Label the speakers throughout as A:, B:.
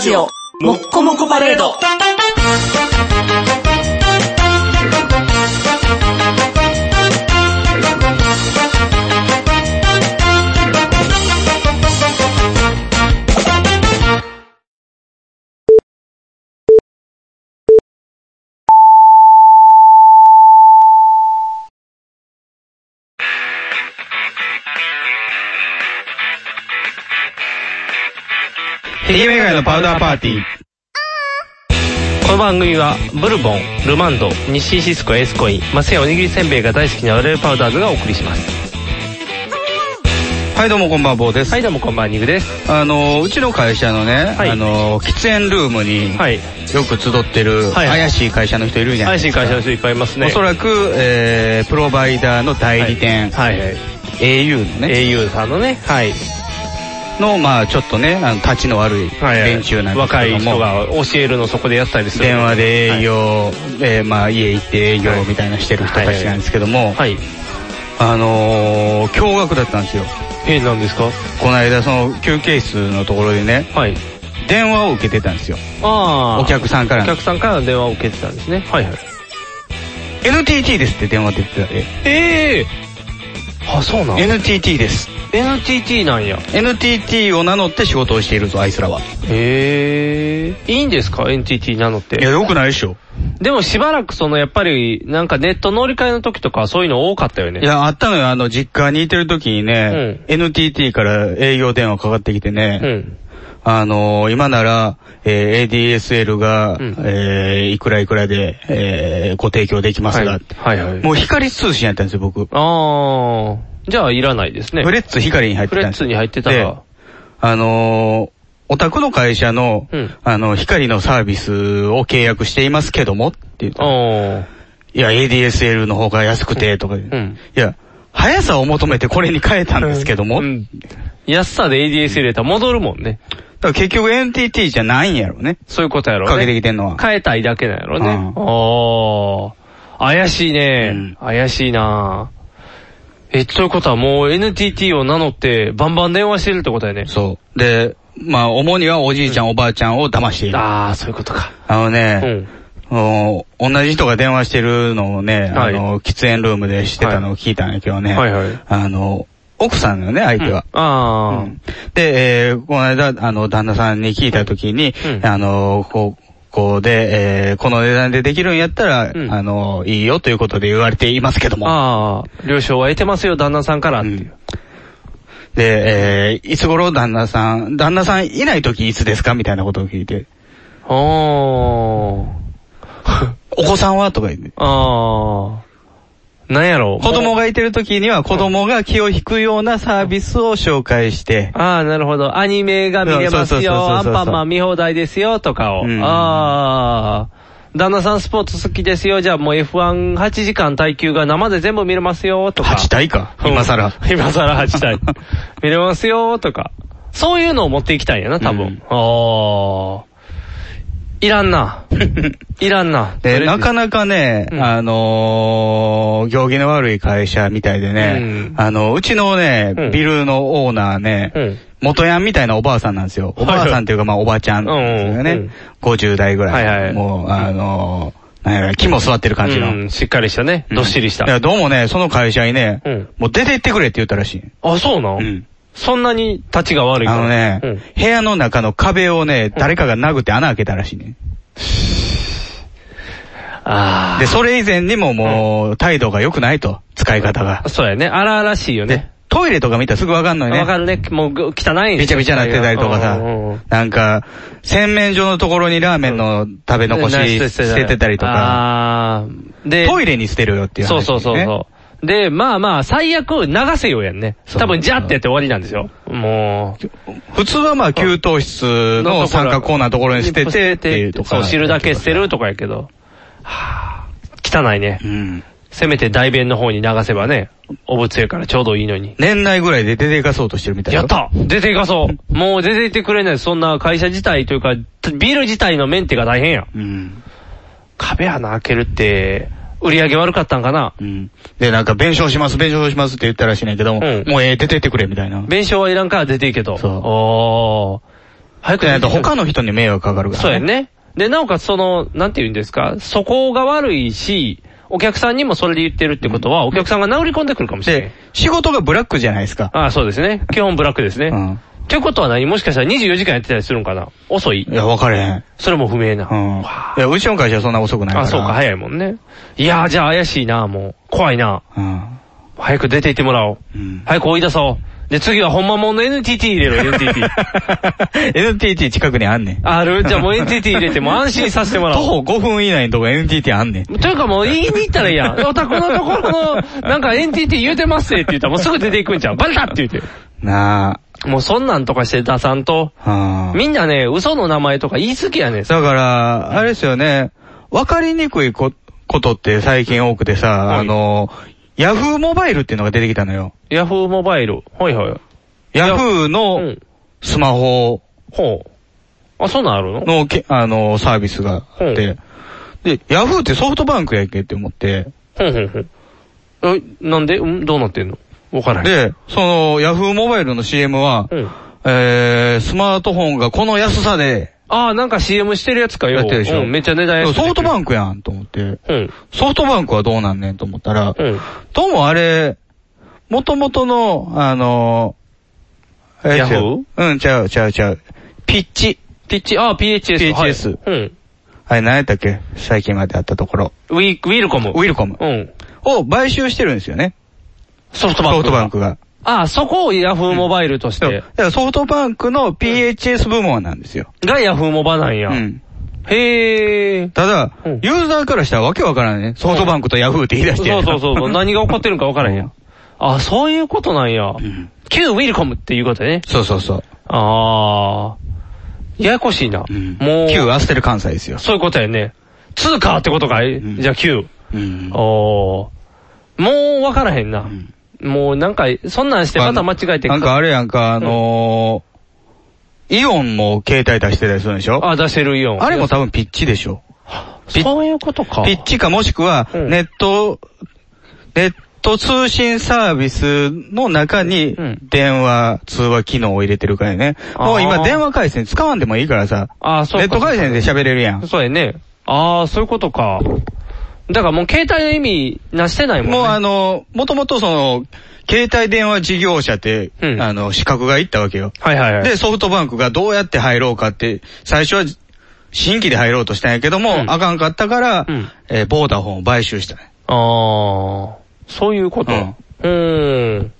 A: ジオ、もっこもこパレード。
B: 愛媛以外のパウダーパーティー。
C: この番組はブルボンルマンド日清シスコエースコインマセイおにぎりせんべいが大好きな我々パウダーズがお送りします
B: はい、どうもこんばんは、坊です。
C: はいどうもこんばんはニグです
B: あの、うちの会社のね、
C: はい
B: あの、喫煙ルームに、
C: はい
B: よく集ってる、
C: はい
B: 怪しい会社の人いるじゃない
C: 配
B: です
C: 信
B: か。
C: 会社の人いっぱいいますね
B: おそらく、えー、プロバイダーの代理店、
C: はいはい、
B: au のね、
C: au さんのねはい
B: の、まあちょっとね、あの、立ちの悪い
C: はいはい
B: 連中なんです
C: 若
B: けど
C: い人
B: も、
C: が教えるのそこでやったりする
B: 電話で営業、えー、まあ家行って営業みたいなしてる人たちなんですけども、
C: はい
B: あのー、驚愕だったんですよ。
C: えー、なんですか
B: この間、その休憩室のところでね、
C: はい
B: 電話を受けてたんですよ。
C: ああ
B: お客さんから
C: お
B: の。
C: 客さんからの電話を受けてたんですねはいはい
B: NTT ですって電話で言って
C: ええー、あそうな
B: た
C: の
B: で。NTT です。
C: NTT なんや
B: NTT を名乗って仕事をしているぞ、あいつらは。
C: へえー、いいんですか NTT なのって
B: いや、よくないでしょ。
C: でもしばらくそのやっぱりなんかネット乗り換えの時とかはそういうの多かったよね。
B: いや、あったのよ、あの、実家にいてる時にね、NTT から営業電話かかってきてね、
C: うん。
B: あのー今なら、えー ADSL が、
C: うん
B: えーいくらいくらで、えーご提供できますが、
C: はいはいはい
B: もう光通信やったんですよ、僕。
C: あー、じゃあいらないですね。
B: フレッツ光に入って
C: フ
B: たん
C: レッ
B: です
C: ツに入ってた
B: で
C: ら。
B: あのーお宅の会社の、
C: うん
B: あの、光のサービスを契約していますけどもって言うと
C: あ
B: いや、ADSL の方が安くて、とか、
C: ー。うん。
B: いや、速さを求めてこれに変えたんですけども、
C: うん安さで ADS 入れたら戻るもんね。
B: だから結局 NTT じゃないんやろね。
C: そういうことやろね。
B: かけてきてんのは。
C: 変えたいだけなんやろ
B: う
C: ね。あー。怪しいね。
B: うん
C: 怪しいなえ、ということはもう NTT を名乗ってバンバン電話してるってことやね。
B: そう。で、まあ、主にはおじいちゃん、おばあちゃんを騙している。あ
C: あー、そういうことか。
B: の
C: う
B: ね、
C: ん。
B: お同じ人が電話してるのをね、
C: はい
B: あの、喫煙ルームでしてたのを聞いたんやけどね、
C: はいはい
B: あの、奥さんのね、相手は。
C: うんあー。
B: で、えーこの間、あの、旦那さんに聞いたときに、
C: うん
B: あの、こう、こうで、えーこの値段でできるんやったら、
C: うん
B: あの、いいよということで言われていますけども。
C: ああ、了承は得てますよ、旦那さんからっていう。
B: で、えーいつ頃旦那さん、旦那さんいないときいつですかみたいなことを聞いて、
C: おー。
B: お子さんはとか言って。
C: あー。なんやろ
B: 子供
C: が。
B: がいてるときには子供が気を引くようなサービスを紹介して、
C: ああ、なるほど。アニメが見れます
B: そうそうそうそう
C: よ。アンパンマン見放題ですよ、とかを。
B: うん
C: ああ。旦那さんスポーツ好きですよ。じゃあもう F18 時間耐久が生で全部見れますよ、とか。
B: 8体か。
C: うん
B: 今更。。
C: 今更8体。 見れますよ、とか。そういうのを持っていきたいんやな、多分。ああ。いらん な。いらんな。
B: で、なかなかね、
C: うん
B: あのー、行儀の悪い会社みたいでね、
C: うん
B: あの、うちのね
C: う、ん
B: ビルのオーナーね、
C: うん。
B: 元ヤンみたいなおばあさんなんですよ。おばあさんっていうか、まあ、おばあちゃんですよ
C: う
B: ね
C: ん。
B: 50代ぐらい。
C: はいはい
B: もう、あのー、なんやろ、木も座ってる感じの。
C: うん、しっかりしたね。どっしりし
B: いや
C: た。
B: どうもね、その会社にね、
C: うん
B: もう出て行ってくれって言ったらしい。
C: あ、そうな
B: うんん
C: そんなに立ちが悪いか
B: あ
C: ら。
B: のね、
C: うん
B: 部屋の中の壁をね、誰かが殴って穴開けたらしいね。
C: あ
B: で、それ以前にももう、態度が良くないと、使い方が
C: あ。。そうやね。荒々しいよ
B: で
C: ね。、
B: トイレとか見たらすぐわかんのよね。
C: わかるね。もうぐ汚い
B: びちゃびちゃなってたりとかさ
C: うんうんうん、
B: なんか、洗面所のところにラーメンの食べ残
C: な
B: し捨ててたりとか、
C: あーで、
B: トイレに捨てるよっていう話、
C: そう
B: ね。
C: そうそうそう。で、まあまあ、最悪流せよやんね。
B: そう
C: 多分、ジャってやって終わりなんですよ。もう。
B: 普通はまあ、給湯室の三角コーナーのところに捨ててっていうとか。
C: そう、汁だけ捨てるとかやけど。はぁ、汚いね
B: う。ん。
C: せめて大便の方に流せばね、お物やからちょうどいいのに。
B: 年内ぐらいで出ていかそうとしてるみたいよ
C: やった出ていかそうもう出ていってくれない。そんな会社自体というか、ビル自体のメンテが大変や。
B: うん。
C: 壁穴開けるって、売り上げ悪かったんかな
B: うん。で、なんか、弁償します、弁償しますって言ったらしいねんけども、
C: うん
B: もうええ、出てってくれみたいな。
C: 弁償はいらんから出ていけと。
B: そう
C: お早く
B: じゃないと他
C: の。
B: の人に迷惑かかるから、
C: そうや。ね。で、なおかつその、なんて言うんですか、そこが悪いし、お客さんにもそれで言ってるってことは、お客さんが殴り込んでくるかもしれな
B: で
C: い。、
B: 仕事がブラックじゃないですか。
C: ああ、そうですね。基本ブラックですね。
B: うん
C: っていうことは何もしかしたら24時間やってたりするんかな遅い
B: いや、分かれへん。
C: それも不明な。
B: うん。い
C: わ
B: や、うちの会社はそんな遅くないから。
C: あ、そうか、早いもんね。いやー、じゃあ怪しいな、もう。怖いな。
B: うん。
C: 早く出て行ってもらおう。
B: うん。
C: 早く追い出そう。で、次はほんまもんの NTT 入れろ、NTT。
B: NTT 近くにあんねん。
C: あるじゃあもう NTT 入れてもう安心させてもらおう。
B: 徒歩5分以内のとこ NTT あんねん。
C: というかもう言いに行ったらいい やん。お宅のところの、なんか NTT 言うてますぜって言ったらもうすぐ出ていくんちゃう。バレたって言う
B: な
C: て。もうそんなんとかして出さんと。
B: あ。うん。
C: みんなね、嘘の名前とか言い過ぎやねん。
B: だから、あれですよね、わかりにくいこことって最近多くてさ、
C: はい
B: あの、ヤフーモバイルっていうのが出てきたのよ。
C: ヤフーモバイル。はいはい。
B: ヤフーの
C: ん。
B: スマホ
C: ほう。あ、そんなんあるの
B: のけ、あの、サービスがあっ
C: う
B: て、で、ヤフーってソフトバンクやっけって思って、
C: ほんほんほん。え、なんでうんどうなってんのわからへん。
B: で、その、ヤフーモバイルの CM は、
C: うん。
B: えー、スマートフォンがこの安さで、
C: ああ、なんか CM してるやつかよ。
B: やってるでしょ
C: うん、めっちゃ値段
B: で
C: 安
B: も
C: い。
B: ソフト
C: ン
B: バンクやんと思って、
C: クうん。
B: ソフトバンクはどうなんねんと思ったら、
C: うん。
B: どうもあれ、元々の、あの、あれですようん、ちゃうちゃうちゃう。ピッチ。
C: ピッチ、ああ、PHS。はい
B: PHS
C: うん。
B: あれ何やったっけ最近まであったところ。
C: ウィ、ウィルコム。
B: ウィルコム
C: うん。
B: を買収してるんですよね。
C: ソフトバンク。
B: ソフトバン。クが。
C: ああ、そこをヤフーモバイルとし
B: そうだ
C: て。
B: からソフトバンクの PHS 部門なんですよ。
C: がヤフーモバなん
B: う
C: や。
B: ん。
C: へえ。
B: ただ、
C: うん
B: ユーザーからしたらわけわからないね。ソフトバンクとヤフーって言い出して
C: そうそうそ うそう。何が起こってるんかわからへん
B: う
C: や。ああ、そういうことなんや。
B: ん
C: 旧ウィルコムっていうことね。
B: そうそうそう。
C: ああ。ややこしいな。
B: も
C: も
B: う。
C: う。
B: 旧アステル関西ですよ。
C: そういうことやね。通貨ってことかい、
B: ん
C: じゃあ9。
B: うん
C: おー。もう分からへんな。
B: ん
C: もうなんか、そんなんしてまた間違えて
B: なんかあれやんか、あのー、イオンも携帯出してたりするんでしょあ
C: あ、出せるよ。
B: れも多分ピッチでしょピッ
C: そういうことか。
B: ピッチかもしくは、
C: うん
B: ネット、ネット通信サービスの中に
C: うん
B: 電話通話機能を入れてるからね。
C: あー
B: もう今電話回線使わんでもいいからさ、
C: あ、そう
B: ネ
C: か
B: ット回線で喋れるやん。
C: そうやね。あー、そういうことか。だからもう携帯の意味、なしてないもんね。
B: もうあの、もともとその、携帯電話事業者って、
C: うん
B: あの、資格がいったわけよ。
C: はいはいはい。
B: で、ソフトバンクがどうやって入ろうかって、最初は新規で入ろうとしたんやけども、
C: うん
B: あかんかったから、
C: うん
B: えーボーダフォンを買収したね。
C: あー、そういうこと。
B: う
C: うんーん。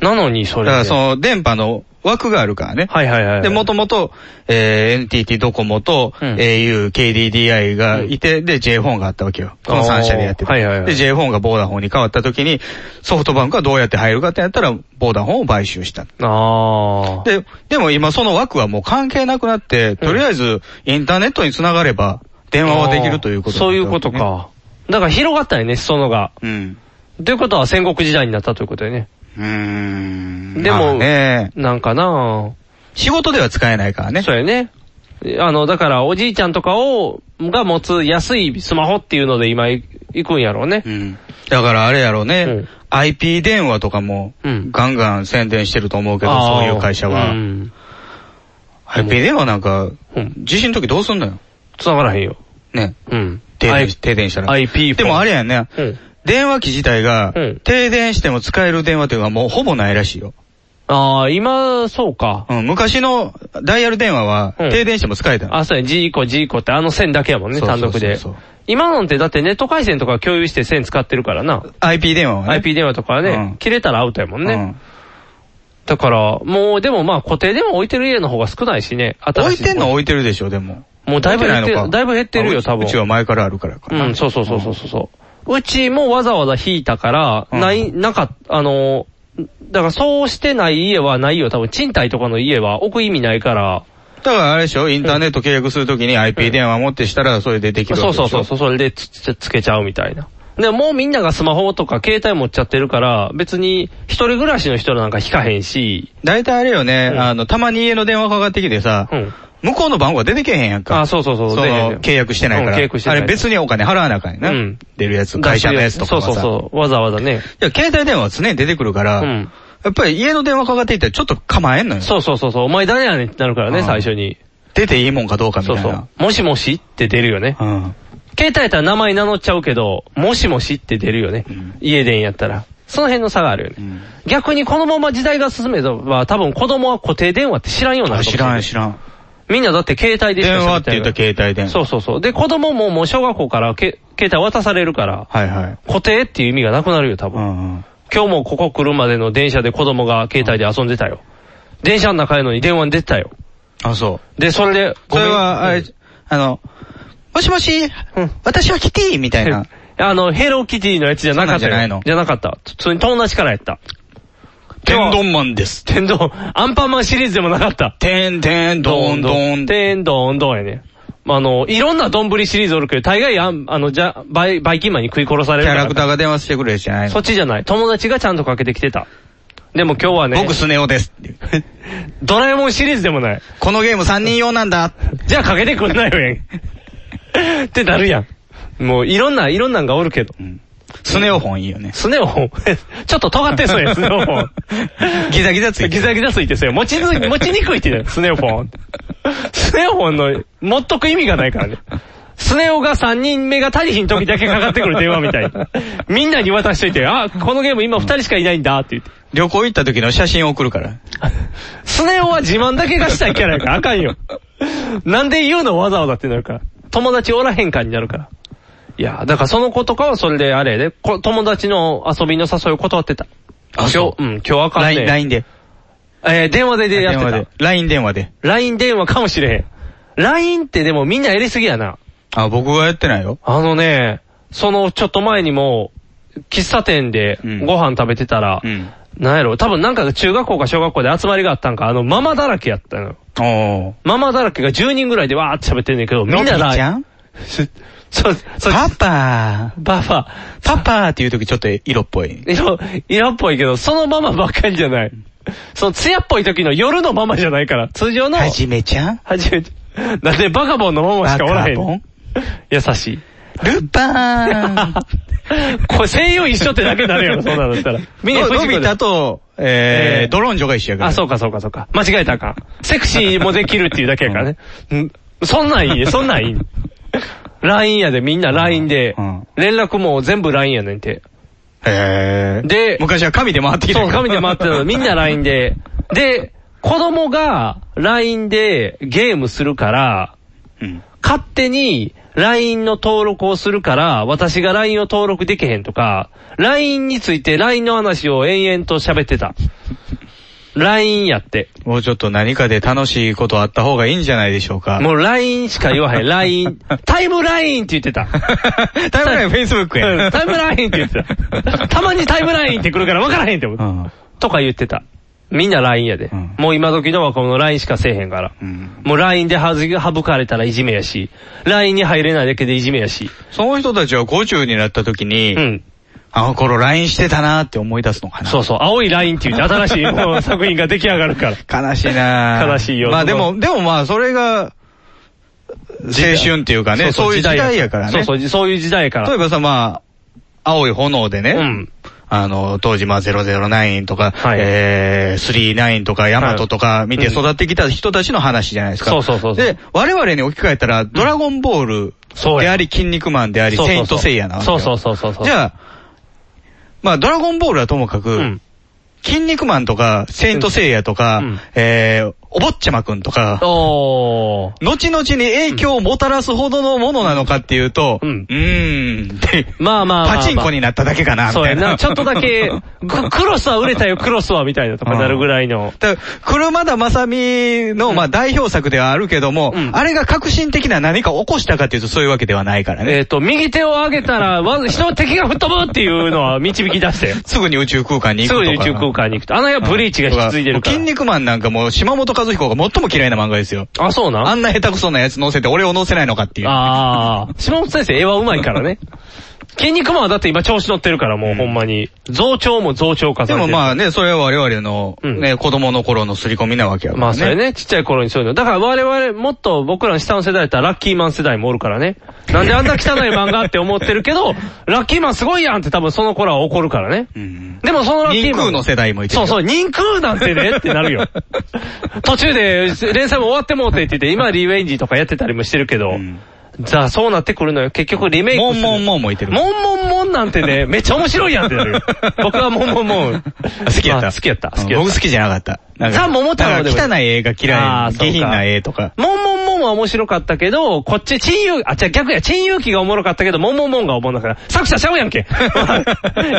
C: なのに、そ
B: だか
C: れで。
B: らその電波の枠があるからね。
C: はいはいはいはい。
B: で、もともと、えー NTT ドコモと、
C: うん
B: au、KDDI がいて、で、J フォンがあったわけよ。この3社でやってた。
C: おーはいはいはい
B: で、J フォンがボーダフォンに変わった時に、ソフトバンクがどうやって入るかってやったら、ボーダフォンを買収した。
C: あー。
B: で、でも今その枠はもう関係なくなって、とりあえずインターネットにつながれば電話はできるということ、
C: そういうこと。か。だから広がったよね、裾野が。
B: うん。
C: ということは戦国時代になったということよね。
B: うーん。
C: でも
B: まあね
C: なんかな
B: 仕事では使えないから
C: ぁ。
B: ね。
C: そうやね。あの、だからおじいちゃんとかを、が持つ安いスマホっていうので今い行くんやろうね。
B: うん。だからあれやろうね、
C: うん
B: IP 電話とかも
C: うん
B: ガンガン宣伝してると思うけど、
C: あ
B: そ
C: ー
B: ういう会社は。
C: うん。
B: IP 電話なんか、
C: うん。
B: 地震の時どうすんのよ。
C: 繋がらへんよ。
B: ね。
C: うん。
B: 停電
C: I-
B: し停電したら。
C: IP
B: でもあれやんね。
C: うん。
B: 電話機自体が
C: うん、
B: 停電しても使える電話というのはもうほぼないらしいよ。
C: ああ、今、そうか。
B: うん、昔のダイヤル電話は
C: うん
B: 停電しても使えたの。
C: あ、そうや、G 以降、G 以降ってあの線だけやもんね、
B: そうそう
C: 単
B: そうそ
C: 独
B: う
C: で。今のんてだってネット回線とか共有して線使ってるからな。
B: IP 電話はね。
C: IP 電話とかはね、
B: うん
C: 切れたらアウトやもんね。
B: うん
C: だから、もうでもまあ固定でも置いてる家の方が少ないしね。
B: 置
C: 新
B: い
C: しい
B: てんのは置いてるでしょ、でも。
C: もうだいぶ減っ
B: 置な
C: てる、
B: いのか
C: だいぶ減ってる
B: あ
C: よ、
B: うち
C: 多分。
B: うちは前からあるからかな。
C: うん、そうそうそうそうそう。ううちもわざわざ引いたから、
B: うん
C: ない、なかっあのー、だからそうしてない家はないよ、多分。賃貸とかの家は置く意味ないから。
B: だからあれでしょ、インターネット契約するときに IP 電話持ってしたら、それでできるわけ
C: そ
B: で
C: う
B: しょ
C: そうそう、そうそれでつ、つ、つけちゃうみたいな。で、もうみんながスマホとか携帯持っちゃってるから、別に一人暮らしの人なんか引かへんし、
B: 大体あれよね、
C: うん
B: あの、たまに家の電話かかってきてさ
C: う、ん。
B: 向こうの番号が出てけへんやんか。
C: あそうそうそう
B: そ
C: 出てへんね
B: の、
C: ん
B: 契約してないから。
C: うん契約してない
B: あれ別にお金払わなあかんやな
C: うん。
B: 出るやつ、会社のやつとか
C: そう
B: はさ。
C: そうそう、わざわざ
B: い
C: ね。
B: や、携帯電話は常に出てくるか
C: う
B: ら、
C: ん。
B: やっぱり家の電話かかってきたらちょっと構えんのよ。
C: そうそうそうそう。お前誰やねんってなるから
B: う
C: ね、
B: ん
C: 最初に。
B: 出ていいもんかどうかみた
C: そ
B: いうな。
C: そう。もしもしって出るよね。
B: うん。
C: 携帯やったら名前名乗っちゃうけど、もしもしって出るよね
B: うん。
C: 家電やったら。その辺の差があるよね。
B: うん
C: 逆にこのまま時代が進めば、多分子供は固定電話って知らんようになる
B: 知
C: かもしれ
B: ら
C: なんい。
B: 知らん。
C: みんなだって携帯でしか
B: 電話っ
C: 喋って
B: て言
C: な
B: っ
C: い
B: たら携帯電話。
C: そうそうそう。で、子供ももう小学校からけ携帯渡されるから、
B: はいはい。
C: 固定っていう意味がなくなるよ、多
B: う
C: 分。
B: んうん。
C: 今日もここ来るまでの電車で子供が携帯で遊んでたよ。電車の中やのに電話に出てたよ。
B: あ、そう。
C: で、それで、
B: それは、あ
C: ごめん
B: れ、あの、もしもし、
C: うん
B: 私はキティみたいな。
C: あの、ヘローキティのやつじゃなかった
B: そ
C: よ
B: んなんじゃないの
C: じゃなかった。普通に友達からやった。
B: 天丼マンです。
C: 天丼、アンパンマンシリーズでもなかった。
B: 天天丼丼。
C: 天丼丼やね。まあ、あの、いろんな丼シリーズおるけど、大概あん、あの、じゃ、バイ、バイキンマンに食い殺され
B: キャ
C: るから。
B: ラクターが電話してくれるじゃないの
C: そっちじゃない。友達がちゃんとかけてきてた。でも今日はね、
B: 僕スネ夫ですって いう。
C: ドラえもんシリーズでもない。
B: このゲーム3人用なんだ。
C: じゃあかけてくんないよやん。ってなるやん。もういろんな、いろんなんがおるけど。
B: スネ夫本いいよね。
C: スネ夫、ちょっと尖っ てそうや、スネ夫。
B: ギザギザついてる
C: ギザギザついてそうや。持ちづ、持ちにくいって言うのよスネ夫。スネ夫の、持っとく意味がないからね。スネ夫が3人目が足りひん時だけかかってくる電話みたいな。みんなに渡しといて、あ、このゲーム今2人しかいないんだって言って。
B: 旅行行った時の写真送るから。
C: スネ夫は自慢だけがしたいキャラやから、あかんよ。なんで言うのわざわざってなるから。友達おらへんかになるから。いや、だからその子とかはそれであれやで、こ友達の遊びの誘いを断ってた。
B: あ
C: 今日
B: そ、う
C: うん、今日あかん
B: LINE
C: ね
B: LINE で。
C: えー電話ででやっ
B: 電話
C: て
B: で
C: た。。
B: LINE 電話で。
C: LINE 電話かもしれへん。LINE ってでもみんなやりすぎやな。
B: あ、僕がやってないよ。
C: あのね、そのちょっと前にも、喫茶店で
B: うん
C: ご飯食べてたら、
B: うん
C: なんやろ、多分なんか中学校か小学校で集まりがあったんか、あの、ママだらけやったのよ。
B: おー。
C: ママだらけが10人ぐらいでわーって喋ってんねんけど、みんな
B: のびち
C: だ、
B: ゃん
C: そ、そ、そ、
B: パパー。
C: ババ、
B: パパーっていう時ちょっと色っぽい。
C: 色、色っぽいけど、そのママばっかりじゃない。その艶っぽい時の夜のママじゃないから、通常の、
B: はじめちゃん
C: はじめて。なんでバカボンのママしかおらへ
B: バカボン
C: ん。優しい。
B: ルパーン
C: これ西洋一緒ってだけになるやろ、そんなのだっ たら。 みんな
B: の
C: 藤
B: の
C: 子
B: び
C: で
B: 太と、え
C: え
B: ー、
C: ー
B: ドロンジョが一緒やから。
C: あ、そうかそうかそうか。間違えたらあかん。セクシーもできるっていうだけやからね。うんそんなんいいね、そんなんいいね。LINE やで、みんな LINE で
B: うん。
C: 連絡も全部 LINE やねんて。
B: へー
C: で
B: 昔は神で回ってきたか
C: そう、
B: ら。
C: 神で回ってたの。みんな LINE で。で、子供が LINE でゲームするから、
B: うん。
C: 勝手に LINE の登録をするから、私が LINE を登録できへんとか、LINE について LINE の話を延々と喋ってた。LINE やって。
B: もうちょっと何かで楽しいことあった方がいいんじゃないでしょうか。
C: もう LINE しか言わへん。LINE。タイムラインって言ってた。
B: タイムライン Facebook や
C: うんタイムラインって言ってた。たまにタイムラインって来るから分からへんって思
B: う
C: う。
B: ん。
C: とか言ってた。みんな LINE やで。
B: うん
C: もう今時の若者 LINE しかせえへんから。
B: うん
C: もう LINE ではず省かれたらいじめやし、LINE に入れないだけでいじめやし。
B: その人たちは50になった時に、
C: うん。
B: あの頃 LINE してたなーって思い出すのかな。
C: そうそう、青いラインっていう新しい もう作品が出来上がるから。
B: 悲しいなー
C: 悲しいよ
B: まあでも、でもまあそれが、青春っていうかね、そういう時代やからね。
C: そうそう、そういう時代やから。
B: 例えばさ、まあ、青い炎でね、
C: うん
B: あの、当時まあ009とか、
C: はい
B: えー、39とか、ヤマトとか見て
C: うん
B: 育ってきた人たちの話じゃないですか。
C: そうそうそうそう
B: で、我々に置き換えたら、ドラゴンボー
C: そう
B: ル
C: や
B: であり、筋肉マンであり、
C: そうそ
B: セ
C: う
B: イ
C: そう
B: ントセイヤなわけ
C: そ
B: よ
C: うそうそうそうそう。
B: じゃあ、まあ、ドラゴンボールはともかく、
C: うん。
B: 筋肉マンとか、セイントセイヤとか、
C: うん
B: えー、おぼっちゃまくんとか、
C: おー。
B: 後々に影響をもたらすほどのものなのかっていうと、う
C: うんん、
B: ーんって、
C: まあまあまあまあ
B: パチンコになっただけかな、み
C: そう
B: たい
C: や
B: な。
C: な。ちょっと だけ、くクロスは売れたよ、クロスは、みたいなとかなるぐらいの。
B: だから車田正美の、まあ、代表作ではあるけども、
C: うん
B: あれが革新的な何か起こしたかっていうとそういうわけではないからね。
C: えっと、右手を上げたら、わず、人の敵が吹っ飛ぶっていうのは導き 出して。
B: すぐに宇宙空間に行く
C: す
B: と
C: ぐ
B: か。
C: に宇宙空間に行くと。あの辺はブリーチが引き継いでるか
B: 筋肉マンなんかもう島本和彦が最も嫌いな漫画ですよ。
C: ら。あ、そうなん
B: あんな下手くそなやつ乗せて俺を乗せないのかっていう。
C: ああ。島本先生、絵は上手いからね。 筋肉マンはだって今調子乗ってるからもうほんまに。増長も増長化さ
B: で
C: れて
B: も
C: る。
B: まあね、それは我々の、
C: うん
B: ね、子供の頃の刷り込みなわけやからね。
C: まあそれね、ちっちゃい頃にそういうの。だから我々、もっと僕らの下の世代だったらラッキーマン世代もおるからね。なんであんな汚い漫画って思ってるけど、 ラッキーマンすごいやんって多分その頃は怒るからね。
B: うん。
C: でもそのラッキーマン。
B: 人空の世代もいてる
C: そ
B: よ
C: う そう、人空なんてねってなるよ。 途中で連載も終わってもうてって言って、今リベンジとかやってたりもしてるけど、
B: ん
C: じゃあそうなってくるのよ。結局リメイク
B: モ
C: す
B: ン
C: る。
B: モンモンもいてる。
C: モンモンモンなんてね、めっちゃ面白いやんってなるよ。僕はモンモンモン。 好
B: 好きやった。
C: 好きやった。好き
B: う
C: や
B: ん
C: っ
B: 僕好きじゃなかった。なんか
C: さあ桃太郎
B: なん
C: でも
B: か汚い映画
C: あ
B: 嫌
C: ー
B: い。
C: そうか
B: 下品な絵とか。
C: た。モンモンモンは面白かったけど、こっち、チンユー、あ、じゃ逆や、チンユーキがおもろかったけど、モンモンモンがおもろなかった。作者ちゃうやん け。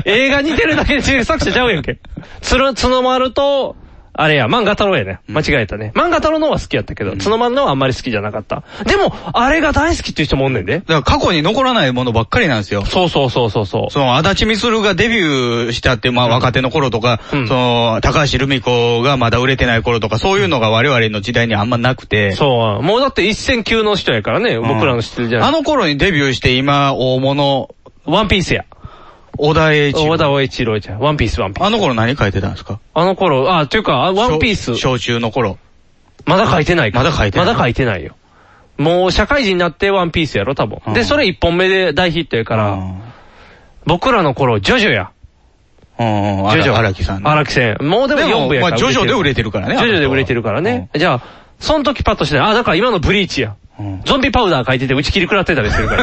C: 映画似てるだけで作者ちゃうやんけ。つる、つのまると、あれや、漫画太郎やね。間違えたね。漫画太郎の方は好きやったけど、つのまるの方はあんまり好きじゃなかった。でも、あれが大好きっていう人もおんねんで。
B: だから過去に残らないものばっかりなんですよ。
C: そうそうそうそうそう。
B: その、足立みするがデビューしたって、まあ若手の頃とか、
C: うん
B: その、高橋留美子がまだ売れてない頃とか、そういうのが我々の時代にあんまなくて。
C: そう。もうだって一戦級の人やからね、僕らの知ってるじゃな
B: あ
C: い。
B: の頃にデビューして今、大物、
C: ワンピースや。
B: 小田栄一郎。
C: 和田大一郎ちゃん。ワンピース、ワンピース。
B: あの頃何書いてたんですか
C: あの頃、あ、というか、あワンピース
B: 小。小中の頃。
C: まだ書いてないか。
B: まだ書いてない
C: まだ書いてないよ。もう社会人になってワンピースやろ、多分。
B: うん
C: で、それ一本目で大ヒットやから、僕らの頃、ジョジョや。
B: うん。うん。
C: ジョジョ。
B: 荒木さん。
C: 荒木さん。もうでも
B: でも
C: 4部やから。
B: まあジョジョで売れてるからね
C: ジョジョで売れてるからね。じゃあ、その時パッとしてない。あ、だから今のブリーチや。
B: うん
C: ゾンビパウダー書いてて打ち切り食らってたりす るか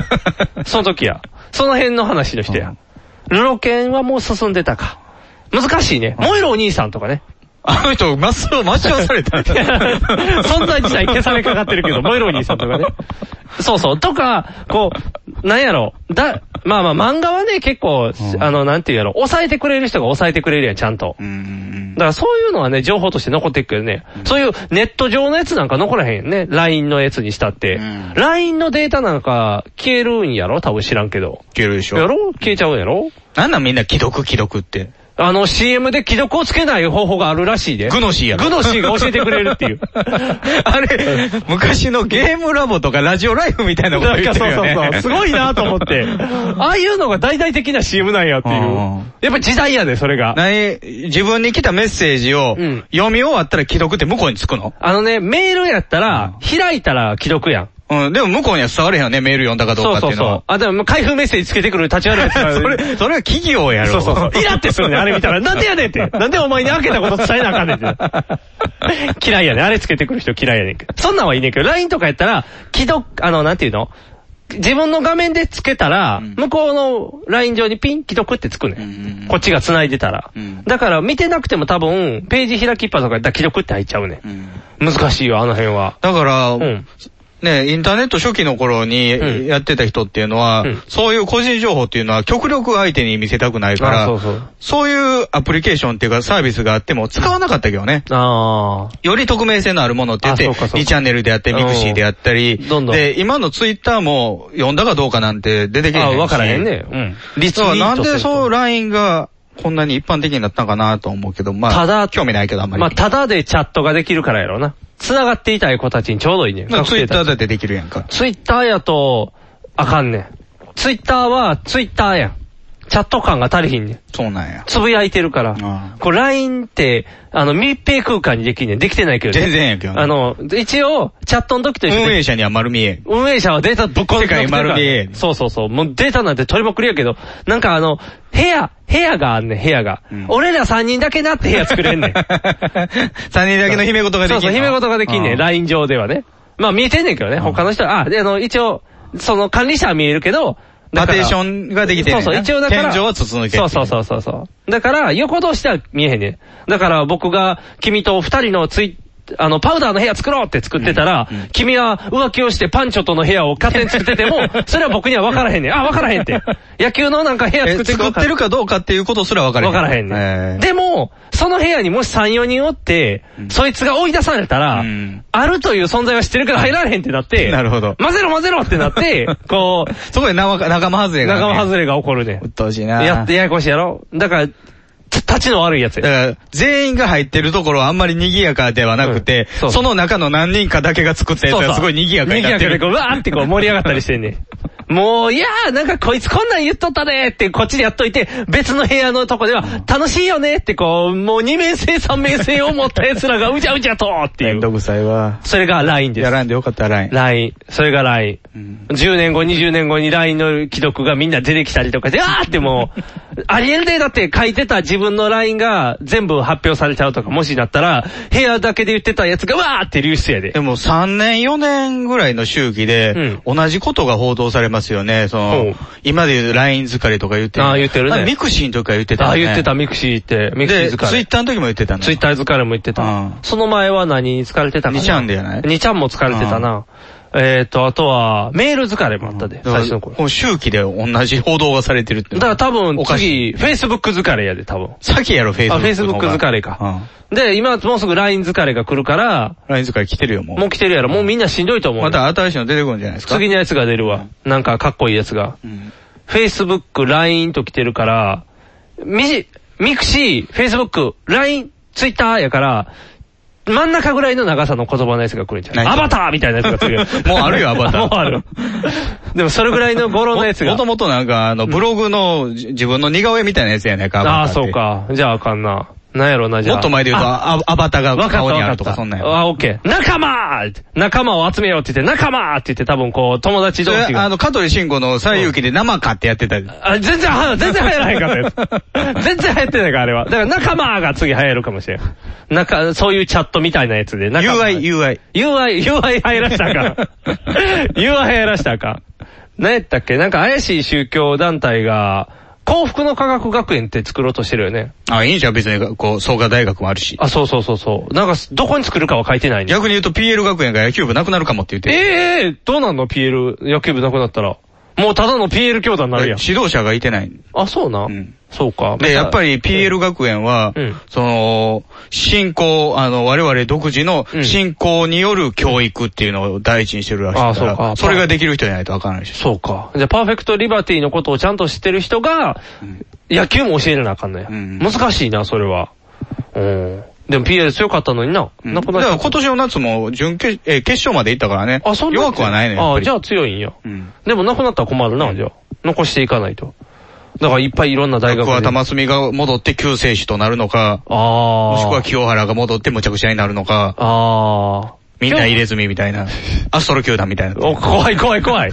C: ら。その時や。その辺の話の人
B: う
C: や
B: ん。
C: ルロケンはもう進んでたか。難しいね。燃えるお兄さんとかね。
B: あの人、まっすぐ待ち合わされた。
C: 存在自体消されかかってるけど、モイロニーさんとかね。そうそう。とか、こう、なんやろ。だ、まあまあ漫画はね、結構、
B: うん
C: あの、なんていうやろ。抑えてくれる人が抑えてくれるやん、ちゃんと。
B: うんうん
C: だからそういうのはね、情報として残っていくけどね。そういうネット上のやつなんか残らへんよね。LINE のやつにしたって。
B: うん
C: LINE のデータなんか消えるんやろ多分知らんけど。
B: いけるでし
C: や
B: ょ。
C: ろ消えちゃうんやろ
B: なんなんみんな既読既読って。
C: あの CM で既読をつけない方法があるらしいで。
B: グノシーやろ
C: グノシーが教えてくれるって いう。
B: あれ、昔のゲームラボとかラジオライフみたいなこと
C: なん
B: 言
C: か
B: って
C: そ
B: る
C: う
B: よ
C: そう
B: ね。
C: そう。すごいなと思って。ああいうのが大々的な CM なんやっていう
B: うん。
C: やっぱ時代やで、それが。
B: 何自分に来たメッセージを
C: うん
B: 読み終わったら既読って向こうにつくの
C: あのね、メールやったら、開いたら既読やん。
B: うん、でも向こうには伝われへんよね、メール読んだかどう
C: そ
B: か
C: う
B: ってい
C: そ
B: ううの
C: そう
B: は。。
C: あ、でも開封メッセージつけてくる立ち悪いやつ が
B: それ、それは企業やろ。
C: そうそう そう。イラってするね、あれ見たら。なんでやねんって。なんでお前に開けたこと伝えなあかんねんって。 嫌いやねん。あれつけてくる人嫌いやねんけど。そんなんはいいねんけど、LINE とかやったら、既読、あの、なんていうの自分の画面でつけたら、
B: ん
C: 向こうの LINE 上にピン既読ってつくね。
B: うんうんうんん
C: こっちが繋いでたら
B: うん。
C: だから見てなくても多分、ページ開きっぱとかやったら既読って入っちゃうね。
B: うんん
C: 難しいよ、あの辺は。
B: だから、
C: うん。
B: ね、インターネット初期の頃
C: うん
B: にやってた人っていうのは、
C: うん
B: そういう個人情報っていうのは極力相手に見せたくないか
C: あ
B: ら、
C: そうそう
B: そういうアプリケーションっていうかサービスがあっても使わなかったけどね。
C: あー。
B: より匿名性のあるものって言って、
C: あそうかそうか
B: 2チャンネルであって、ミクシーであったり、
C: うんどんどん
B: で、今のツイッターも読んだかどうかなんて出てけへん
C: あ
B: し。
C: わからへんね。うん。リ
B: 実はなんで
C: う
B: そう LINE がこんなに一般的になったんかなと思うけど、まあ、
C: ただ
B: 興味ないけどあんまり。
C: まあ、ただでチャットができるからやろうな。繋がっていたい子たちにちょうどいいねん。
B: ツイッター
C: で。
B: だってできるやんか。
C: ツイッターやと、あかんねん。ツイッターはツイッターやん。チャット感が足りひんねん。
B: そうなんや。
C: つぶやいてるから
B: あ。あ
C: これ LINE って、あの、密閉空間にできんねん。できてないけどね。
B: 全然やけどね
C: あの、一応、チャットの時と
B: 運
C: 一緒で。
B: 営者には丸見え。
C: 運営者はデータぶっ込んで
B: 世界丸見え
C: そうそうそう。もうデータなんて取りまくりやけど、なんかあの、部屋、部屋があんねん、部屋が。
B: うん
C: 俺ら3人だけなって部屋作れ んねん。
B: 3人だけの姫事ができ
C: そ
B: る。
C: うそう、姫事ができんね、
B: うん
C: ライン上ではね。まあ見えてんねんけどね、他の人は。あ、で、あの、一応、その管理者は見えるけど、だ
B: パ
C: か
B: テ
C: ら
B: ーションができてん
C: そ
B: ね
C: うんそう、一応だから。
B: 天井は筒抜けってい
C: そうそうそうそうそう。だから、横通しては見えへんねん。だから僕が、君と二人のツイあの、パウダーの部屋作ろうって作ってたら、君は浮気をしてパンチョとの部屋を勝手に作って ても、それは僕には分からへんねん。あ、分からへんって。野球のなんか部屋
B: え
C: 作ってく
B: 作ってるかどうかっていうことすら分からへ
C: わ
B: ん。
C: からへんね
B: え
C: ん。
B: ー
C: でも、その部屋にもし3、4人おって、そいつが追い出されたら
B: うん、
C: あるという存在は知ってるから入られへんってなって、
B: なるほど
C: 混ぜろ混ぜろってなって、 こ
B: そこで仲間仲間外
C: う、
B: れがね。
C: 仲間外れが起こるね
B: うっ。とうしいな。
C: やってややこしいやろだから、た立ちの悪いやつ
B: だ
C: や。
B: から、全員が入ってるところはあんまり賑やかではなくて、
C: うんそう
B: その中の何人かだけが作ったやつ
C: そうそう
B: がすごい�賑やかになって
C: 賑やかで
B: る。
C: こう、うわーってこう盛り上がったりしてんねん。もう、いやー、なんかこいつこんなん言っとったねーって、こっちでやっといて、別の部屋のとこでは、楽しいよねってこう、もう二面性三面性を持った奴らがうじゃうじゃとーって
B: め
C: い
B: んど
C: う。
B: くさいわ。
C: それが LINE で
B: や
C: す。
B: らんでよかった、LINE。
C: LINE。それが LINE。
B: うん
C: 10年後、20年後に LINE の既読がみんな出てきたり とかして、あーってもう、ありえんでだって書いてた自分の LINE が全部発表されちゃうとか、もしなったら、部屋だけで言ってたやつがわーって流出やで
B: で。も3年4年ぐらいの周期で、同じことが報道されますよね。そ
C: ほう
B: の、今で言う LINE 疲れとか言って
C: あー言ってるね
B: あミクシーの時から言ってた
C: あ
B: よ
C: あ、
B: ね。
C: 言ってた、。ミクシーって。ミクシー
B: で、ツ
C: 疲
B: イッ
C: れ。
B: ターの時も言ってたの。
C: ツイッター疲れも言って
B: うん
C: た。その前は何に疲れてたかな
B: にちゃんでやない
C: にちゃんも疲れてたな。えーと、あとは、メール疲れもあったで、
B: だ
C: 最
B: から
C: 初の頃。
B: この周期で同じ報道がされてるって。
C: だから多分
B: おかし
C: 次、Facebook 疲れやで、多分。
B: 先やろ、フェイスブ
C: あ、
B: ック。
C: Facebook 疲れか。で、今もうすぐ LINE 疲れが来るから、
B: うん。LINE 疲れ来てるよ、もう。
C: もう来てるやろ。もうみんなしんどいと思う
B: ま
C: よ。
B: た新しいの出てくるんじゃないですか。
C: 次のやつが出るわ。なんかかっこいいやつが。
B: うん。
C: Facebook、LINE と来てるから、みじ、ミクシー、Facebook、LINE、Twitter やから、真ん中ぐらいの長さの言葉のやつが来るんじゃない
B: 何。
C: アバターみたいなやつが来るよ
B: もうあるよアバター
C: もうある。でもそれぐらいの語呂のやつが
B: も。ともとなんか、あの、ブログのじ自分の似顔絵みたいなやつやねんか。アバ
C: あ
B: タ
C: あ、
B: ーっ
C: そう
B: て。
C: か。じゃああかんな。なんやろな、じゃあ。
B: もっと前で言うと、
C: あ
B: あアバター
C: わ
B: が
C: かった
B: 顔にあ
C: わ
B: る
C: か
B: と
C: った。
B: か、そんなんやろ
C: あ、オッケー。仲間仲間を集めようって言って、仲間って言って多分こう、友達
B: そ
C: 同
B: れ
C: 士が。
B: あの、香取慎吾の西遊記で生かってやってた。
C: あ、全然 は、全然流行らへんかった やつ。全然流行ってないから、あれは。だから仲間が次流行るかもしれん。なんか、そういうチャットみたいなやつで。仲間
B: UI、。UI。
C: UI、UI 入らしたらあかん。UI 入らしたらあかん。何やったっけなんか怪しい宗教団体が、幸福の科学学園って作ろうとしてるよね。
B: あ、いいじゃん、別に、こう、創価大学もあるし。
C: あ、そうそうそうそう。なんか、どこに作るかは書いてないね。
B: 逆に言うと PL 学園が野球部なくなるかもって言ってる。
C: ええー、どうなんの ?PL、野球部なくなったら。もうただの PL 教団になるやん。
B: 指導者がいてない。
C: あ、そうな。
B: うん
C: そうか。
B: で、やっぱり PL 学園は
C: うん、
B: その、信仰、あの、我々独自の
C: うん
B: 信仰による教育っていうのを第一にしてるらしい
C: あそう
B: か、
C: から
B: それができる人じゃないとわからないし。
C: そうか。じゃあ、パーフェクトリバティのことをちゃんと知ってる人が、野球も教えなあかんのや。
B: うん
C: 難しいな、それは。うん。でも PL 強かったのにな。
B: うん
C: な
B: だ
C: く
B: か
C: なっちゃ
B: ら
C: った
B: 今年の夏も準決、えー、決勝まで行ったからね。
C: あ、そんな
B: 弱くはないのよ。やっぱ
C: あ、
B: り
C: じゃあ強いんや。
B: うん。
C: でもなくなったら困るな、じゃあ。残していかないと。だからいっぱいいろんな大学で。
B: 桑田真澄が戻って救世主となるのか、
C: ああ。
B: もしくは清原が戻って無茶苦茶になるのか、
C: ああ。
B: みんな入れ墨みたいな、アストロ球団みたいな。
C: お、怖い怖 い怖い。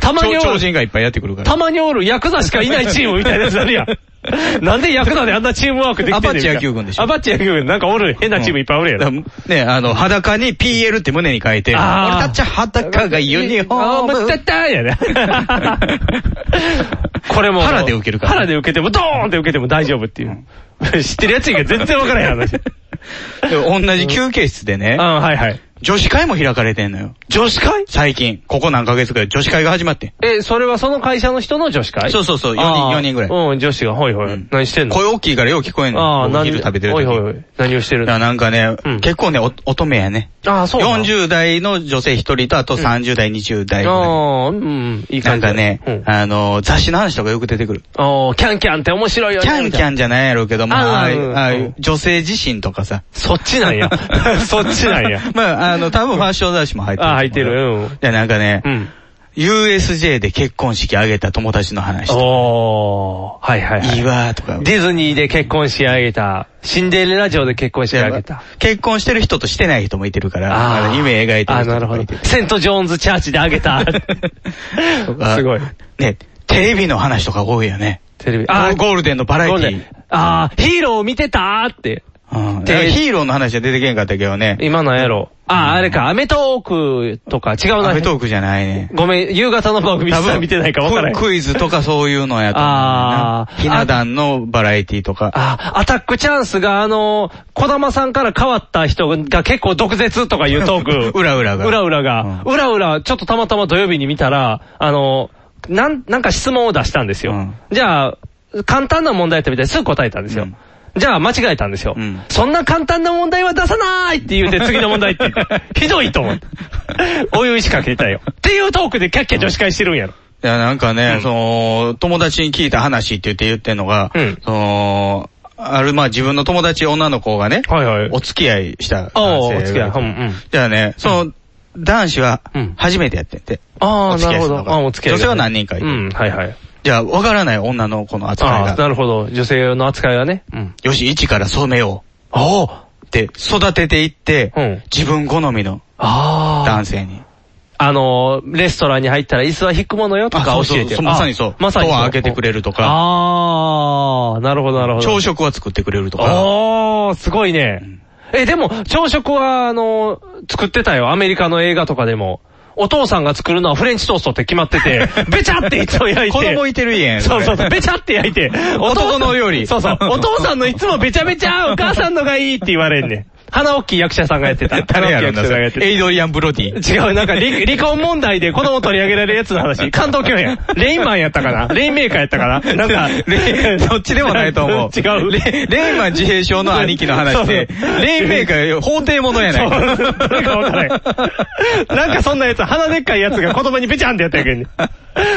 C: たまに
B: 超
C: お
B: 超
C: る、
B: 人がいっぱいやってくるから。
C: たまにおるヤクザしかいないチームみたいなやつあるや ん。なんでヤクザであんなチームワークできてんねんみたいな
B: アパッチ野球軍でしょ
C: アパッチ野球軍、なんかおる、変なチームいっぱいおるや
B: だ
C: ん。
B: ね、あの、裸に PL って胸に書いて、
C: あー
B: 俺たちは裸がユニフォ
C: あー、
B: ー
C: むっちゃ
B: ム。
C: ったーやね。これも。
B: 腹で受けるから
C: 腹で受けても、ドーンって受けても大丈夫っていう。知ってるやつが全然わからへん話。
B: で同じ休憩室でね
C: うん、、はいはい。
B: 女子会も開かれてんのよ。
C: 女子会
B: 最近、ここ何ヶ月かで女子会が始まってん。
C: え、それはその会社の人の女子会
B: そううそうそう、4人、四人ぐらい。
C: うん、女子が、ほいほ
B: う
C: い
B: ん。
C: 何してんの
B: 声大きいからよう聞こえんの。
C: ああ、
B: お
C: 何
B: 昼食べてる
C: お
B: 時
C: いおいおい。何をしてる
B: だから
C: の
B: なんかね、
C: うん
B: 結構ね、お乙女やね。
C: ああ、そうなの。
B: 40代の女性一人と、あと30代、20代ぐらい。
C: ああ、うん、いい
B: な
C: 感
B: ん
C: じ。
B: かね、
C: うん
B: あの、雑誌の話とかよく出てくる。
C: ああ、キャンキャンって面白いよ
B: キ
C: ね。
B: ャンキャ
C: ン。
B: ンじゃないやろうけども、
C: あー
B: ああいう
C: うん
B: ああいう
C: うん
B: 女性自身とかさ。
C: そっちな んや。 そっちなんや。
B: まあ、あの、多分ファッション雑誌も入ってる。
C: ああ、入ってる。うん。
B: で、なんかね
C: う、ん。
B: USJ で結婚式挙げた友達の話とか。
C: おー、はいはいはい
B: いわーとか
C: い。。ディズニーで結婚し上げた。シンデレラ城で結婚し上げた。
B: 結婚してる人としてない人もいてるから、
C: ー
B: あの夢描いて
C: あ
B: る
C: ー、
B: 人
C: なる
B: と
C: ほ
B: か
C: ど
B: いてる。。
C: セント・ジョーンズ・チャーチで上げ た
B: と。か
C: すごい。
B: ね、テレビの話とか多いよね。
C: テレビ。
B: あ
C: ー
B: ゴールデンのバラエテ
C: ゴ
B: ィ
C: ールデンあー、ヒーロー見てたーって。
B: うん
C: テレビ
B: ヒーローの話は出てけんかったけどね。
C: 今なんやろ。あー、あれか、アメトークとか、違うな。
B: アメトークじゃないね。
C: ごめん、夕方の番組さん見てないか分からへん。
B: クイズとかそういうのやと思う
C: あ
B: な
C: ー。
B: ひな壇のバラエティとか。
C: あ、アタックチャンスがあの、小玉さんから変わった人が結構毒舌とかいうト ーク。
B: うらうらが
C: うらうらが。うらうら、ちょっとたまたま土曜日に見たら、あの、なん、なんか質問を出したんですよ。
B: うん
C: じゃあ、簡単な問題やってみたらすぐ答えたんですよ。
B: うん
C: じゃあ、間違えたんですよ、
B: うん
C: そんな簡単な問題は出さないって言うて、次の問題って言 って。ひどいと思って。お湯しかけたよ。っていうトークでキャッキャ女子会してるんやろ。
B: いや、なんかね、
C: うん
B: その、友達に聞いた話って言って言ってんのが、
C: うん
B: その、ある、まあ自分の友達女の子がね、
C: はいはい
B: お付き合いした
C: ああ、
B: 男性
C: お
B: が
C: 付き合い。うんうん。
B: じゃあね、その、男子は
C: うん
B: 初めてやってて。
C: あ
B: お
C: あ、
B: 付
C: な
B: き合
C: る
B: い
C: ほ
B: するの
C: ど。
B: が
C: あお付き合いが。
B: 女性は何人かいる
C: うん、はいはい。
B: じゃあ、わからない女の子の扱い
C: ああ、
B: が、
C: なるほど。女性の扱いはね。うん。
B: よし、一から染めよ
C: ああ、
B: うって育てていって、
C: うん
B: 自分好みの
C: ああ。
B: 男性に。
C: あのー、レストランに入ったら椅子は引くものよと
B: あ
C: か教えて
B: そうそうそうまさにそう
C: あまさにそう。
B: ドア開けてくれるとか
C: ああ、なるほどなるほど。
B: 朝食は作ってくれるとか。
C: ああ、すごいね。え、でも、朝食は、あのー、作ってたよ。アメリカの映画とかでも。お父さんが作るのはフレンチトーストって決まっ てて、べちゃっていつも焼いて。
B: 子供いてるやん。
C: そうそう
B: そ
C: そう、
B: れ
C: べちゃって焼いて。お父さん
B: 男の料理
C: そ うそう。お父さんのいつもべちゃべちゃ、お母さんのがいいって言われんねん。花大きい役者さんがやってた。
B: 誰や
C: 花
B: るんだそ
C: 大きい役者さんがや
B: れ
C: ってた。
B: エイドリアン・ブロディ。
C: 違う、なんか離、離婚問題で子 供取り上げられるやつの話。関東教やん。レインマンやったかなレインメーカーやったかななんか、
B: レイどっちでもないと思う
C: 違う。レ
B: レイマン自閉症の兄貴の話で、
C: そうそう
B: レインメーカー、法廷ものや
C: そう、
B: ない
C: なんか わからない。なんかそんなやつ、鼻でっかいやつが子供にべちゃんってやったやけんね。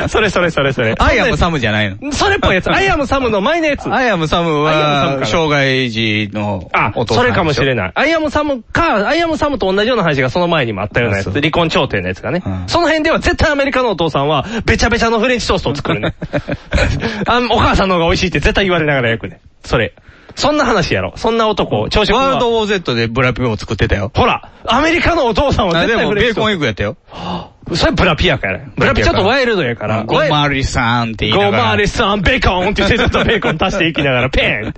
C: それそれそれそれ。
B: アイアムサムじゃないの。
C: それっ ぽいやつ。アイアムサムの前のやつ。
B: アイアムサム
C: アイアムサムか
B: は、
C: な
B: 障害児の
C: あ
B: お、父さん。
C: それかもしれ
B: い。
C: ない。アイアムサムか、アイアムサムと同じような話がその前にもあったようなやつ。
B: あそう
C: 離婚調停のやつがね。
B: うん
C: その辺では絶対アメリカのお父さんは、べちゃべちゃのフレンチトーストを作 るね。あお母さんの方が美味しいって絶対言われながら焼くね。それ。そんな話やろ。そんな男、朝食は。
B: ワールドウォー Z でブラピを作ってたよ。
C: ほら、アメリカのお父さんは
B: あ
C: 絶
B: で
C: 対
B: も、
C: フレ
B: ベ
C: ンチ
B: ー
C: ト
B: コン
C: ー
B: エッグやったよ。
C: スト。それブラピやから。ブラピちょっとワイルドやから。
B: ゴマリさんって言い
C: ゴ
B: な
C: ー
B: が
C: マ
B: ら。
C: ーレさん、ベーコンって言ってちょっとベーコン足していきながら、ペン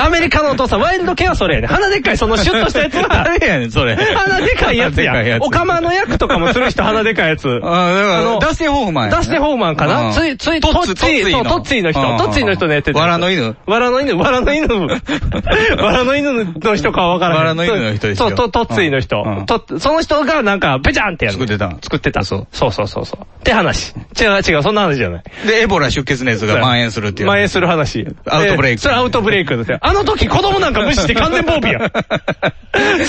C: アメリカのお父さん、ワイルド系はそれやね。鼻でっかいそのシュッとしたやつは、
B: 誰やねん、それ。
C: 鼻でかいやつ
B: 鼻でかい
C: や
B: や。つ
C: おかまの役とかもする人鼻でかいやつ。
B: あだか
C: あの
B: ら、ダスティン・ホーフマンやな。
C: ダスティン・ホーマンか
B: う
C: な、
B: ん
C: つい、つい、
B: トッツ
C: トッツィ
B: トッ
C: そ
B: ツィ
C: う
B: の
C: トッツィの人、
B: うんうんうん
C: トッツィの人のやってた。
B: わらの犬
C: わらの犬、わらの犬。 わらの犬の人かはわからない。
B: わらの犬の人です
C: そ
B: よ
C: う、トトッツィの人
B: うんう。ん
C: トッその人がなんか、ペチャンってやる。
B: 作ってた
C: 作ってた。
B: そう
C: そうそうそうそう。って話。違う違う、そんな話じゃない。
B: で、エボラ出血熱が蔓延するっていう。
C: 蔓延する話。
B: アウトブレイク
C: えそれアウトブレイクですよ。あの時子供なんか無視して完全防 備や。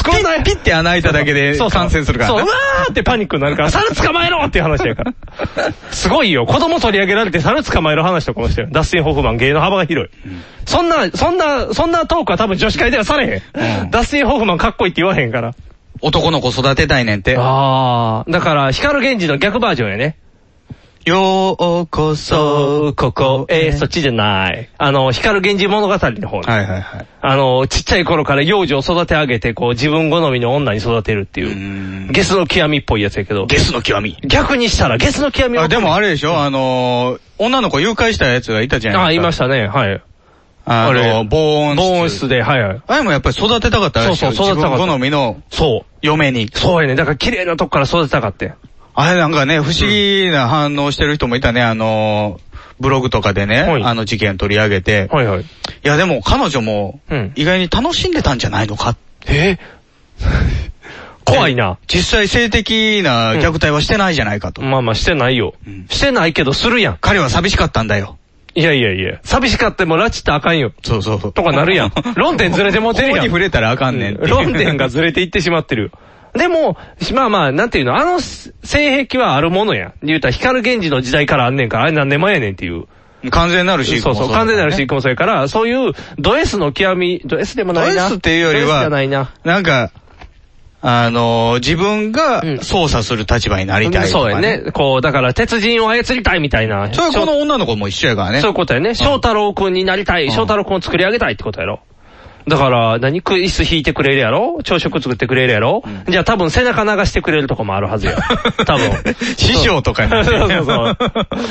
C: 少ない。
B: ピッて穴開いただけで
C: そうそう
B: 感染するから
C: そう、
B: ね
C: うわーってパニックになるから、猿捕まえろっていう話やから。すごいよ。子供取り上げられて猿捕まえる話とかもしてる。ダスティン・ホフマン芸の幅が広い。そんな、そんな、そんなトークは多分女子会ではされへん。
B: うん
C: ダスティン・ホフマンかっこいいって言わへんから。
B: 男の子育てたいねんって。
C: あー。だから、光源氏の逆バージョンやね。
B: ようこ
C: そう、
B: そ。
C: ここ、えー、そっちじゃない。あの、光源氏物語の方ね
B: はいはいはい。
C: あの、ちっちゃい頃から幼女を育て上げて、こう、自分好みの女に育てるって
B: う
C: いう、
B: ん
C: ゲスの極みっぽいやつやけど、
B: ゲスの極み。
C: 逆にしたら、ゲスの極み
B: あ、でもあ
C: れ
B: れでしょあのー、女の子誘拐したやつがいたじゃ
C: あ、
B: ない
C: いま
B: ですか。
C: したね、はい。
B: あ
C: あれ
B: の、防音室。
C: 防音室で、はいはい。
B: あれもやっぱり育てたかったらしいよ
C: そうそう育てたかった
B: 自分好みの
C: そ
B: 嫁に
C: う。。そうやね。だから、綺麗なとこから育てたかって。
B: あれなんかね、不思議な反応してる人もいたね、あのー、ブログとかでね、
C: はい
B: あの事件取り上げて。
C: はいはい。
B: いやでも彼女も
C: うん、
B: 意外に楽しんでたんじゃないのかって
C: え 怖いな。
B: 実際性的な虐待はしてないじゃないかと。
C: まあまあ、してないよ
B: うん。
C: してないけど、するやん。
B: 彼は寂しかったんだよ。
C: いやいやいや。寂しかっても、拉致ってあかんよ。
B: そうそうそう。。
C: とかなるやん 論点ずれてもうてるやん
B: ここに触れたらあかんねんっていう。
C: 論点がずれていってしまってる。でも、まあまあ、なんていうの、あの性癖はあるものや。言うたら、光源氏の時代からあんねんから、あれ何年前やねんっていう。
B: 完全なる飼育
C: そう
B: も
C: そう、完全なる飼
B: 育。
C: 育もそれから、そういう、ド S の極み、ド S でもないな。
B: ド S っていうよりは
C: ド S じゃないな。
B: なんか、あのー、自分
C: うん
B: が操作する立場になりたいと
C: そうや
B: か、ね。
C: ね。こう、だから、鉄人を操りたいみたいな。
B: それはこの女の子も一緒やからね。
C: そういうことやね。翔太郎くんになりたい。翔太郎くんを作り上げたいってことやろ。だから、何クイズ引いてくれるやろ朝食作ってくれるやろ、じゃあ多分背中流してくれるとこもあるは ずや。多分。
B: 師匠とかに
C: そ
B: な
C: う
B: ってる
C: そうそう。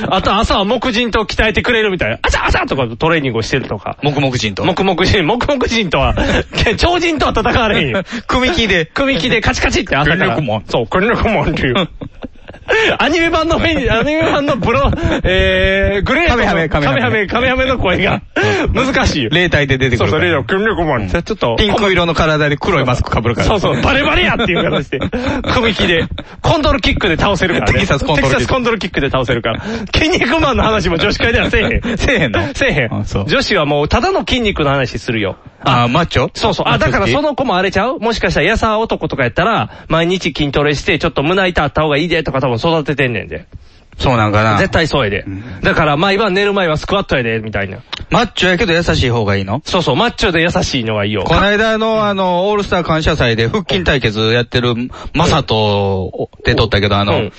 C: あと朝は黙人と鍛えてくれるみたいな。あちゃあちゃとかトレーニングをしてるとか。
B: 黙々人と。
C: 黙々人、黙々人とは、 超人とは戦わ れへんよ。
B: 組木で。
C: 組木でカチカチって朝から。
B: 軍力もん
C: そう、軍力もんっていう。 アニメ版の フェニ、アニメ版のブロ、えー、グレー
B: カ
C: トの。
B: メハメカメハメ
C: カメハメ、カメハメの声が、難しいよ。
B: 霊体で出てく
C: そう
B: る
C: そ
B: か
C: う、
B: ら。
C: レイの軍力もんって、ちょっと。
B: ピンク色の体で黒いマスク被るから。
C: そう そう、バレバレやっていう 形で、組木で、コンドルキックで倒せるからね。
B: テキサスコンドルキック
C: テキサスコンドルキックで倒せるから。筋肉マンの話も女子会ではせえへん。
B: せえへんの
C: せえへん
B: あそう。
C: 女子はもう、ただの筋肉の話するよ。
B: あー、マッチョ
C: そうそう。あ、だからその子もあれちゃうもしかしたら、やさ男とかやったら、毎日筋トレして、ちょっと胸板あった方がいいでとか多分育ててんねんで。
B: そうなんかな。
C: 絶対そうやで
B: うん。
C: だから、毎晩寝る前はスクワットやで、みたいな。
B: マッチョやけど優しい方がいいの
C: そうそう、マッチョで優しいのはいいよ。
B: この間のあの、オールスター感謝祭で腹筋対決やってるマサトで撮ったけど、あ
C: う
B: の
C: ん、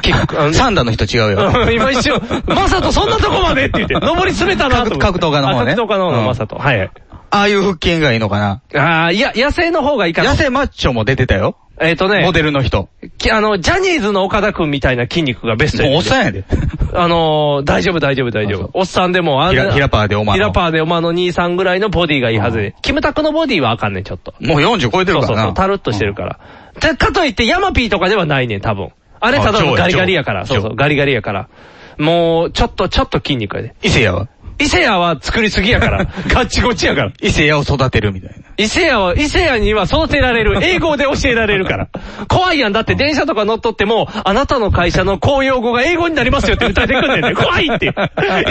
C: キックあの
B: サンダの人違うよ。
C: うん 今一瞬、マサトそんなとこまでって言って、登り詰めたなと思って
B: 格格闘家の方ね
C: あ格闘家の方
B: う
C: の
B: ん
C: マサト。はいはい。
B: ああいう腹筋がいいのかな
C: ああ、いや、野生の方がいいかな
B: 痩。せマッチョも出てたよ。
C: えっとね
B: モ、デルの人。
C: きあの、ジャニーズの岡田くんみたいな筋肉がベスト
B: もうお
C: や
B: っ
C: で
B: さんやで。
C: あのー、大丈夫大丈夫大丈
B: あそ
C: 夫
B: う。
C: おっさんでも、あ
B: ひらひらパーでお前の
C: ひらパーでおまの兄さんぐらいのボディがいいはずで。キムタクのボディはあかんねん、ちょっと。
B: もう40超えてる
C: そう
B: か
C: そう
B: らな。
C: そう、タルッとしてるから。でかといって、ヤマピーとかではないねん、多分。あれただ
B: あ
C: の
B: 上位
C: ガリガリやから。
B: 上
C: そ
B: 位
C: うそう、ガリガリやから。もう、ちょっと、ちょっと筋肉やで。
B: 伊勢屋は
C: 伊勢屋は作りすぎやから。ガッチゴチやから。
B: 伊勢屋を育てるみたいな。
C: 伊勢屋は、伊勢屋には育てられる。英語で教えられるから。怖いやん。だって電車とか乗っとっても、あなたの会社の公用語が英語になりますよって歌ってくんねんね。怖いって。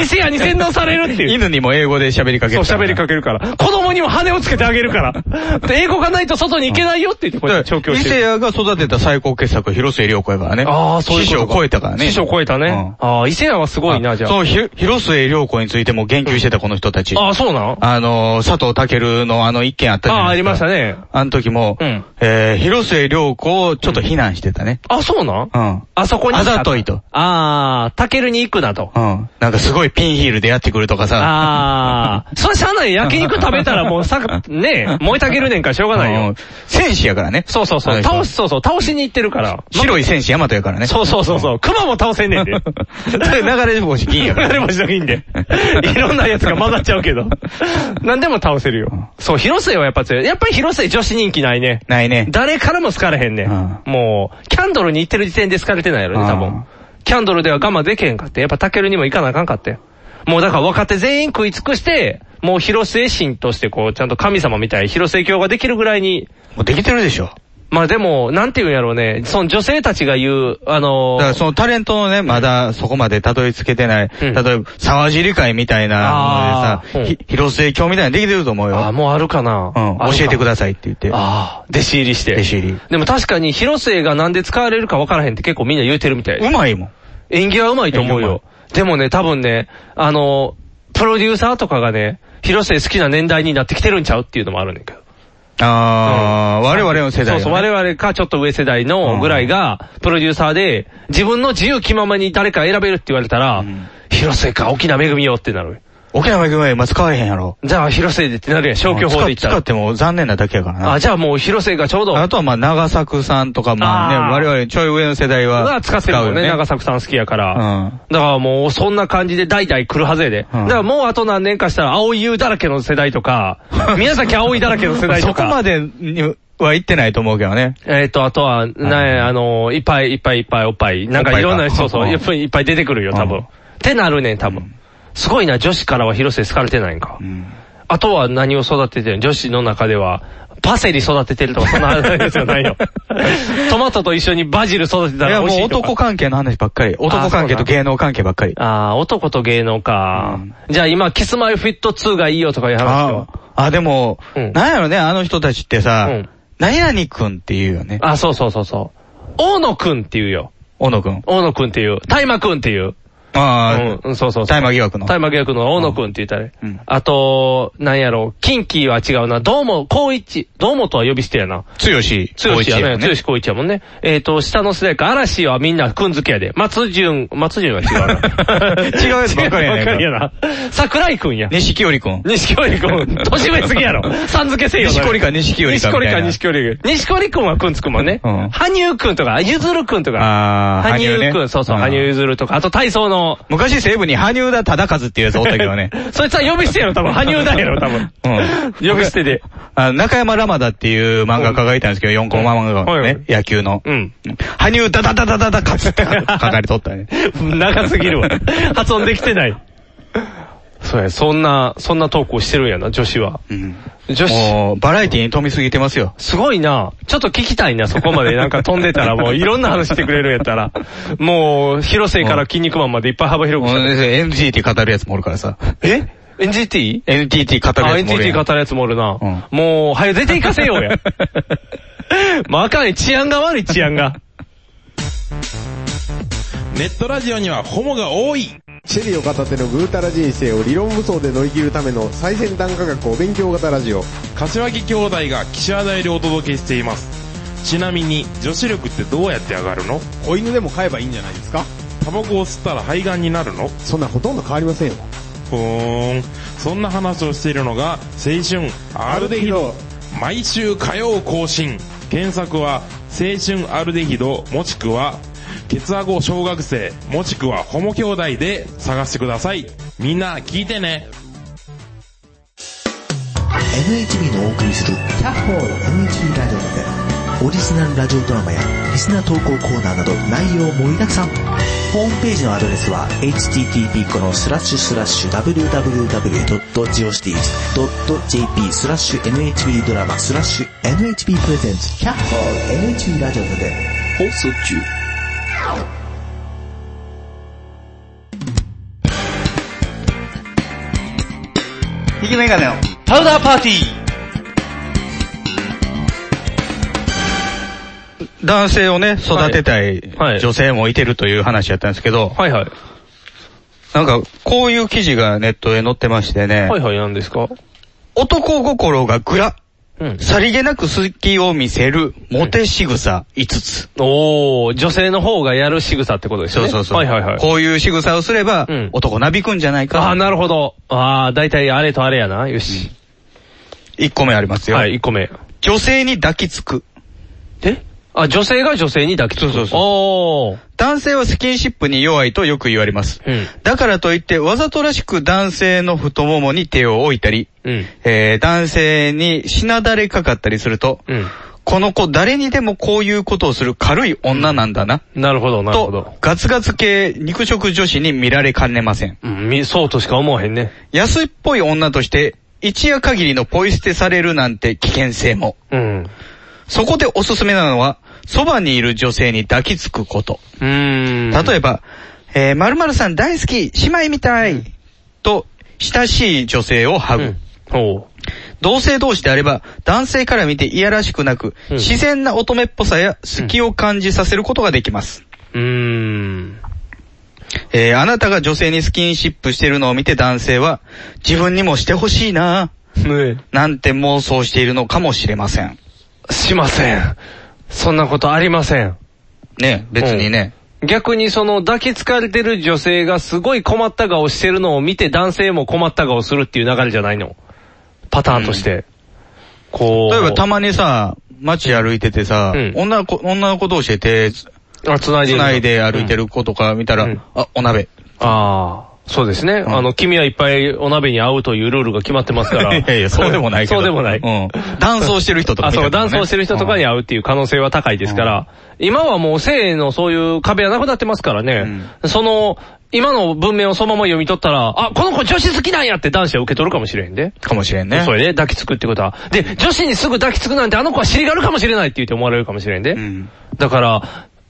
C: 伊勢屋に洗脳されるっていう。
B: 犬にも英語で喋りかけ
C: そう
B: るからな。
C: 喋りかけるから。子供にも羽をつけてあげるから。で英語がないと外に行けないよって言って、これ調教
B: 伊
C: して
B: 勢
C: る。
B: 屋が育てた最高傑作、広末涼子やからね。
C: ああ、そういう
B: 師匠を超えたからね。
C: 師匠超えたね。
B: うん
C: ああ、伊勢屋はすごいな、じゃ
B: そ
C: あ。
B: のひ広末涼子についても言及してたこの人たち。
C: ああ、そうなんあ
B: あのー、佐藤健のあの一件あったじゃ
C: あ、
B: な
C: あ
B: い
C: り
B: ですか。
C: ましたね。
B: あの時も、
C: うん
B: えー、広末涼子をちょっと非難してたね。
C: あ、そうなん
B: うん。
C: あそこに。
B: あざといと。
C: ああ、タケルに行くなと。
B: うん。なんかすごいピンヒールでやってくるとかさ。
C: ああ、それ社内焼肉食べたらもうさ、ねえ、燃えたけるねんからしょうがない
B: うん
C: よ。
B: 戦士やからね。
C: そうそうそ
B: あ
C: う。
B: の人
C: 倒し、そうそう、倒しに行ってるから。
B: 白い戦士ヤマトやからね。
C: そうそうそうそう。熊も倒せんね んで。
B: で流れ星銀やか
C: 流
B: ら。
C: れ星のいいん で。いろんなやつが混ざっちゃうけど。何でも倒せるよ。そう、広末はやっぱ強い。やっぱり広末女子人気ないね。
B: ないね。
C: 誰からも好かれへんねん。もう、キャンドルに行ってる時点で好かれてないやろね、多
B: うん
C: 分。キャンドルでは我慢できへんかって。やっぱタケルにも行かなあかんかって。もうだから若手全員食い尽くして、もう広末神としてこう、ちゃんと神様みたいに広末教ができるぐらいに、
B: もうできてるでしょ。
C: まあでも、なんて言うんやろうね、その女性たちが言う、あの
B: だからそのタレントのね、まだそこまでたどり着けてない、
C: うん
B: 例えば沢尻会みたいなの
C: あー
B: でさ、
C: うん
B: ひ広末教みたいなのできてると思う
C: ああ、
B: よ。
C: もうあるかな。
B: うん、
C: あるか
B: 教えてくださいって言って。
C: ああ、弟子入りして。
B: 弟子入り。
C: でも確かに広末がなんで使われるか分からへんって結構みんな言うてるみたい。
B: うまいもん。
C: 演技は上手いと思う
B: 演技
C: よ。でもね、多分ね、あの、プロデューサーとかがね、広末好きな年代になってきてるんちゃうっていうのもあるねんけど。
B: あー、我々の世代、
C: そうそう、我
B: 々。
C: 々かちょっと上世代
B: う
C: の
B: ん
C: ぐらいが、プロデューサーで、自分の自由気ままに誰か選べるって言われたら、
B: ん
C: 広末か、沖縄恵みよってなる。
B: 沖縄行く前、まあ使われへんやろ。
C: じゃあ、広末でってなるやん、消去法で言った
B: 使っ
C: ら。
B: ても残念なだけやからな。
C: あ、じゃあもう広末がちょうど、
B: あとはまあ、長作さんとか、まあね、
C: あー
B: 我々ちょい上の世代は
C: が
B: 使
C: 使
B: うよ、ね。
C: ってるもんね、長作さん好きやから。
B: うん。
C: だからもう、そんな感じで代々来るはずやで。
B: うん
C: だからもうあと何年かしたら、青い優だらけの世代 とか、宮崎青いだらけの世代
B: そ
C: と
B: こ
C: か。
B: までには行ってないと思うけどね。
C: えっ、と、あとは、ね、あの、いっぱいいっぱいいっぱいおっぱい。なんかいろん
B: お
C: な、
B: っぱいか
C: そうそう、いっぱいいっぱい出てくるよ、多分。
B: うん
C: ってなるね、多分。すごいな、女子からは広瀬好かれてないんか。あとは何を育ててる女子の中では、パセリ育ててるとか、そんな話じ ゃないよ。トマトと一緒にバジル育て
B: い
C: たら
B: や、
C: 美
B: も
C: 味し
B: う
C: いとか。
B: 男関係の話ばっかり。男関係と芸能関係ばっかり。
C: ああ、男と芸能か。じゃあ今、キスマイフィット2がいいよとかいう話
B: あ
C: を。
B: あー、でも、
C: うん
B: なんやろね、あの人たちってさ、
C: うん
B: 何々くんって言うよね。
C: あ、そうそうそうそう。大野くんっていうよ。
B: 小野くん。
C: 大野くんっていう。大麻くんっていう。う
B: ああ、
C: んうん、そうそうそう。
B: 大麻疑惑の。
C: 大麻逆の大野くんって言ったら、
B: うん
C: あと、なんやろ、キンキーは違うな、どうも、高一、どうもとは呼び捨てやな。
B: つよし、
C: つよしや
B: 光
C: ね。
B: 一
C: つよし高一やもんね。えっ、と、下の世代か、嵐はみんなくんづけやで。松潤、松潤は違うな。
B: 違うやつばっかりやねんか
C: 違うやつばっかりやな。桜井くんや。
B: 錦織くん。
C: 錦織くん、年上すぎやろ。さん付けせよ。
B: 錦織か錦織か
C: 錦
B: み
C: 織
B: たい
C: か
B: な
C: 錦織か。錦織くんはくんつくもんね。
B: うん
C: 羽生くんとか、ゆずるくんとか。
B: ああ、
C: 羽生くん、そうそう、羽生
B: ん
C: ゆずるとか。あと体操の、
B: 昔西部に羽生田忠和っていうやつおったけどね。
C: そ いつは呼び捨てやろ、多分。羽生だやろ、多分。
B: うん
C: 呼び捨てで。
B: あ中山ラマダっていう漫画家がいたんですけど、4コマ漫画の
C: はいは
B: ね
C: い、
B: 野球の。
C: うん。
B: 羽生ダダダダダダカツって書かれと ったね。
C: 長すぎるわ。発音できてない。そうや、そんな、そんなトークをしてるんやな、女子は。
B: うん
C: 女子、
B: もう、バラエティに富みすぎてますよ。
C: すごいな。ちょっと聞きたいな、そこまで。なんか飛んでたら、 もういろんな話してくれるんやったら。もう、広瀬から筋肉マンまでいっぱい幅広く
B: もう
C: して。
B: NGT 語るやつもおるからさ。
C: え ?NGT?
B: NTT 語
C: あ、
B: るやつもおる
C: NTT
B: やん。
C: 語るやつもおるな。
B: うん
C: もう、早出ていかせよ うや。まああかんね、治安が悪い、治安が。
D: ネットラジオにはホモが多い
E: シェリーを片手のぐうたら人生を理論武装で乗り切るための最先端科学お勉強型ラジオ。
D: 柏木兄弟が岸和田よりお届けしていますちなみに女子力ってどうやって上がるの
E: 子犬でも飼えばいいんじゃないですか
D: タバコを吸ったら肺がんになるの
E: そんなほとんど変わりませんよ。
D: ふーんそんな話をしているのが青春アルデヒド毎週火曜更新検索は青春アルデヒドもしくはケツアゴ小学生もしくはホモ兄弟で探してくださいみんな聞いてね
F: NHB のお送りする「キャッホール NHB ラジオ」でオリジナルラジオドラマやリスナー投稿コーナーなど内容盛りだくさんホームページのアドレスは http このスラッシュスラッシュ www.geocities.jp スラッシュ NHB ドラマスラッシュ NHB プレゼンツキャッホール NHB ラジオで
A: 放送中。
B: 引きメガネを。
A: パウダーパーティー
B: 男性をね、育てたい
C: はい
B: 女性もいてるという話やったんですけど、
C: はいはい。
B: なんか、こういう記事がネットで載ってましてね、
C: はいはい、なんですか
B: 男心がグラ、
C: うん。
B: さりげなく好きを見せるモテ仕草5つ。
C: おー、女性の方がやる仕草ってことです
B: そ
C: ね。
B: うそうそう。
C: はいはいはい。
B: こういう仕草をすれば、
C: うん
B: 男なびくんじゃない
C: ああ、
B: か。
C: なるほど。ああ、だいたいあれとあれやな。よし。
B: 1個目ありますよ。
C: はい、1個目。
B: 女性に抱きつく。
C: えあ、女性が女性に抱きつ
B: そ
C: く。
B: うそうそう
C: おー。
B: 男性はスキンシップに弱いとよく言われます。
C: うん
B: だからといって、わざとらしく男性の太ももに手を置いたり、
C: うん。
B: えー男性にしなだれかかったりすると、
C: う
B: この子誰にでもこういうことをする軽い女なんだな、
C: ん。なるほど、なるほ
B: と
C: ど。、
B: ガツガツ系肉食女子に見られかねません。
C: うん、みそうとしか思わへんね。
B: 安っぽい女として、一夜限りのポイ捨てされるなんて危険性も。
C: うん。う
B: そこでおすすめなのは、そばにいる女性に抱きつくこと。
C: ーん。
B: 例えば、えー、〇〇さん大好き、姉妹みたい、と、親しい女性をハグ。
C: うん。おう。
B: 同性同士であれば、男性から見ていやらしくなく、
C: うん
B: 自然な乙女っぽさや隙を感じさせることができます。
C: うーん。
B: えー、あなたが女性にスキンシップしてるのを見て男性は、自分にもしてほしいな
C: ね
B: ぁ、なんて妄想しているのかもしれません。
C: えしません。そんなことありません。
B: ね、別にね。
C: 逆にその抱きつかれてる女性がすごい困った顔してるのを見て男性も困った顔するっていう流れじゃないの。パターンとして。こう。
B: 例えばたまにさ、街歩いててさ、
C: うん
B: 女の子、女の子同士で手
C: あ、繋いでる
B: 繋いで歩いてる子とか見たら、
C: うん
B: あ、お鍋。
C: ああ、そうですね。
B: ん
C: あの、君はいっぱいお鍋に合うというルールが決まってますから。
B: いやいや、そうでもないけど。
C: そうでもない。
B: うん。断層してる人とか
C: あ、
B: 見た
C: そ
B: ら
C: う、
B: ね、
C: 男装してる人とかに会うっていう可能性は高いですから、今はもう性のそういう壁はなくなってますからね、その、今の文面をそのまま読み取ったら、あ、この子女子好きなんやって男子は受け取るかもしれへんで。
B: かもしれんね。
C: そうやね、抱きつくってことは。で、女子にすぐ抱きつくなんてあの子は尻があるかもしれないって言って思われるかもしれんで。
B: ん
C: だから、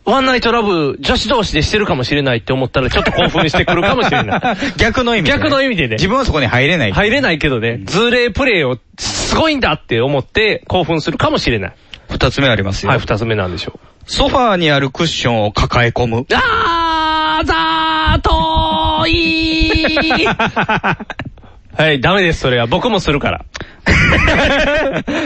C: ワンナイトラブ、女子同士でしてるかもしれないって思ったらちょっと興奮してくるかもし れない。
B: 逆の意味でね、
C: 逆の意味でね
B: 自分はそこに入れない。
C: 入れないけどね、ズレプレイをすごいんだって思って興奮するかもしれない。
B: 二つ目ありますよ。
C: はい、二つ目なんでしょう。
B: ソファーにあるクッションを抱え込む。
C: あーざーと いはい、ダメです、それは。僕もするから。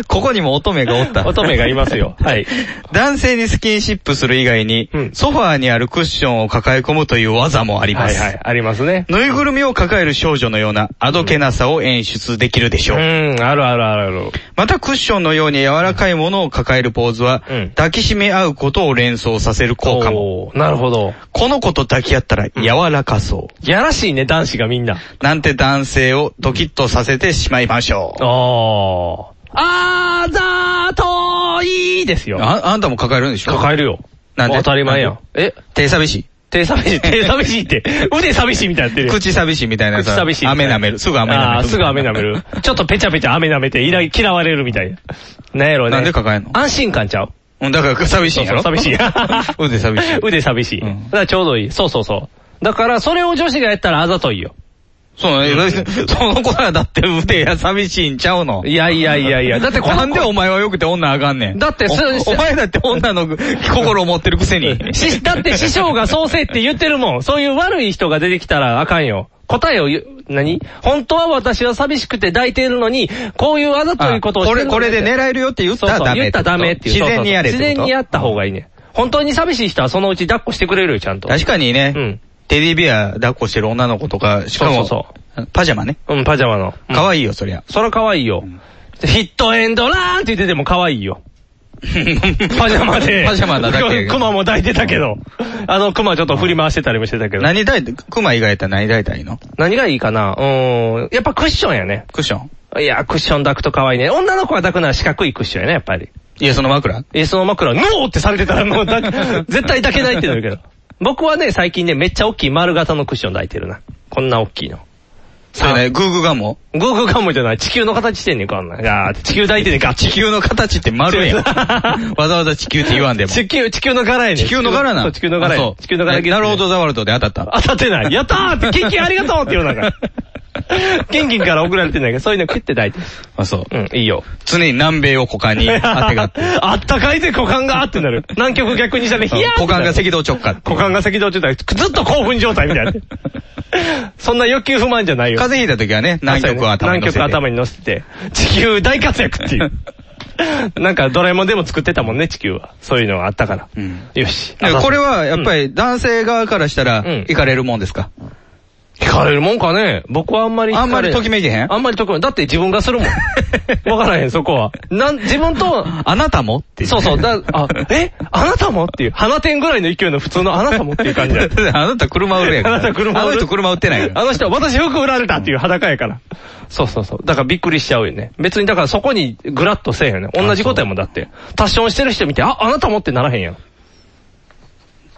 B: ここにも乙女がお った。
C: 乙女がいま すよ。はい。
B: 男性にスキンシップする以外に、
C: うん
B: ソファーにあるクッションを抱え込むという技もありま
C: はい
B: す。
C: はい、ありますね。
B: ぬいぐるみを抱える少女のようなあどけなさを演出できるでし
C: う
B: ょう。
C: ん、あるあるあるある。
B: またクッションのように柔らかいものを抱えるポーズは、
C: うん
B: 抱きしめ合うことを連想させる効果も。
C: おーなるほど。
B: この子と抱き合ったら柔らかそう。
C: やらしいね、男子がみんな。
B: なんて男性をドキッとさせてしまいましょう。
C: あー。あーざーといですよ。
B: あ、あんたも抱えるんでしょ
C: 抱えるよ。
B: なんで
C: 当たり前やん。え
B: 手寂しい。
C: 手寂 しい、手寂しいって。腕寂しいみたいになってるよ。
B: 口寂しいみたいな
C: 口
B: さ。
C: 寂しい。
B: 雨舐める。すぐ雨舐め
C: あー
B: る。
C: すぐ雨舐める。 ちょっとペチャペチャ雨舐めて、いら嫌われるみたいな。なんやろね。
B: なんで抱えんの
C: 安心感ちゃう。
B: うん。だから寂しいんやろ。
C: そうそう寂しい
B: 腕寂しい。
C: 腕寂しい。
B: うん
C: だからちょうどいい。そうそうそう。だから、それを女子がやったらあざといよ。
B: そうね。その子らだって腕や寂しいんちゃうの。
C: いやいやいやいや。だってこの
B: なんでお前は良くて女あかんねん。
C: だってそう
B: おお前だって女の心を持ってるくせに。
C: し、だって師匠がそうせいって言って るもん。そういう悪い人が出てきたらあかんよ。答えを言う、何本当は私は寂しくて抱いているのに、こういうあざといことをし
B: こ
C: て
B: れ、
C: るの
B: これで
C: ね
B: 狙えるよって言った
C: そう
B: ら
C: そう、
B: ダメ。
C: 言ったらダメっていう。
B: 自然にやれ
C: そうそうそう自然にやった方がいいね。本当に寂しい人はそのうち抱っこしてくれるよ、ちゃんと。
B: 確かにね、
C: うん
B: テディベア抱っこしてる女の子とか、しかも、
C: そう
B: パジャマね。
C: うん、パジャマの。うん
B: 可愛いよ、そりゃ。
C: それ可愛いよ。ヒットエンドランって言ってても可 愛いよ。 パジャマで。
B: パジャマなだけ
C: クマも抱いてたけど。あの、クマちょっと振り回してたりもしてたけど。
B: 何抱いて、クマ以外やったら何抱いたらいいの
C: 何がいいかなうーん。やっぱクッションやね。
B: クッション
C: いや、クッション抱くと可愛いね。女の子が抱くなら四角いクッションやね、やっぱり。
B: いや、その枕
C: え、その枕、ノーってされてたらも う抱く、絶対抱けないってなるけど。僕はね、最近ね、めっちゃ大きい丸型のクッション抱いてるな。こんな大きいの。
B: そうね、グーグーガモ
C: グーグーガモじゃない。地球の形してんねん、こんなん。ガーって地球抱いてんねん、ガチ。
B: 地球の形って丸やん。
C: 違う
B: わざわざ地球って言わんでも。
C: 地球、地球の柄やねん
B: 地球の柄
C: そ
B: な
C: う地球の柄
B: あ
C: や
B: そう。
C: 地球の柄
B: ねなるほど、ザワルドで当たった。
C: 当たってない。やったー って、キンキンありがとうって言うなんか。キンキンから送られてんだけど、そういうの食って抱いて。
B: あ、そう。
C: うん、いいよ。
B: 常に南米を股間に当てがって。
C: あったかいぜ、股間がってなる。南極逆にしたら、ひやーって
B: 股
C: な
B: 間
C: る
B: が赤道直下。
C: 股間が赤道中だずっと興奮状態みた いな。そんな欲求不満じゃないよ。
B: 風邪ひいた時はね、南極を頭に乗せて。
C: 南極頭に乗せて。地球大活 躍っていう。なんかドラえもんでも作ってたもんね、地球は。そういうのがあったから。
B: うん
C: よし。
B: だからこれは、やっぱり男性側からしたら、
C: ん
B: 行かれるもんですか
C: 惹かれるもんかね僕はあんまり惹かれ
B: あんまりときめいてへん
C: あんまりときめいだって自分がするもん。 わからへん、そこは。なん、自分と、
B: あなたもってい
C: そうそう、だ、あ、えあなたもっていう、花店ぐらいの勢いの普通のあなたもっていう感じだ。
B: あなた車売るやん
C: あなた車売る
B: あの人車売ってないから
C: あの人は私服売られたっていう裸やから。そうそうそう。だからびっくりしちゃうよね。別にだからそこにグラッとせえへんよね。同じことやもんだって。タッションしてる人見て、あ、あなたもってならへんやん。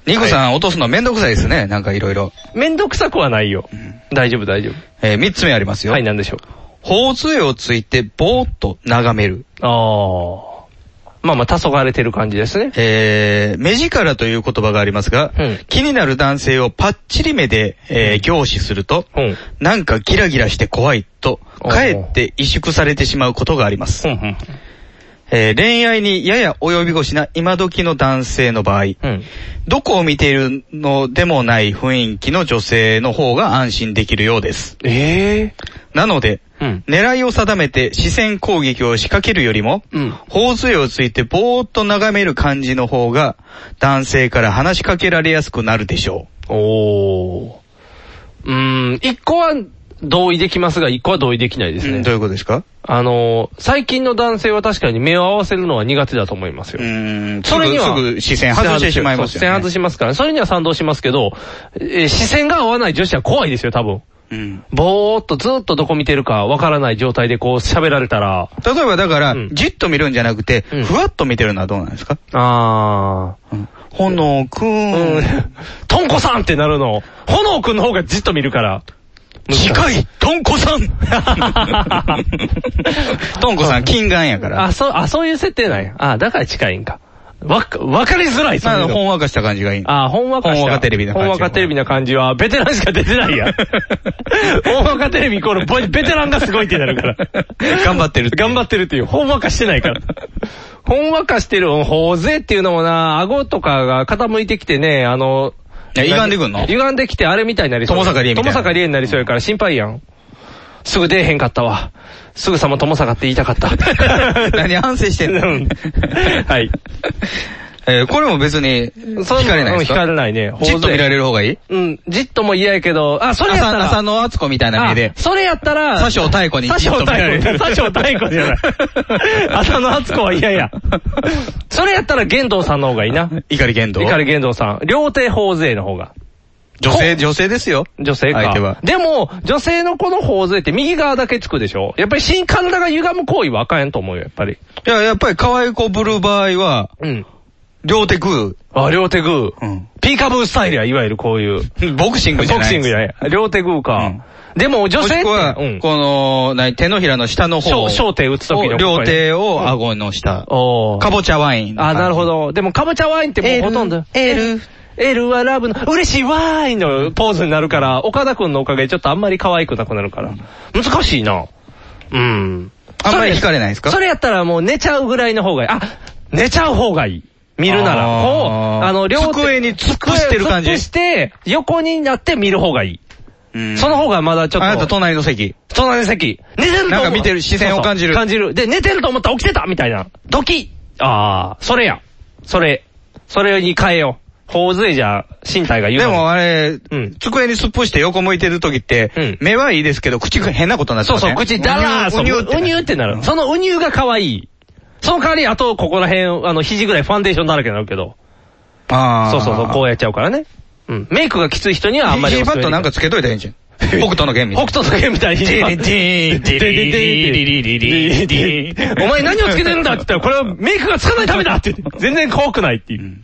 B: ニコさん落とすのめんどくさいですね。なんかいろいろ。
C: めんどくさくはないよ。大丈夫大丈
B: えー、三つ目あります
C: 夫。
B: よ。
C: はい、なんでしょう。
B: 頬杖をついてぼーっと眺める。
C: ああ。まあまあ、黄昏れてる感じですね。
B: えー、目力という言葉がありますが、
C: うん
B: 気になる男性をパッチリ目で、えー、凝視すると、
C: うん
B: なんかギラギラして怖いと、
C: おー
B: かえって萎縮されてしまうことがあります
C: う。んうん。
B: えー恋愛にやや及び腰な今時の男性の場合、
C: うん。
B: どこを見ているのでもない雰囲気の女性の方が安心できるようです。
C: ええ
B: なので、
C: うん
B: 狙いを定めて視線攻撃を仕掛けるよりも、
C: うん
B: 頬杖をついてぼーっと眺める感じの方が、男性から話しかけられやすくなるでしょ
C: おー。うーん、一個は同意できますが、一個は同意できないで
B: う。
C: すね。
B: どういうことですか
C: あのー、最近の男性は確かに目を合わせるのは苦手だと思いますよ。
B: ん
C: それには
B: すぐすぐ視線外してしまいますよ、ね。
C: そう視線外しますから、それには賛同しますけど、えー視線が合わない女子は怖いですよ、多分。
B: うん
C: ぼーっとずーっとどこ見てるかわからない状態でこう喋られたら、
B: 例えばだから、
C: うん
B: じっと見るんじゃなくて、
C: うん
B: ふわっと見てるのはどうなんですか、
C: あ
B: ほのくーん。
C: ー。 トンコさんってなるの。炎くんの方がじっと見るから。
B: 近いトンコ さんトンコさん、金眼やから。
C: あ、そう、あ、そういう設定なんや。あ、だから近いんか。わか、わかりづらい、そ
B: ま
C: うい
B: あ、
C: うの
B: ほんわかした感じがいい。
C: あ、ほんわかした
B: ほんわかテレビな感じ
C: ほんわかテレビな感じは、ベテランしか出て ないやん。ほんわかテレビイコールボイ、ベテランがすごいってなるから。
B: 頑張ってるっていう
C: 頑張ってるっていう。ほんわかしてないから。ほんわかしてる、ほぜっていうのもな、顎とかが傾いてきてね、あの、
B: いや歪んでくんの
C: 歪んできてあれみたいになりそう。
B: 友坂理恵みたいな
C: 友坂理恵になりそうやから心配やん。すぐ出えへんかったわ。すぐさま友坂って言いたか った。
B: 何反省してん
C: う
B: の
C: んはい。
B: えーこれも別に、惹かれないです
C: うん惹
B: か
C: かれないね。
B: じっと見ら
C: る。
B: れる方がいい
C: うん、じっとも嫌やけど、あ、それやった
B: 浅
C: ら。
B: 浅野敦子みたいな目で
C: あ。それやったら、
B: 佐生太子に
C: 佐
B: じっと
C: 生
B: 見られ
C: 太
B: る。
C: 子。佐生太子じゃない。 浅野敦子は嫌や。それやったら玄道さんの方がいいな。
B: 怒り言動。
C: 碇玄道さん。料亭法税の方が。
B: 女性、女性ですよ。
C: 女性か。
B: 相手は。
C: でも、女性の子の法税って右側だけつくでしょやっぱり新体が歪む行為はあかんやんと思うよ、やっぱり。
B: いや、やっぱり可愛い子ぶる場合は、
C: うん。
B: 両手グ
C: あ、両手グー。
B: うん
C: ピーカブースタイルや、いわゆるこういう。
B: ー。ボクシングじゃ
C: ボ
B: な
C: ク
B: い
C: シング
B: や。
C: やね。両手グーか。
B: うん
C: でも女
B: も
C: 性
B: し
C: っ、
B: てくは、
C: うん
B: この、何手のひらの下の方を。
C: 小小手打つ時の
B: 両手を顎の下。
C: おー
B: かぼちゃワイン。
C: あ、なるほ。ど。でも、かぼちゃワインってもうほとんど。
B: エール。
C: L はラブの、嬉しいわーいのポーズになるから、岡田くんのおかげでちょっとあんまり可愛くなくなるから。難しいな。うん。
B: あんまり惹かれないですか
C: それやったらもう寝ちゃうぐらいの方がいい。あ、寝ちゃう方がいい。見るなら。
B: あー
C: こう、あの、両手
B: 机に突っ伏してる感じ
C: 机を突っ伏して、横になって見る方がい
B: う
C: い。
B: ん
C: その方がまだちょっと。
B: あなた隣の席。
C: 隣の席。寝てると思う
B: なんか見てる視線を感じる
C: そうそう感じる。で、寝てると思ったら起きてたみたいな。ドキッああ、それや。それ。それに変えよう。頬杖じゃ、身体が言う
B: でもあれ、
C: うん
B: 机にすっぽして横向いてる時って、
C: うん
B: 目はいいですけど、口が変なことになって
C: そう
B: ませ
C: そ
B: ん
C: う、口だらーそうう、
B: にゅう
C: うにゅうってなる。そのうにゅうが可愛い。その代わり、あと、ここら辺、あの、肘ぐらいファンデーションだらけになるけど。
B: ああ。
C: そうそうそう、こうやっちゃうからね。うん。メイクがきつい人にはあんまりお
B: ヒー
C: す
B: パ
C: すめ
B: ッド
C: でき
B: ないんかつけといたらいい んじゃん。北斗の剣みたい
C: 北
B: な。
C: 斗の剣みたいに。お前何をつけてるんだって言ったら、これはメイクがつかないためだって言って 全然怖くないっていう。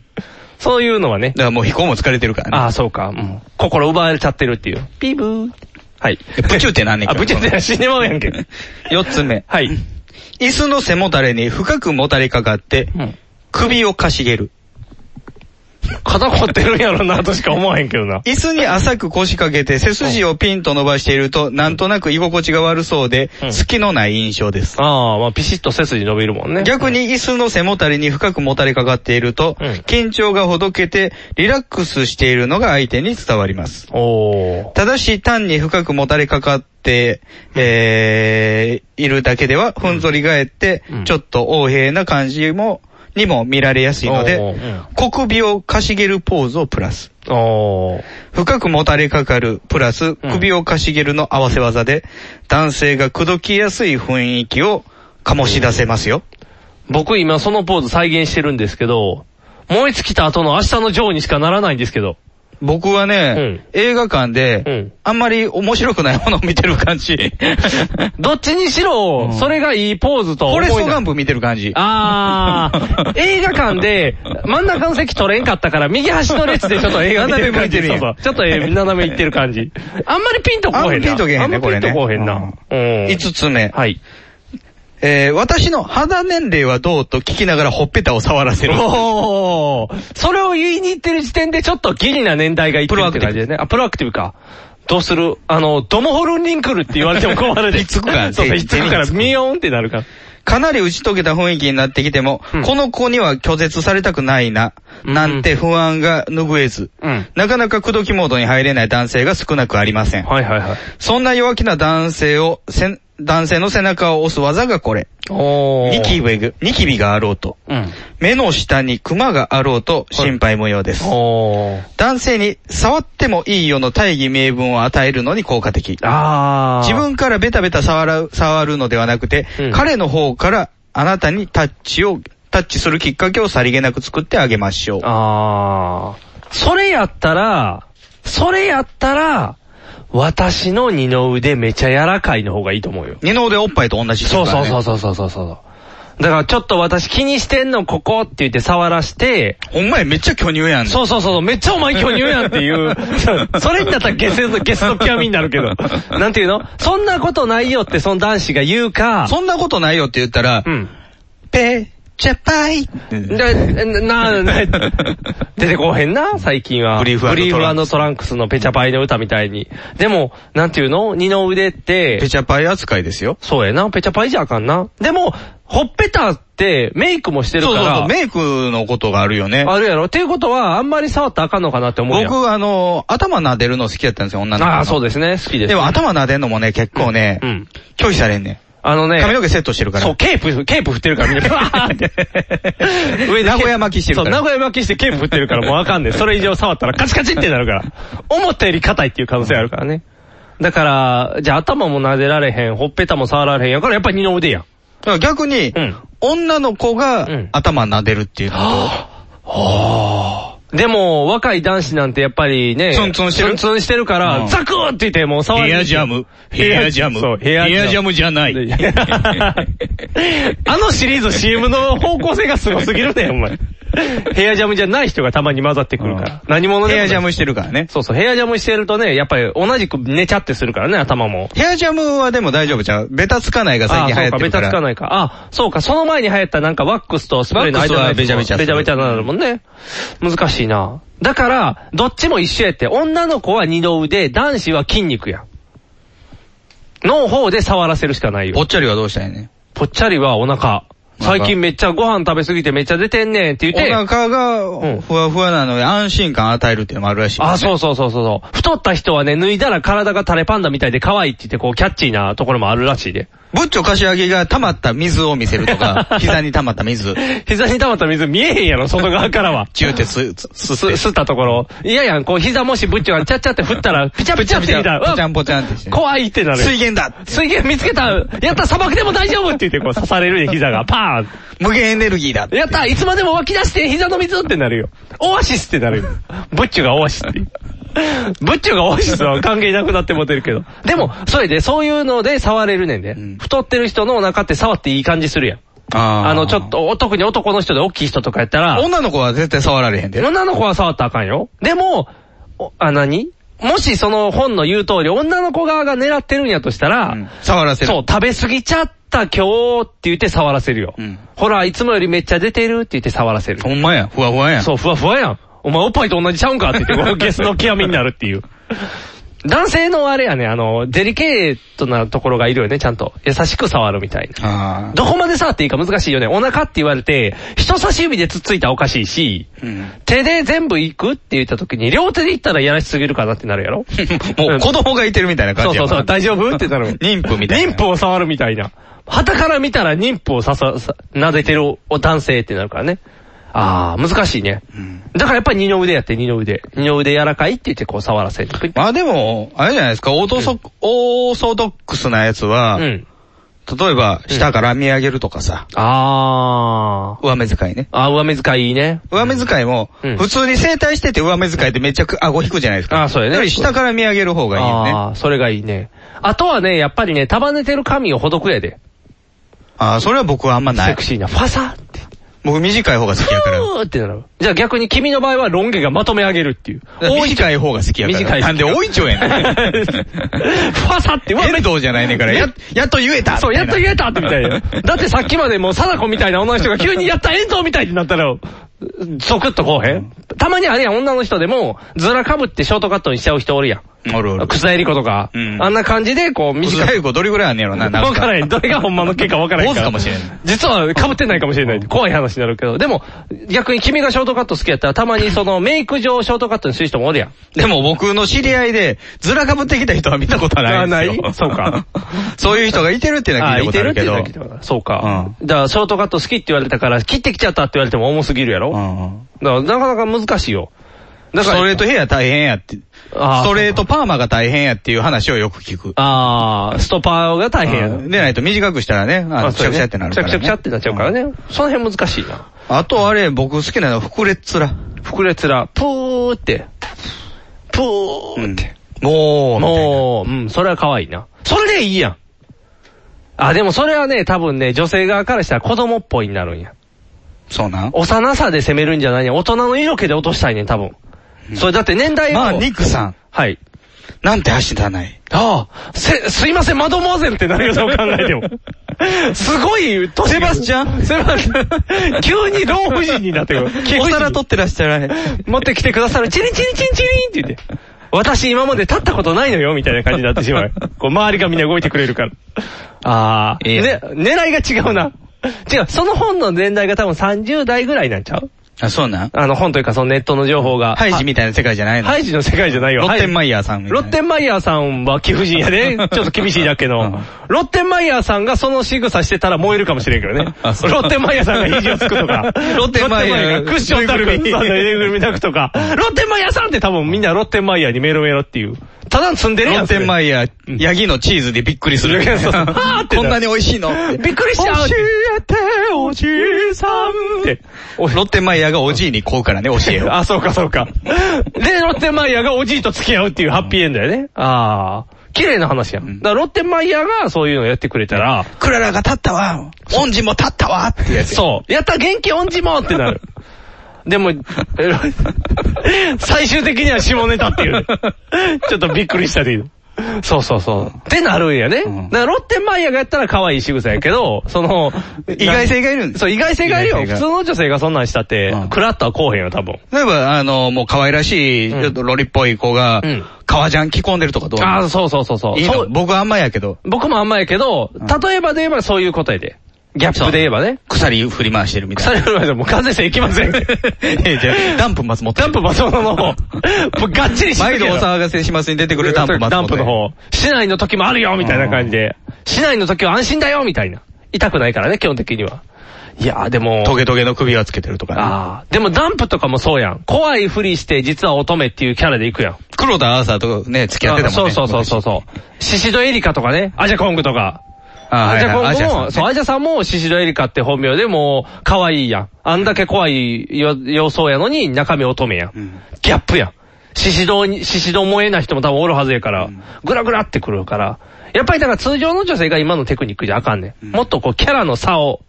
C: そういうのはね。
B: だからもう飛行も疲れてるからね。
C: ああ、そうか。うん心奪われちゃってるっていう。ピブー。はい。
B: えブチューってなんねん
C: あ、
B: けど
C: ぶちゃって死んでまうやんけ。
B: 四つ目。
C: はい。
B: 椅子の背もたれに深くもたれかかって、
C: うん
B: 首をかしげる。
C: 肩凝ってるんやろな、としか思わへんけどな。
B: 椅子に浅く腰掛けて背筋をピンと伸ばしていると、なんとなく居心地が悪そうで、
C: うん
B: 隙のない印象です。
C: ああ、まあピシッと背筋伸びるもんね。
B: 逆に椅子の背もたれに深くもたれかかっていると、
C: うん
B: 緊張がほどけてリラックスしているのが相手に伝わります。
C: おー。
B: ただし単に深くもたれかかって、えー、いるだけでは、ふんぞり返って
C: うん、
B: ちょっと横平な感じも、にも見られやすいの
C: お
B: で
C: ーうん、
B: 小首をかしげるポーズをプラス。
C: おー。
B: 深くもたれかかる、プラス、首をかしげるの合わせ技で、男性が口説きやすい雰囲気を醸し出せますよ。
C: 僕今そのポーズ再現してるんですけど、燃え尽きた後の明日のジョーにしかならないんですけど。
B: 僕はね、映画館で、
C: うん
B: あんまり面白くないものを見てる感 じ。
C: どっちにしろ、それがいいポーズと
B: フォ
C: 思い
B: レ
C: な
B: ストガンプ見てる感じ。
C: あー、映画館で、真ん中の席取れんかったから、右端の列でちょっと映画見てる感じ。
B: 斜め向いてるやん
C: そうそうちょっとえー斜め行ってる感じ。あんまりピンとこうへんな。
B: あんまりピンとけへんね
C: あまり
B: これね
C: ピンとこうへんな。うん
B: 五つ目。
C: はい。
B: えー私の肌年齢はどうと聞きながらほっぺたを触らせる。
C: おーそれを言いに行ってる時点でちょっとギリな年代がいってるって感じだよね。あ、プロアクティブか。どうするあの、ドモホルンリンクルって言われても困 るで。
B: ひっつくから
C: そうそう、
B: 手に
C: ひっつくから、
B: 手に
C: ミヨーンってなるから。
B: かなり打ち解けた雰囲気になってきても、
C: うん
B: この子には拒絶されたくないな、
C: うん
B: なんて不安が拭えず、
C: うん
B: なかなか口説きモードに入れない男性が少なくありません。
C: はいはいはい。
B: そんな弱気な男性を、せん男性の背中を押す技がこれ。
C: お
B: ニキ
C: ブ。
B: ビが、ニキビがあろうと。
C: うん。
B: 目の下にクマがあろうと心配模様です。
C: おー。
B: 男性に触ってもいいよの大義名分を与えるのに効果的。
C: あー。
B: 自分からベタベタ触る、触るのではなくて、
C: うん
B: 彼の方からあなたにタッチを、タッチするきっかけをさりげなく作ってあげましょう。
C: あー。それやったら、それやったら、私の二の腕めちゃ柔らかいの方がいいと思うよ。
B: 二の腕おっぱいと同じ、
C: そうそうそう。そうそうそうそう。だからちょっと私気にしてんのここって言って触らして、
B: ほんまや、めっちゃ巨乳やん。
C: そうそうそう、めっちゃお前巨乳やんっていう、 それになったらゲスの、ゲスの極みになるけど、なんていうのそんなことないよってその男子が言うか、
B: そんなことないよって言ったら、
C: うん。
B: ペチャパイ。
C: で、な、な、 出てこうへんな、最近は。
B: ブリーフ
C: ブリーフトランクスのペチャパイの歌みたいに。でも、なんていうの二の腕って、
B: ペチャパイ扱いですよ。
C: そうやな、ペチャパイじゃあかんな。でも、ほっぺたってメイクもしてる
B: そう
C: から、
B: そうそう、メイクのことがあるよね。
C: あるやろっていうことは、あんまり触ったらあかんのかなって思うやん。
B: 僕、あの、頭撫でるの好きだったんですよ、女の子の。
C: ああ、そうですね。好きです。
B: でも頭撫でんのもね、結構ね、
C: うん。
B: 拒否されんね
C: あの
B: ん。
C: ね、
B: 髪の毛セットしてるから。
C: そう、ケープ、ケープ振って るからみんな、バーって。上に
B: 名古屋巻きしてるから
C: そう、名古屋巻きしてケープ振ってるからもうあかんねん。それ以上触ったらカチカチってなるから。思ったより硬いっていう可能性あるからね。だから、じゃあ頭も撫でられへん、ほっぺたも触られへんやからやっぱり二の腕やん。
B: だから逆に、
C: うん
B: 女の子が
C: うん
B: 頭撫でるっていうのと、
C: でも、若い男子なんてやっぱりね、
B: ツンツンしてる
C: ツンツンしてるか
B: う
C: ら、
B: ん
C: ザクーって言ってもう触られへん
B: ム、
C: ヘアジャム
B: そう、ヘアジャム。
C: ヘアジャム
B: じゃな
C: あのシリーズ CM の方向性がすごすぎるね、お前。ヘアジャムじゃない人がたまに混ざってくるから。何者で
B: ヘ
C: もない
B: アジャムしてるからね。
C: そうそう、ヘアジャムしてるとね、やっぱり同じく寝ちゃってするからね、頭も。
B: ヘアジャムはでも大丈夫じゃうベタつかないが
C: あ
B: 最
C: あ、
B: 近
C: そ
B: 流
C: う
B: 行
C: か、
B: って
C: ベ
B: るか
C: タ
B: ら。
C: つかないか。ああ、そうか、その前に流行ったなんかワックスとスプレーの間のやつも
B: ワックスはベチャベチャ
C: ベチャベチャなるもんね。難しいな。だから、どっちも一緒やって。女の子は二の腕、男子は筋肉や。の方で触らせるしかないよ
B: ぽ。っちゃりはどうしたんやね
C: ぽっちゃりはお腹。最近めっちゃご飯食べ過ぎてめっちゃ出てんねんって
B: お
C: 言って。
B: 腹
C: うん
B: がふわふわなので安心感与えるっていうのもあるらしい、。
C: あ、そううそうそうそうそう。太った人はね、脱いだら体がタレパンダみたいで可愛いって言って、こう、キャッチーなところもあるらしいで。
B: ブッチョ柏木が溜まった水を見せるとか、膝に溜まった水、。
C: 膝に溜まった水見えへんやろ、外側からは
B: チューってす、す、
C: す、吸ったところ。いやいや、こう、膝もしぶっちょがちゃっちゃって振ったら、ピチャピチャってきたら、う
B: ぽちゃ
C: わ
B: んぽちゃんってして。
C: 怖いってなる。
B: 水源だ
C: 水源見つけたやった砂漠でも大丈夫って言って、こう、刺されるで膝が、パ
B: 無限エネルギーだ
C: ーンやったいつまでも湧き出して膝の水ってなるよ。オアシスってなるよ。ブッチュがオアシスって。ブッチュがオアシスは関係なくなってもてるけど。でも、それで、そういうので触れるねんで。
B: ん
C: 太ってる人のお腹って触っていい感じするやん。
B: あー
C: あの、ちょっ。と、特に男の人で大きい人とかやったら、
B: 女の子は絶対触られへんで。
C: 女の子は触ったらあかんよ。でも、おあ、何もしその本の言う通り、女の子側が狙ってるんやとしたら、
B: うん触らせる。
C: そう、食べ過ぎちゃった今日って言って触らせるよ。
B: うん
C: ほら、いつもよりめっちゃ出てるって言って触らせる。
B: ほんまや、ふわふわやん。
C: そう、ふわふわやん。お前おっぱいと同じちゃうんかって 言って、このゲスの極みになるっていう。男性のあれやね、あの、デリケートなところがいるよね、ちゃんと。優しく触るみたいな。
B: あ
C: どこまで触っていいか難しいよね。お腹って言われて、人差し指でつっついたらおかしいし、
B: ん
C: 手で全部行くって言った時に、両手で行ったらやらしすぎるかなってなるやろ
B: あ。 もう子供がいてるみたいな
C: そ
B: 感
C: う
B: じ
C: そ
B: や
C: う
B: もん
C: そう、大丈夫ってなる。
B: 妊婦みたいな。
C: 妊婦を触るみたいな。旗から見たら妊婦をささ、さ撫でてるお男性ってなるからね。あー、難しいね。だからやっぱり二の腕やって、二の腕。二の腕柔らかいって言ってこう触らせる。
B: まあでも、あれじゃないですか、オートソ、オーソドックスなやつは、
C: うん。
B: 例えば、下から見上げるとかさ、
C: あー。
B: 上目遣いね。
C: あー、上目遣いいいね。
B: 上目遣いも、
C: うん
B: 普通に整体してて上目遣いってめっちゃく顎引くじゃないですか。
C: あーそうやね
B: より下から見上げる方がいいよね。
C: ああ、それがいいね。あとはね、やっぱりね、束ねてる髪をほどくやで。
B: ああ、それは僕はあんまな
C: セ
B: い
C: ク。シーな。ファサって。
B: 僕短い方が好きやから。
C: ふーってなる。じゃあ逆に君の場合はロン毛がまとめ上げるっていう。
B: 短い方が好きやから。
C: 短い
B: なんで大い丁やねん。
C: ファサって、うわ
B: エルドーじゃないねんから、や、やっと言えた
C: そう、やっと言えたってみたいな。だってさっきまでもう、貞子みたいな女の人が急にやった遠藤みたいになったら、ゾクッとこうへんたまにあれやん、女の人でも、ずらかぶってショートカットにしちゃう人おるやん。
B: おるおる。
C: 草襟子とか、
B: うん
C: あんな感じで、こう、短い
B: 短い子どれぐらいあんねやろな、なん
C: わからへん。どれがほんまの結果わからへんから。
B: 坊主かもしれん
C: 実は被ってないかもしれない。怖い話になるけど。でも、逆に君がショートカット好きやったら、たまにそのメイク上ショートカットにする人もおるやん。
B: でも僕の知り合いで、ずらかぶってきた人は見たことはないですよ。
C: あないそうか。
B: そういう人がいてるっていうのは聞いたことあるけど。
C: あいてるっていうのは聞いたことあるそうか。
B: う
C: だから、ショートカット好きって言われたから、切ってきちゃったって言われても重すぎるや
B: う
C: ろ。だか
B: んうん
C: ら、なかなか難しいよ。だ
B: ス
C: から、
B: トレートヘア大変やって。ス
C: あー
B: トレートパーマが大変やっていう話をよく聞く。
C: あー、ストパーが大変やな。
B: うんでないと短くしたらね、あの、くしゃくしゃってなるから、ね。
C: くしゃくしゃってなっちゃうからね。その辺難しいな。
B: うん。あとあれ、僕好きなのは、膨れっ面。
C: 膨れつら、プーって、プ
B: う
C: ー
B: んもう、
C: って。。
B: みたいな
C: もう、うん、それは可愛いな。それでいいやん。あ、でもそれはね、多分ね、女性側からしたら子供っぽいになるんや。
B: そうなん
C: 幼さで攻めるんじゃないねん大人の色気で落としたいねん、多分。それだって年代を
B: まあ、ニックさん、
C: はい。
B: なんて走らない。
C: ああ、せ、すいません、マドモアゼルってなるよ、そう考 えても。すごい、年
B: セバスチャン
C: セバスチャン急に老婦人になってくる。
B: お皿取ってらっしゃらへん。
C: 持ってきてくださる、チリンチリンチリンチリンって言って。 私今まで立ったことないのよ、みたいな感じになってしま う。こう、周りがみんな動いてくれるから。ああ、
B: いい
C: ね
B: ね、
C: 狙いが違うな。違う、その本の年代が多分30代ぐらいなんちゃう
B: あ、そうなん
C: あの本というかそのネットの情報が。
B: ハイジみたいな世界じゃないの
C: ハイジの世界じゃないよ。
B: ロッテンマ
C: イ
B: イヤーさんみたい
C: ロ
B: な。
C: ッテンマイヤーさんは貴婦人やね。ちょっと厳しいだけ
B: う
C: の
B: ん。
C: ロッテンマイヤーさんがその仕草してたら燃えるかもしれんけどね。ロ
B: あそう
C: ッテンマイヤーさんが肘をつくとか。
B: ロッテンマイヤー
C: ロッテンマがクッションたるみさんのぬいぐるみ抱くとか。ロッテンマイヤーさんって多分みんなロッテンマイヤーにメロメロっていう。ただ積んでるや
B: ロ
C: ん。
B: ッテンマイヤー、ヤギのチーズでびっくりする。
C: そうそうはーって
B: こんなに美味しいの
C: それびっくりしちゃう。
B: 教
C: えておじいさんって。
B: ロッテンマイヤーがおじいにこうからね、教えを。
C: あ、そうかそうか。で、ロッテンマイヤーがおじいと付き合うっていうハッピーエンドやね。ああ。綺麗な話やん。だからロッテンマイヤーがそういうのやってくれたら、
B: クララが立ったわオンジも立ったわってやつ。
C: そう。やった元気音痴もってなる。でも、最終的には下ネタっていうね。ちょっとびっくりしたでいいの。そうそうそう。ってなるんやね。
B: ん
C: だからロッテンマイヤーがやったら可愛い仕草やけど、その、
B: 意外性がいるんです
C: そう、意外性がいるよ。
B: 意外性
C: 普
B: が
C: 通の女性がそんなんしたって
B: う、ん
C: クラッとはこうへんよ、多分。
B: 例えば、あの、もう可愛らしい、
C: うん
B: ちょっとロリっぽい子が
C: うん、
B: 革ジャン着込んでるとかどう
C: あ
B: な
C: あ、
B: の
C: そうそうそうそう。
B: いい
C: そ
B: の
C: う
B: 僕はあんまやけど、
C: 僕もあんまやけど、例えばで言えばそういうことやで。ギャップで言えばね。
B: 鎖振り回してるみたいな。
C: 腐れるまでもう完 全性いきません。
B: ええ、じゃあダンプ松本。
C: ダンプ松本 の方、もうがっちりして
B: 毎
C: るけ
B: 度
C: ど。
B: お騒がせしますに出てくるダンプ松本。
C: ダンプの。方。市内の時もあるよみたいな感じで。市内の時は安心だよみたいな。痛くないからね、基本的には。いやーでも。
B: トゲトゲの首輪つけてるとかね、
C: ああ。でもダンプとかもそうやん。怖いふりして実は乙女っていうキャラで行くやん。
B: 黒田アーサーとね、付き合ってたもん
C: そう
B: ね。
C: そうそうそうそう。シシドエリカとかね。アジャコングとか。
B: あ
C: ア
B: はい
C: ジ
B: はい
C: ャコング
B: ア
C: も、
B: ジャさんね
C: そう、アジャさんもシシドエリカって本名でもう可愛いやん。あんだけ怖いよ様相やのに中身乙女やん。ギャップやん。シシドに、シシド萌えな人も多分おるはずやから、グラグラってくるから。やっぱりだから通常の女性が今のテクニックじゃあかんねん。もっとこうキャラの差を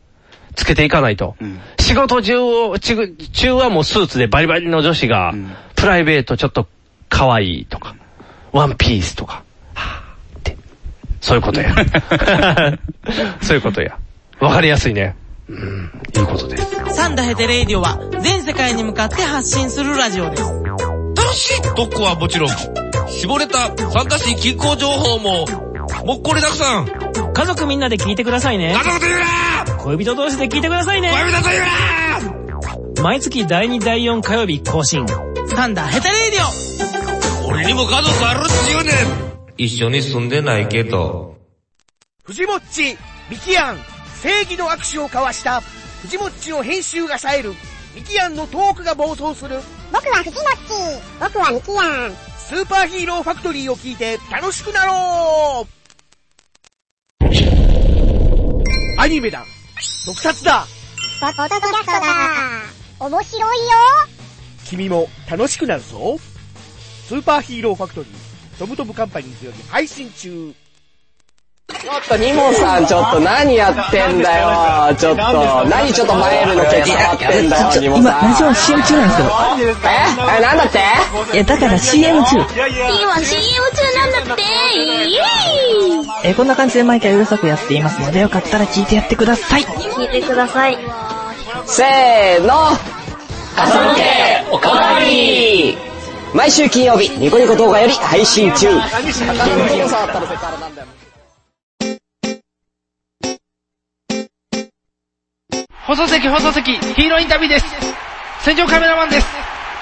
C: つけていかないと。仕事中を、中中はもうスーツでバリバリの女子が、プライベートちょっと可愛いとか、ワンピースとか、はぁって。そういうことや。 そういうことや。わかりやすいね。うん、いいことです。
G: サンダヘテレイディオは全世界に向かって発信するラジオです。
H: 楽しい特攻はもちろん、絞れたファンタジー気候情報も、もっこりたくさん、家
G: 家族みんなで聞いてくださいね。
H: 族と言うな
G: 恋人同士で聞いてくださいね。
H: 恋人と言うな
G: 毎月第2第4火曜日更新。サンダヘテレイディオ
H: 俺にも家族あるって言うねん一緒に住んでないけど。
I: 藤もっち、ミキアン、正義の握手を交わした、藤もっちの編集が冴える、ミキアンのトークが暴走する、
J: 僕はフジモッチ僕はミキヤン
I: スーパーヒーローファクトリーを聞いて楽しくなろうアニメだ特撮だ
J: ポッドキャストだ面白いよ
I: 君も楽しくなるぞスーパーヒーローファクトリー、トムトムカンパニーズより配信中
K: ちょっと、ニモさん、ちょっと何やってんだよ。ちょっと、何ちょっと前よりのケツ触ってんだよ、ニモさん。今、ラジオ CM 中なんですけど。ええ、なんだって
G: え、だから CM 中。
J: 今 CM 中なんだってイエーイ
G: え、こんな感じで毎回うるさくやっていますので、よかったら聞いてやってください。
J: 聞いてください
K: せーの。朝向け、おかわり毎週金曜日、ニコニコ動画より配信中。
I: 放送席放送席、ヒーローインタビューです戦場カメラマンです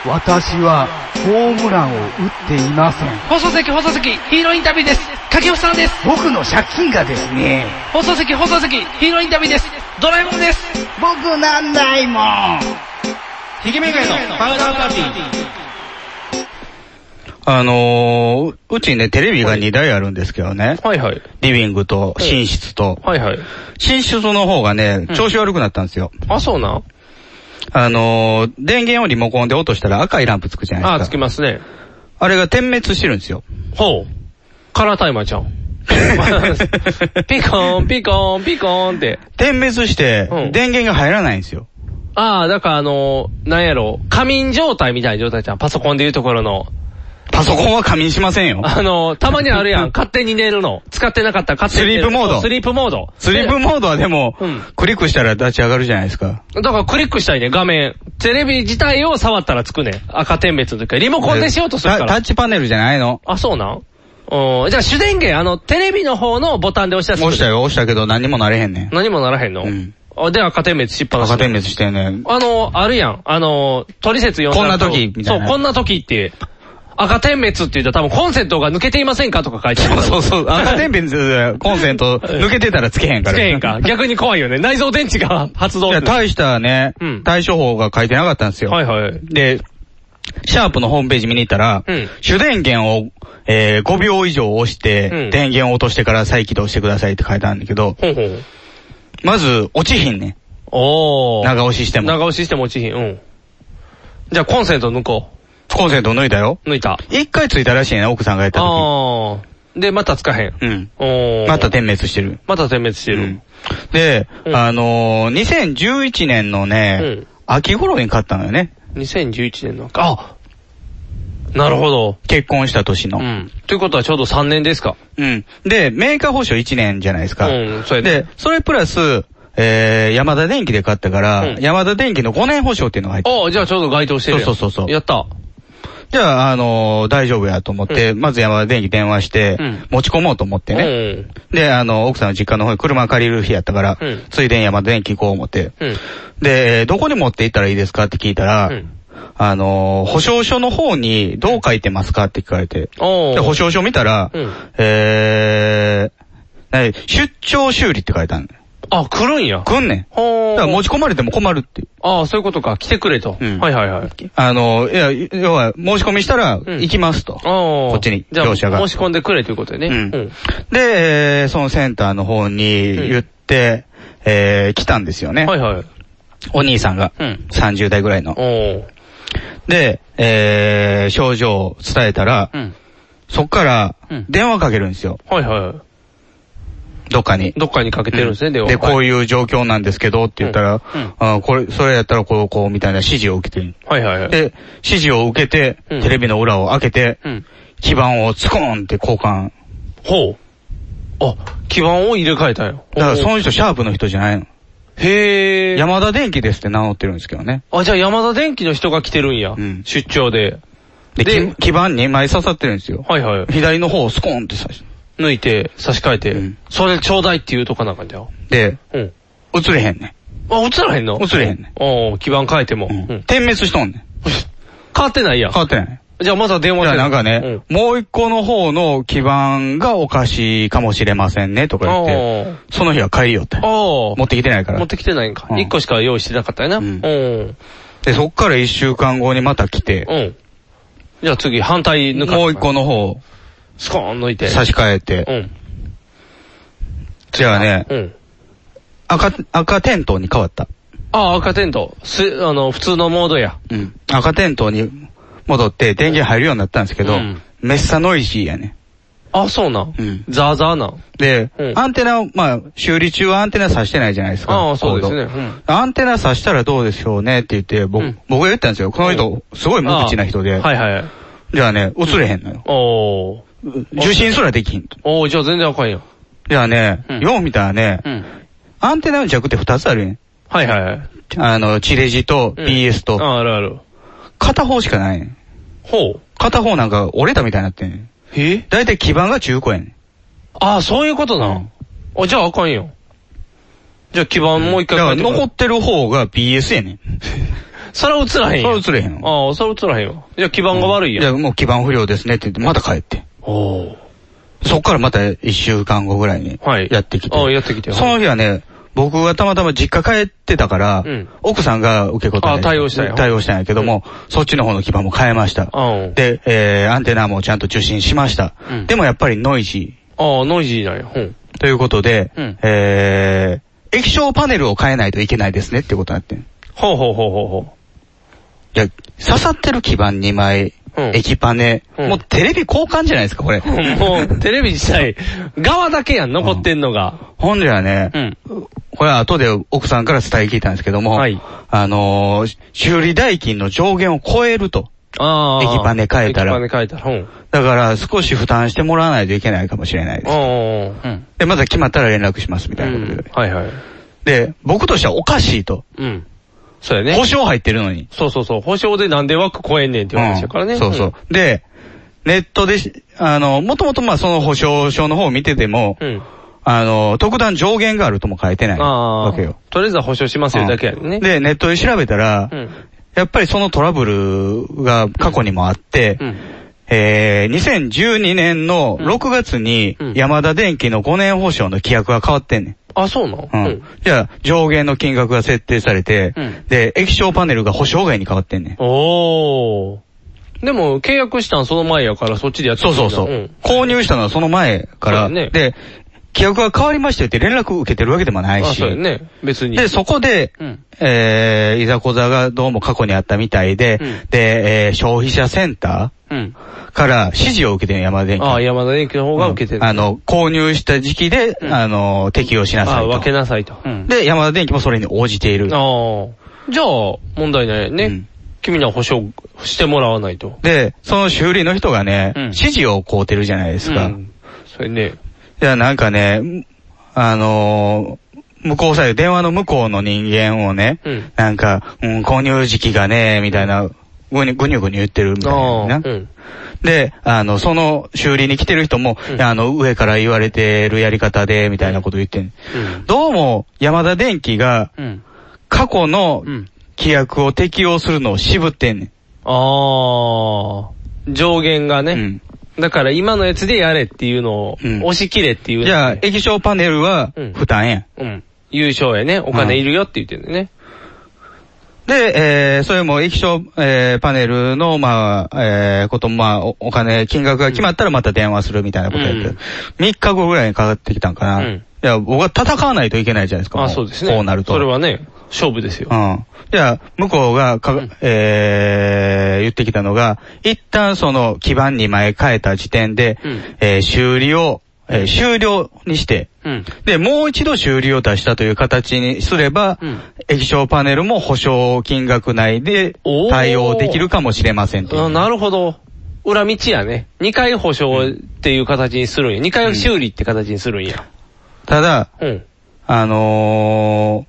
B: 私は、ホームランを打っていません。
I: 放送席放送席、ヒーローインタビューです掛布さんです
B: 僕の借金がですね、
I: 放送席放送席、ヒーローインタビューですドラえもんです
B: 僕なんないもん
I: ヒゲメガネのパウダーパーティー
B: あのー、うちね、テレビが2台あるんですけどね。
C: はいはい。
B: リビングと寝室と。
C: はいはい。
B: 寝室の方がね、調子悪くなったんですよ。
C: あ、そうなん
B: あのー、電源をリモコンで落としたら赤いランプつくじゃない
C: あ、
B: です
C: つ
B: か。
C: きますね。
B: あれが点滅してるんですよ。
C: ほう。カラータイマーちゃ ん。ピコーン、ピコーン、ピコーンって。
B: 点滅して
C: うん、
B: 電源が入らないんですよ。
C: ああ、だからあのー、なんやろ、仮眠状態みたいな状態じゃん。パソコンで言うところの。
B: パソコンは仮眠しませんよ。
C: あのー、たまにある やん。勝手に寝るの。使ってなかったら勝手に寝
B: ス
C: る。
B: リープモード
C: そうスリープモード。
B: スリープモードはでも
C: うん、
B: クリックしたら立ち上がるじゃないですか。
C: だからクリックしたいね、画面。テレビ自体を触ったらつくね。赤点滅の時から。リモコンでしようとするか
B: タタ
C: ら
B: ッ。チパネルじゃないの
C: あ、そうなんうん。じゃあ主電源、あの、テレビの方のボタンで押したらつくね
B: 押したよ、押したけど何にもなれへんねん。
C: 何もならへんの、
B: うん
C: あで、赤点滅しっぱなし。
B: 赤点滅してんねん。
C: あの、あるやん。あの、トリセツ読んだ
B: こ
C: 後
B: んな時みたいな
C: そう、こんな時って。赤点滅って言ったら多分コンセントが抜けていませんかとか書いてある。
B: そうそう、赤点滅、コンセント抜けてたらつけへんから。
C: つけへん か。逆に怖いよね。内蔵電池が発動
B: い
C: す
B: や、
C: る。
B: 大したね
C: うん、
B: 対処法が書いてなかったんですよ。
C: はいはい。
B: で、シャープのホームページ見に行ったら、
C: うん
B: 主電源を、えー5秒以上押して、
C: うん
B: 電源を落としてから再起動してくださいって書いてあるんだけど、
C: ほんほん。
B: まず落ちひんね
C: お
B: ん。
C: ー。
B: 長押ししても。
C: 長押ししても落ちひん。うん。じゃあコンセント抜こ
B: コンセント抜いたよ。
C: う。抜いた。
B: 一回ついたらしいね、奥さんがやった時。
C: あー。で、またつかへん。
B: うん。
C: おー。
B: また。点滅してる。
C: また点滅して
B: う
C: る
B: ん。で、
C: うん
B: あのー、2011年のね、
C: うん
B: 秋頃に買ったのよね。
C: 2011年の。あなるほど。
B: 結婚した年の。
C: ということはちょうど3年ですか。
B: うん。で、メーカー保証1年じゃないですか。
C: うんそうやね
B: で、それプラス、えー、山田電機で買ったから、山田電機の5年保証っていうのが入って
C: ああ、じゃあちょうど該当してるやん。
B: そうそうそうそう
C: やった。
B: じゃあ、あのー大丈夫やと思って、まず山田電機電話して、
C: うん
B: 持ち込もうと思ってね。で、あの、奥さんの実家の方に車借りる日やったから、
C: うん
B: ついでに山田電機行こう思って。
C: うん。
B: で、どこに持って行ったらいいですかって聞いたら、あのー保証書の方にどう書いてますかって聞かれて。
C: おー
B: で保証書見たら、
C: うん
B: えー、何出張修理って書いてある
C: あ、来るんや。
B: 来んねん。
C: ほー
B: だから持ち込まれても困るっていう。
C: ああ、そういうことか。来てくれと。はいはいはい。
B: あの、いや、要は、申し込みしたら、行きますと。
C: こ
B: っちに、
C: じゃあ、
B: 業者が。
C: 申し込んでくれということでね。
B: うんで、えーそのセンターの方に言って、えー来たんですよね。
C: はいはい。
B: お兄さんが、
C: うん
B: 30代ぐらいの。で、えー症状を伝えたら、そっから、電話かけるんですよ。
C: はいは
B: どっかに。
C: どっかにかけてるんですね、電話
B: で、こういう状況なんですけどって言ったら、あーこれ、それやったらこう、こう、みたいな指示を受けてる。
C: い。はいはいはい。
B: で、指示を受けて、テレビの裏を開けて、基板をツコーンって交換。
C: ほう。あ、基板を入れ替えたよ。
B: だからその人シャープの人じゃないの。
C: へえ。
B: 山田電機ですって名乗ってるんですけどね。
C: あ、じゃあ山田電機の人が来てるんや。出張で。
B: で、き基板2枚刺さってるんですよ。
C: はいはい。
B: 左の方をスコーンって刺し
C: 抜いて、差し替えて。それちょうだいって言うとかなんかじゃ。
B: て。
C: うん
B: で、映れへんね
C: あ、映らへんの
B: ん。映れへんねん。
C: おー、基盤変えても。うん
B: 点滅しとんねん。
C: 変わってないやん。
B: 変わってない。
C: じゃあまずは電話
B: じゃ
C: で。
B: あなんかね、もう一個の方の基板がおかしいかもしれませんねとか言って、その日は帰りよって。
C: 持
B: ってきてないから。
C: 持ってきてないんか。一個しか用意してなかったよな。うん。
B: で、そっから一週間後にまた来て、
C: うん。じゃあ次、反対抜か
B: もう一個の方、
C: スコーン抜いて。
B: 差し替えて。
C: うん
B: じゃあね、
C: うん
B: 赤、赤テントに変わった。
C: ああ、赤テント。す、あの、普通のモードや。
B: うん。赤テントに戻って電源入るようになったんですけど、めっさノイジーやね。
C: あ、そうなん。ザーザーなん。
B: で、
C: うん
B: アンテナを、まあ、修理中はアンテナ挿してないじゃないですか。
C: ああ、そうですね。
B: コ
C: う
B: ード
C: ん。
B: アンテナ挿したらどうでしょうねって言って、僕、僕が言ったんですよ。この人、すごい無口な人で。
C: はいはい。
B: じゃあね、映れへんのよ。
C: おー。
B: 受信すらできひんと。
C: おー、じゃあ全然あかんやん。
B: じゃあね、よう見たらね、アンテナの弱って二つあるやん。
C: はいはいはい。
B: あの、チレジと BS と。
C: あるある。
B: 片方しかないねん。
C: ほう。
B: 片方なんか折れたみたいになってんねん。
C: え
B: だいたい基盤が中古やねん。
C: ああ、そういうことな。あ、じゃああかんやん。じゃあ基盤もう一回
B: だから
C: 変えてもら
B: 残
C: う
B: ってる方が BS やねん。
C: それは映らへんやん。
B: それ映れへん
C: ああ、それ映らへんわ。じゃあ基盤が悪いやん。
B: じゃあもう基盤不良ですねって言って、また帰って。
C: お
B: そっからまた一週間後ぐらいにやってきて。
C: ああ、やってきてよ。
B: その日はね、僕がたまたま実家帰ってたから、
C: うん
B: 奥さんが受け答え
C: あ対応したんや
B: 対応したんやけども、そっちの方の基盤も変えました。で、えー、アンテナもちゃんと受信しました。
C: うん
B: でもやっぱりノイジ
C: ああ、ノイジーなんや。ほう。
B: ーということで、
C: うん
B: えー、液晶パネルを変えないといけないですねってことになってん。
C: ほうほうほうほうほ
B: いや、刺さってる基板2枚、液パネ、もうテレビ交換じゃないですか、これ。
C: う。 もう、テレビ自体、側だけやん、残ってんのが。
B: ほんではね、これは後で奥さんから伝え聞いたんですけども、あのー修理代金の上限を超えると。
C: ああ。
B: 駅パネ変えたら
C: 駅パネ変えたら。ほう。
B: だから少し負担してもらわないといけないかもしれないです。
C: おーうん。
B: で、まだ決まったら連絡しますみたいなことで。
C: はいはい。
B: で、僕としてはおかしいと。
C: うん。そうやね。
B: 保証入ってるのに。
C: そうそうそう。保証でなんで枠超えんねんって話やからね。
B: うんそうそう。で、ネットでし、あの、もともとまあその保証書の方を見てても、
C: ん
B: あの、特段上限があるとも書いてないわけよ。
C: とりあえずは保証しますよだけやね。
B: で、ネットで調べたら、やっぱりそのトラブルが過去にもあって、えー、2012年の6月に、山田電機の5年保証の規約が変わってんねん。
C: あ、そうなん
B: うん。じゃあ、上限の金額が設定されて、で、液晶パネルが保証外に変わってんねん。
C: おー。でも、契約したんその前やから、そっちでやって
B: そうそうそう。
C: ん
B: 購入したのはその前から、
C: そうやね
B: で、規約が変わりましたよって連絡受けてるわけでもない
C: あ、
B: し。
C: そうやね。別に。
B: で、そこで、えー、いざこざがどうも過去にあったみたいで、で、えー消費者センタ
C: うん。
B: ーから指示を受けてる山田電機。
C: ああ、山田電機の方が受けてる。
B: あの、購入した時期で、あの、適用しなさ
C: あ
B: い
C: 分
B: と。
C: けなさいと。
B: で、山田電機もそれに応じている。
C: ああ。じゃあ、問題ないね。君には保証してもらわないと。
B: で、その修理の人がね、指示をこうてるじゃないですか。
C: うんそれね、
B: いや、なんかね、あのー向こうサイド、電話の向こうの人間をね、
C: うん
B: なんか、うん、購入時期がね、みたいな、ぐにゅぐにゅぐにゅ言ってるみたいなな。で、あの、その修理に来てる人も、いやあの、上から言われてるやり方で、みたいなこと言ってん。どうも、山田電機が、
C: うん
B: 過去の規約を適用するのを渋ってんねん。
C: ああ、上限がね、だから今のやつでやれっていうのを、押し切れっていう。
B: じゃあ、液晶パネルは
C: うん、
B: 負担や。
C: うん。優勝やね、お金いるよって言ってるね。
B: で、えー、それも液晶、えー、パネルの、まあ、えー、こと、まあ、おお金、金額が決まったらまた電話するみたいなことやってる。3日後ぐらいにかかってきたんかな。いや、僕は戦わないといけないじゃないですか。
C: あ
B: も
C: そうですね。
B: こうなると。
C: それはね、勝負ですよ。
B: うん。じゃあ、向こうがか、えー、言ってきたのが、一旦その基盤2枚変えた時点で、えー修理を、えー終了にして、
C: うん。
B: で、もう一度修理を出したという形にすれば、液晶パネルも保証金額内で対応できるかもしれませんと。
C: あなるほど。裏道やね。二回保証っていう形にするんや。二回修理って形にするんや。
B: ただ、
C: うん
B: あの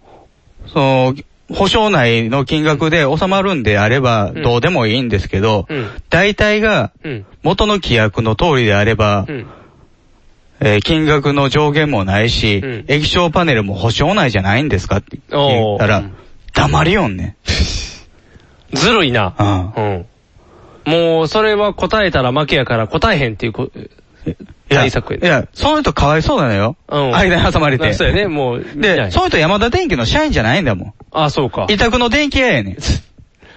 B: ーその、保証内の金額で収まるんであれば、どうでもいいんですけど、大体が
C: うん、
B: 元の規約の通りであれば、
C: ん
B: えー金額の上限もないし、液晶パネルも保証内じゃないんですかって聞いたら、黙りよんね。
C: ずるいな。うん。もう、それは答えたら負けやから答えへんっていうこ対策や
B: いや、その人かわいそうなのよ。
C: うん
B: 間に挟まれて。
C: そうやね、もう。
B: で、その人山田電機の社員じゃないんだもん。
C: あ、そうか。
B: 委託の電気屋や ねん。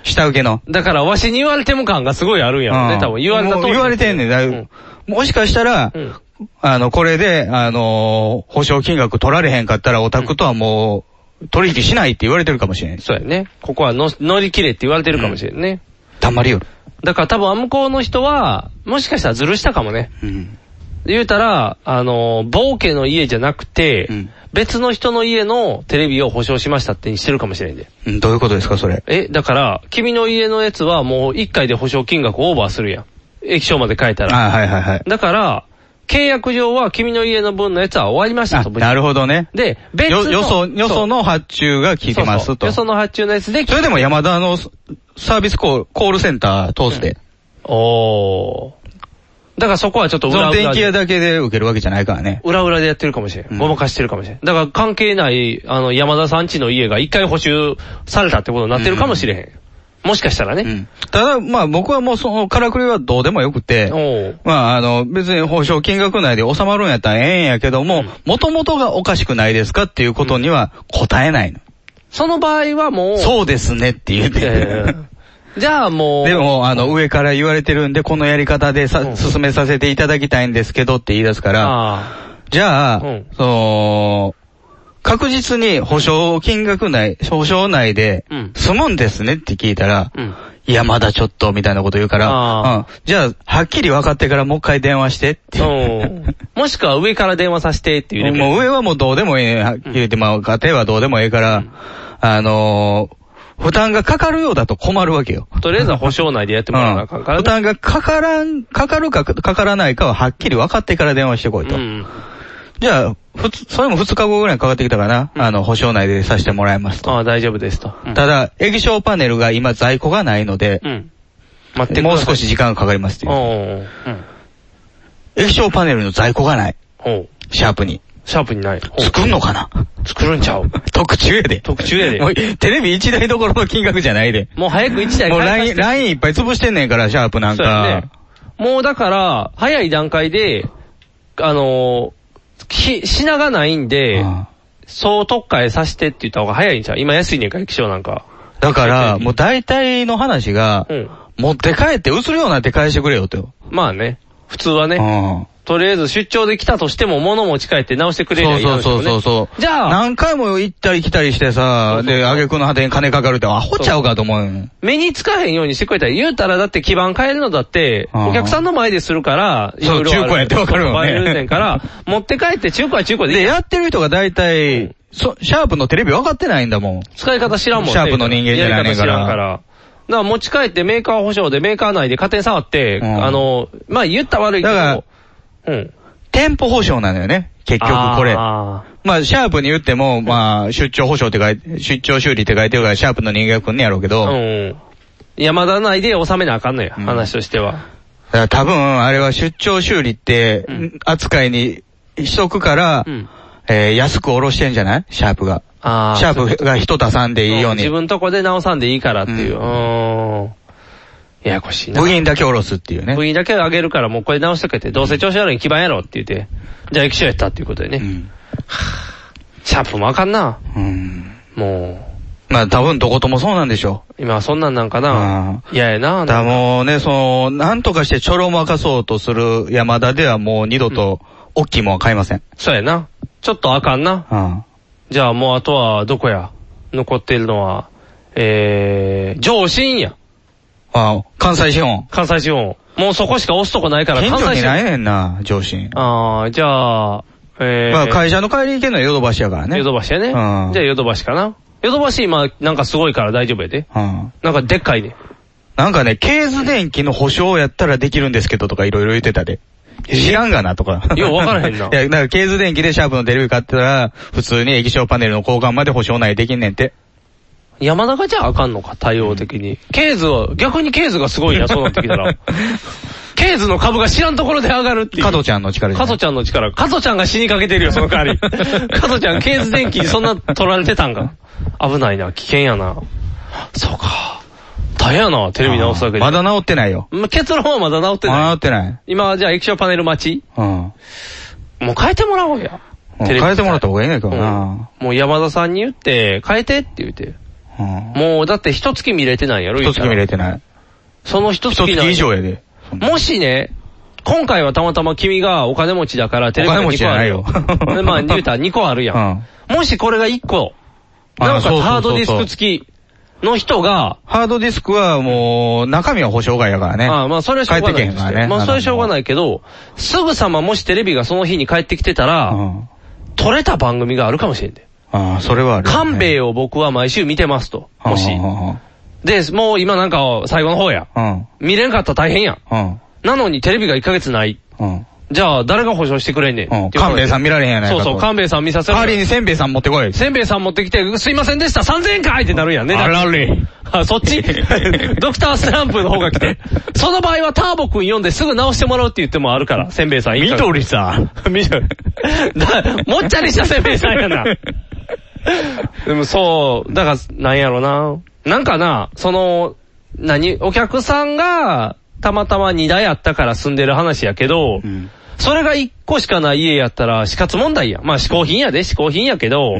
B: 下請けの。
C: だから、わしに言われても感がすごいあるんやろね、多分。言われた
B: も
C: 通
B: う
C: り。
B: 言われてんねん。だいぶもしかしたら、あの、これで、あのー保証金額取られへんかったら、オタクとはもう、取引しないって言われてるかもしれん。
C: そうやね。ここはの乗り切れって言われてるかもしれんね。
B: たまりよる。
C: だから多分あ向こうの人は、もしかしたらずるしたかもね。言うたら、あの、冒険の家じゃなくて、別の人の家のテレビを保証しましたってにしてるかもしれんで。
B: うんどういうことですか、それ。
C: え、だから、君の家のやつはもう1回で保証金額オーバーするやん。液晶まで変えたら。
B: あはいはいはい。
C: だから、契約上は君の家の分のやつは終わりましたと。
B: なるほどね。
C: で、別の
B: よ、よそ、よ
C: そう
B: その発注が効いてますと。
C: よその発注のやつで
B: それでも山田のサービスコール、コールセンター通して。
C: おー。だからそこはちょっと裏
B: その
C: 裏で
B: 電気屋だけで受けるわけじゃないからね。
C: 裏裏でやってるかもしれん。ごまかしてるかもしれん。だから関係ない、あの、山田さん家の家が一回補修されたってことになってるかもしれへん。もしかしたらね。
B: ただ、まあ僕はもうそのからくりはどうでもよくて、まああの別に報奨金額内で収まるんやったらええんやけども、元々がおかしくないですかっていうことには答えないの。
C: その場合はもう。
B: そうですねって言うて。
C: じゃあもう。
B: でも、あの、上から言われてるんで、このやり方でさ、進めさせていただきたいんですけどって言い出すから、じゃあ、その、確実に保証金額内、保証内で
C: うん、
B: 済むんですねって聞いたら、
C: ん
B: いや、まだちょっと、みたいなこと言うから、うん、じゃあ、はっきり分かってからもう一回電話してって。
C: うん。もしくは上から電話させてっていうレベル
B: もう上はもうどうでもいいね。はっきり言って、まあ、家庭はどうでもいいから、あのー負担がかかるようだと困るわけよ。
C: とりあえずは保証内でやってもらわなあかんから、
B: 負担がかからん、かかるかかからないかははっきり分かってから電話してこいと。じゃあ、ふつ、それも2日後ぐらいにかかってきたかな、あの、保証内でさせてもらいますと。
C: ああ、大丈夫ですと。
B: ただ、液晶パネルが今在庫がないので、
C: 待ってください
B: もう少し時間がかかりますっていう。液晶パネルの在庫がない。シャープに。
C: シャープにない。
B: 作んのかな
C: 作るんちゃう
B: 特注やで。
C: 特注やで
B: もうテレビ1台どころの金額じゃないで。
C: もう早く1台
B: もうラ
C: 買い
B: イ
C: 足
B: ン、
C: して
B: ラインいっぱい潰してんねんから、シャープなん
C: そうや
B: か。
C: ねもうだから、早い段階で、あのー、ひ、品がないんで、そう特化へさしてって言った方が早いんちゃう今安いねんから、液晶なんか。
B: だから、もう大体の話が、持って帰って、映るようになって返してくれよって。
C: まあね、普通はね。
B: うん
C: とりあえず出張で来たとしても物持ち帰って直してくれる
B: そうそうそうそうそう。
C: じゃあ、
B: 何回も行ったり来たりしてさ、で、挙句の果てに金かかるってアホちゃうかと思うよ。
C: 目につかへんようにしてくれたら、言うたらだって基盤変えるのだって、
B: うん
C: お客さんの前でするから、
B: そう
C: いろいろある
B: 中古やってわかるもんね
C: 映えるねん から、持って帰って中古は中古でい
B: で、
C: いやん
B: やってる人が大体、そシャープのテレビ分かってないんだもん。
C: 使い方知らんもんね
B: シャープの人間じゃないねんから
C: やり方知らんから。だから持ち帰ってメーカー保証でメーカー内で勝手に触って、あの、まあ言ったら悪いけど、うん。
B: 店舗保証なのよね、結局これ。
C: あ
B: まあ、シャープに言っても、まあ、出張保証って書いて、出張修理って書いてるから、シャープの人間が来んねやろうけど、
C: うん。山田内で収めなあかんのや、話としては。
B: だから多分、あれは出張修理って、扱いにしとくから、えー安く下ろしてんじゃないシャープが。
C: あー
B: シャープが人出さんでいいよう
C: 自
B: に。
C: 分とこで直さんでいいからっていう。うん。ややこしいな。
B: 部品だけ下ろすっていうね。
C: 部品だけ上げるからもうこれ直しとけって、どうせ調子悪いに基盤やろって言って、じゃあ液晶やったっていうことでね。はぁシャープもあかんな。も
B: う。まあ多分どこともそうなんでしょ
C: 今はそんなんなんかな。嫌ややな。
B: う。だからもうね、その、なんとかしてちょろまかそうとする山田ではもう二度と、大きいもんは買いません。
C: そうやな。ちょっとあかんな。じゃあもうあとはどこや残ってるのは、えー、上信や。
B: あ関西資本。
C: 関西資本。もうそこしか押すとこないから、
B: 近
C: 関
B: 所
C: 西
B: に
C: 資
B: ない
C: 本。
B: ねんな、上司。
C: ああ、じゃあ、えー、
B: まあ会社の帰り行けるのはヨドバシやからね。
C: ヨドバシやね。じ
B: うん
C: ゃあヨドバシかな。ヨドバシ今なんかすごいから大丈夫やで。
B: うん。
C: なんかでっかいね。
B: なんかね、ケーズ電気の保証やったらできるんですけどとかいろいろ言ってたで。知らんがなとか。
C: ようわからへん な
B: いや、だからケーズ電気でシャープのデリブ買ったら、普通に液晶パネルの交換まで保証内できんねんて。
C: 山田がじゃああかんのか、対応的に。ケーズは、逆にケーズがすごいな、そうなってきた ら。ケーズの株が知らんところで上がるっていう。
B: 加藤ちゃんの力じゃ
C: 加
B: ない
C: トちゃんの力。加トちゃんが死にかけてるよ、その代わ り。加トちゃん、ケーズ電気にそんな取られてたんか。危ないな、危険やな。そうか。大変やな、テレビ直すだけで。
B: まだ治ってないよ。
C: ま結論はまだ治ってない。
B: まだ治ってない。
C: 今、じゃあ液晶パネル待ち
B: うん。も
C: もう変えてもらおうや。
B: う
C: テレビ
B: 変えてもらった方がいいねんけどな。
C: もう山田さんに言って、変えてって言って。もうだって一月見れてないやろ、
B: 一月見れて
C: い。
B: ない。
C: その一
B: 一
C: 月な
B: 月
C: ん
B: 以上やで。
C: もしね、今回はたまたま君がお金持ちだからテレビ
B: お金持ちじゃないよ
C: 2個ある まあ、言うたら2個あるやん。もしこれが1個、
B: あ
C: なんか
B: そうそうそうそう
C: ハードディスク付きの人が、
B: ハードディスクはもう、中身は保証外やからね。
C: ああまあそれはしょうが
B: 帰っ
C: な
B: てけ
C: い
B: へ
C: で
B: ん
C: す
B: か
C: け
B: らね。
C: ど。まあそれはしょうがないけど、すぐさまもしテレビがその日に帰ってきてたら、撮れた番組があるかもしれんで。
B: ああ、それはある。
C: 勘兵衛を僕は毎週見てますと。もし。で、もう今なんか最後の方や。
B: うん。
C: 見れんかったら大変やん。
B: うん。
C: なのにテレビが1ヶ月ない。
B: うん。
C: じゃあ誰が保証してくれんねん。っていうこと
B: 勘兵衛さん見られへんやないか
C: そ
B: と
C: うそう、勘兵衛さん見させる。
B: 代わりにせんべいさん持ってこい。
C: せんべいさん持ってきて、すいませんでした、3000円かいってなるやんね。
B: あられ。
C: あ、そっ ちドクタースランプの方が来て。その場合はターボくん読んですぐ直してもらうって言ってもあるから、せんべいさん。
B: 緑さん。
C: 緑。 だもっちゃりしたせんべいさんやな。でもそう、だから、なんやろな。なんかな、その、何、お客さんが、たまたま2台あったから住んでる話やけど、それが1個しかない家やったら死活問題や。まあ嗜好品やで、嗜好品やけど、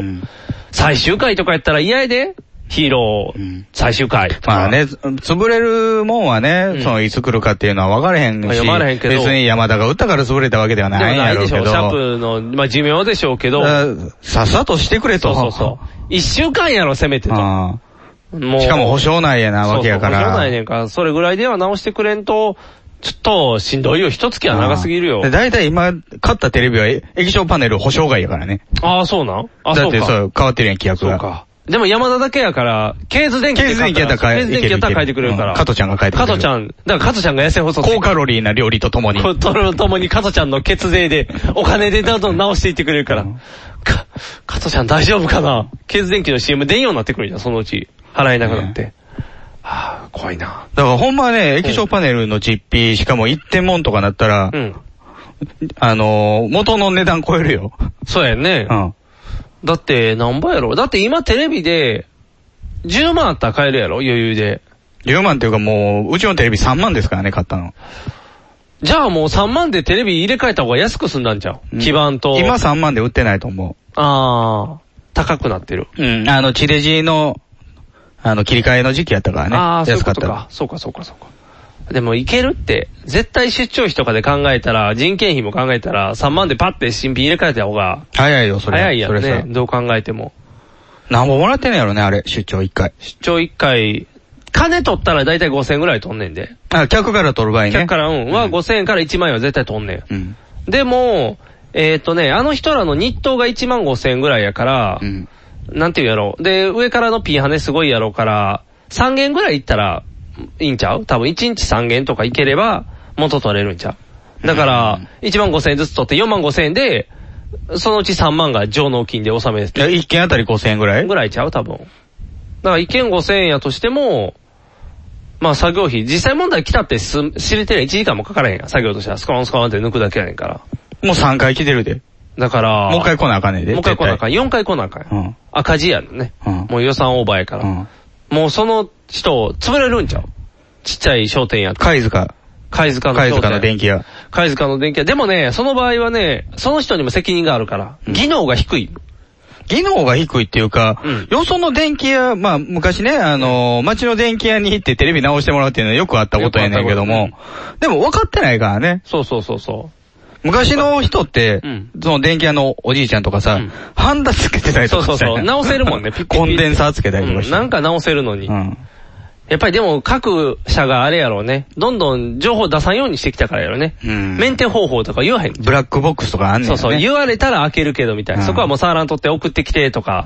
C: 最終回とかやったら嫌やで、ヒーロー、最終回とか。
B: まあね、潰れるもんはね、そのいつ来るかっていうのは分かれへんし、
C: まあ読まれへんけど
B: 別に山田が打ったから潰れたわけでは
C: で
B: ないん
C: もな
B: や
C: い
B: ろ
C: で
B: う
C: し
B: け
C: ょう、
B: ど
C: シ、ャープの、まあ寿命でしょうけど、
B: ださっさとしてくれと。
C: そうそうそう。一週間やろ、せめてと。もう
B: しかも保証内やなわけやから。
C: そうそう保証内やねんから、それぐらいでは直してくれんと、ちょっとしんどいよ。一月は長すぎるよ
B: で。大体今、買ったテレビはえ液晶パネル保証外やからね。
C: ああ、そうなんあ、
B: だ
C: そ
B: っ
C: う
B: てそ
C: か。
B: う、変わってるやん、規約が。
C: でも山田だけやから、ケーズ電気
B: ケーズ電気やったら変え
C: ケーズ電気やったら変えてくれるから。
B: うん加藤ちゃんが変えてくれる
C: 加藤ちゃん。だから加藤ちゃんが痩せ細
B: 高カロリーな料理とともに。
C: こうとるともに加トちゃんの血税で、お金でどんどん直していってくれるから。か、加トちゃん大丈夫かな血電気の CM 出んようになってくるじゃん、そのうち。払えなくなって。はぁ、怖いな。
B: だからほんまはね、液晶パネルの実費、しかも1点もんとかなったら、あのー、元の値段超えるよ。
C: そうやんね。だって、なんぼやろだって今テレビで、10万あったら買えるやろ余裕で。
B: 10万っていうかもう、うちのテレビ3万ですからね、買ったの。
C: じゃあもう3万でテレビ入れ替えた方が安く済んだんじゃん。基盤と。
B: 今3万で売ってないと思
C: ああ、高くなってる。
B: う。うん、あの、地デジの、あの、切り替えの時期やったからね。
C: ああ、そういう
B: 安か
C: こ
B: っ
C: と
B: た。。
C: からそうか、そうか、そうか。でもいけるって、絶対出張費とかで考えたら、人件費も考えたら、3万でパッて新品入れ替えた方が、
B: 早いよ、それ。
C: 早いやん
B: それ
C: ね
B: さ。。
C: どう考えても。
B: 何本もらってんのやろね、あれ、出張1回。
C: 出張1回、金取ったら大体5000円ぐらい取んねんで。
B: あ、客から取る場合ね。
C: 客から、うん、は5000円から1万円は絶対取んねん。
B: ん
C: でも、えーっ、とね、あの人らの日当が1万5000円ぐらいやから、なんていうやろで、上からのピンハネすごいやろうから、3軒ぐらい行ったら、いいんちゃう多分1日3件とかいければ、元取れるんちゃうだから、1万5千円ずつ取って4万5千円で、そのうち3万が上納金で納めです。
B: 1件あたり5000円ぐらい
C: ぐらいちゃう多分。だから1件5000円やとしても、まあ作業費、実際問題来たってす、知れてりゃ1時間もかからへんやん。作業としてはスコーンスコーンって抜くだけやねんから。
B: もう3回来てるで。
C: だから、
B: もう一回来なあかんねんで。
C: もう一回来なあかん。4回来なあかん。赤字やのね。もう予算オーバーやから。もうその人、潰れるんちゃうちっちゃい商店や
B: 貝塚。
C: 貝塚の
B: 貝
C: 商
B: 塚
C: 店
B: の電気屋。
C: 貝塚の電気屋。でもね、その場合はね、その人にも責任があるから、技能が低い。
B: 技能が低いっていうか、よその電気屋、まあ昔ね、あのー街の電気屋に行ってテレビ直してもらうっていうのはよくあったことやねんけども、でも分かってないからね。
C: そうそうそうそう。
B: 昔の人って、その電気屋のおじいちゃんとかさ、ハンダつけてたりと
C: そう
B: か
C: そう
B: した
C: そ
B: よ
C: う。
B: ね
C: 直せる もんね。ピッピッピッ
B: コンデンサーつけたりとかして
C: うんなんか直せるのに。やっぱりでも各社があれやろうね。どんどん情報出さんようにしてきたからやろね。メンテ方法とか言わへん。
B: ブラックボックスとかあんねん、
C: そう
B: ね。
C: そう。言われたら開けるけどみたいな。そこはもう触らんとって送ってきてとか。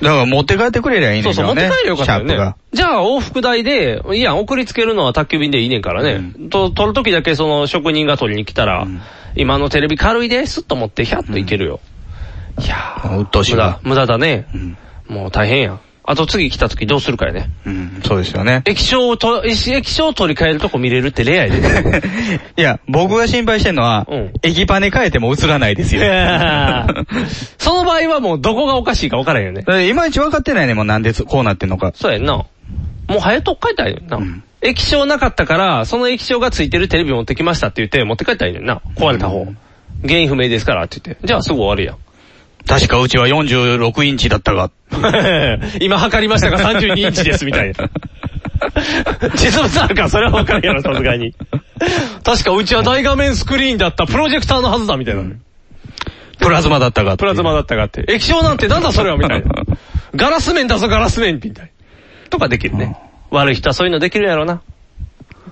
B: だから持って帰ってくれりゃいいね
C: そうん
B: け
C: そう、
B: ど
C: 持っ
B: ね。
C: て帰れよかったよ
B: シャープ
C: ね
B: が。
C: じゃあ往復代で、いや、送りつけるのは宅急便でいいねんからね。と、取るときだけその職人が取りに来たら、今のテレビ軽いですっと持ってヒャッといけるよ。いやー、無駄、無駄だね。もう大変や。あと次来たときどうするかやね。
B: そうですよね。
C: 液晶をと、液晶を取り替えるとこ見れるってレアやで。
B: いや、僕が心配してるのは、駅パネ変えても映らないですよ。
C: その場合はもうどこがおかしいか分からへんよね。
B: だからいまいち分かってないねんもうなんでこうなってんのか。
C: そうやんな。もう早とっかいたらいいのにな。液晶なかったから、その液晶がついてるテレビ持ってきましたって言って持って帰ったらいいのにな。壊れた方。原因不明ですからって言って。じゃあすぐ終わるやん。
B: 確かうちは46インチだったが。
C: 今測りましたが32インチですみたい な。実物あるからそれは分かるやろ、さすがに。確かうちは大画面スクリーンだったプロジェクターのはずだみたいな。
B: プラズマだったが。
C: プラズマだったがって。液晶なんてなんだそれはみたいな。ガラス面だぞガラス面みたいな。とかできるね。悪い人はそういうのできるやろな。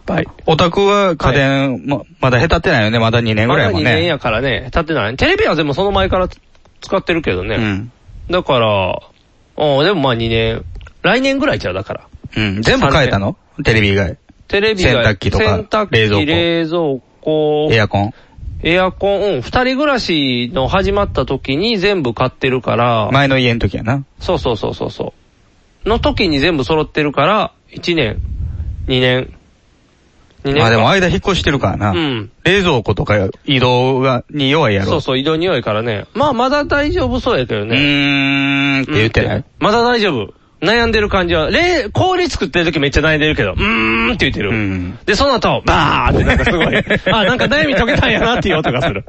C: はい。
B: オタクは家電、ま、まだ下手ってないよね。まだ2年ぐ
C: ま
B: ら
C: だ
B: いも
C: 2
B: ね。
C: 年やからね、経ってない。テレビはでもその前から使ってるけどね。だから、うん、でもまあ2年、来年ぐらいちゃうだから。
B: うん。全部変えたのテレビ以外。
C: テレビが
B: 洗濯機とか
C: 洗濯機
B: 冷蔵庫
C: 冷蔵庫
B: エアコン。
C: エアコン、うん、二人暮らしの始まった時に全部買ってるから、
B: 前の家の時やな。
C: そうそうそうそうそう。の時に全部揃ってるから、1年、2年、2年
B: まあでも間引っ越してるからな。
C: うん
B: 冷蔵庫とか移動が、に弱いやろ。
C: そうそう、移動匂いからね。まあまだ大丈夫そうやけどね。う
B: ーんって言ってない
C: まだ大丈夫。悩んでる感じは、れ氷作ってる時めっちゃ悩んでるけど、うーんって言ってる。で、その後、バーってなんかすごい、あ、なんか悩み解けたんやなっていう音がす る。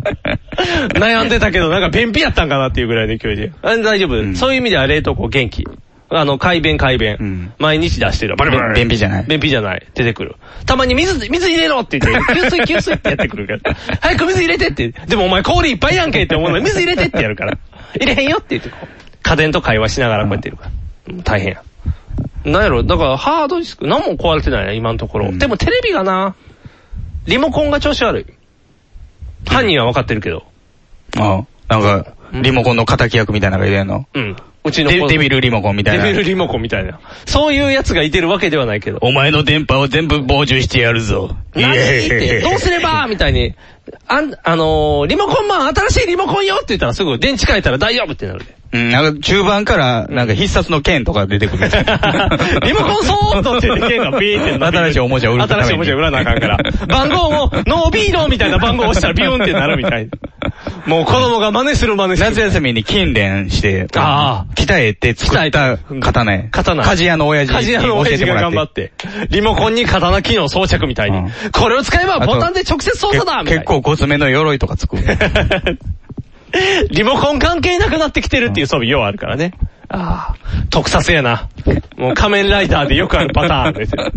C: 悩んでたけど、なんか便秘やったんかなっていうぐらいの勢いで。あ大丈夫、そういう意味では冷凍庫元気。あの、改便改便。毎日出してる。バリバリ
B: 便秘じゃない。
C: 便秘じゃない。出てくる。たまに水、水入れろって言って、給水 給水ってやってくるから。早く水入れてって。でもお前氷いっぱいやんけって思うのに、水入れてってやるから。入れへんよって言ってこう。家電と会話しながらこうやってるから。もう大変や。なんやろ、だからハードディスク、何も壊れてないな、今のところ。でもテレビがな、リモコンが調子悪い。犯人は分かってるけど。
B: ああなんか、リモコンの敵役みたいなのが入れんの。
C: うん。うちの
B: デ
C: 子
B: デビルリモコンみたいな。
C: デビルリモコンみたいな。そういうやつがいてるわけではないけど。
B: お前の電波を全部傍受してやるぞ。
C: 何
B: イエ
C: って、
B: ーイ
C: どうすればみたいに、あん、あのーリモコンマン、新しいリモコンよって言ったらすぐ電池変えたら大丈夫ってなる で。
B: うん、なんか中盤から、なんか必殺の剣とか出てくる。
C: リモコンそーっとって言って、剣がビーってなる
B: 新しいおもちゃ売るために
C: 新しいおもちゃ売らなあか んから。番号も、ノービーノーみたいな番号を押したらビューンってなるみたいな。もう子供が真似する真似する。
B: 夏休みに訓練して、
C: あ
B: 鍛えて作った刀や。
C: 刀。
B: 鍛冶屋の親父に
C: 鍛冶屋の親父が頑張って。リモコンに刀機能装着みたいに。これを使えばボタンで直接操作だみたい
B: 結
C: な。
B: 構ごつめの鎧とか作 る。
C: リモコン関係なくなってきてるっていう装備ようあるからね。ああ、特撮やな。もう仮面ライダーでよくあるパターン ですよ。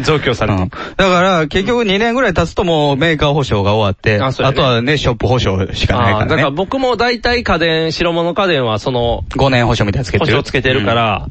C: 増強されて。
B: だから、結局2年ぐらい経つともうメーカー保証が終わって、あ,、とはね、ショップ保証しかない
C: あ
B: か
C: あ、だからら
B: ね。
C: 僕も大体家電、白物家電はその、
B: 5年保証みたいなのつけて
C: 保
B: る。
C: 証つけてるから、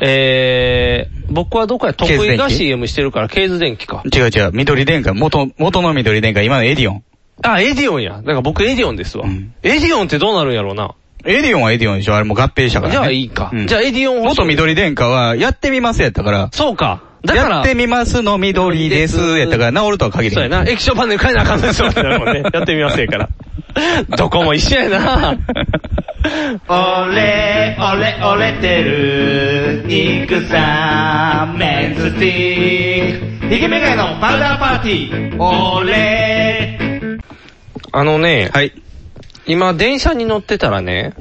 C: えー、僕はどこや得意が CM してるから、ケーズ電機か。
B: 違う違う、緑電化、元、元の緑電化、今のエディオン。
C: あ、エディオンや。だから僕エディオンですわ。エディオンってどうなるんやろうな。
B: エディオンはエディオンでしょあれもう合併したから、ね。
C: じゃあいいか
B: うん
C: じゃあエディオン保証
B: 元緑電化は、やってみますやったから。
C: そうか。だから
B: やってみますの緑です。やったから治るとは限り
C: そうやな。液晶パネル変えなあかんですよってなるもんね。 やってみませんから。どこも一緒やな。
L: 俺、俺、折れてる、肉さん、メンズティーク、イケメガのパウダーパーティー、俺、
C: あのね、今電車に乗ってたらね、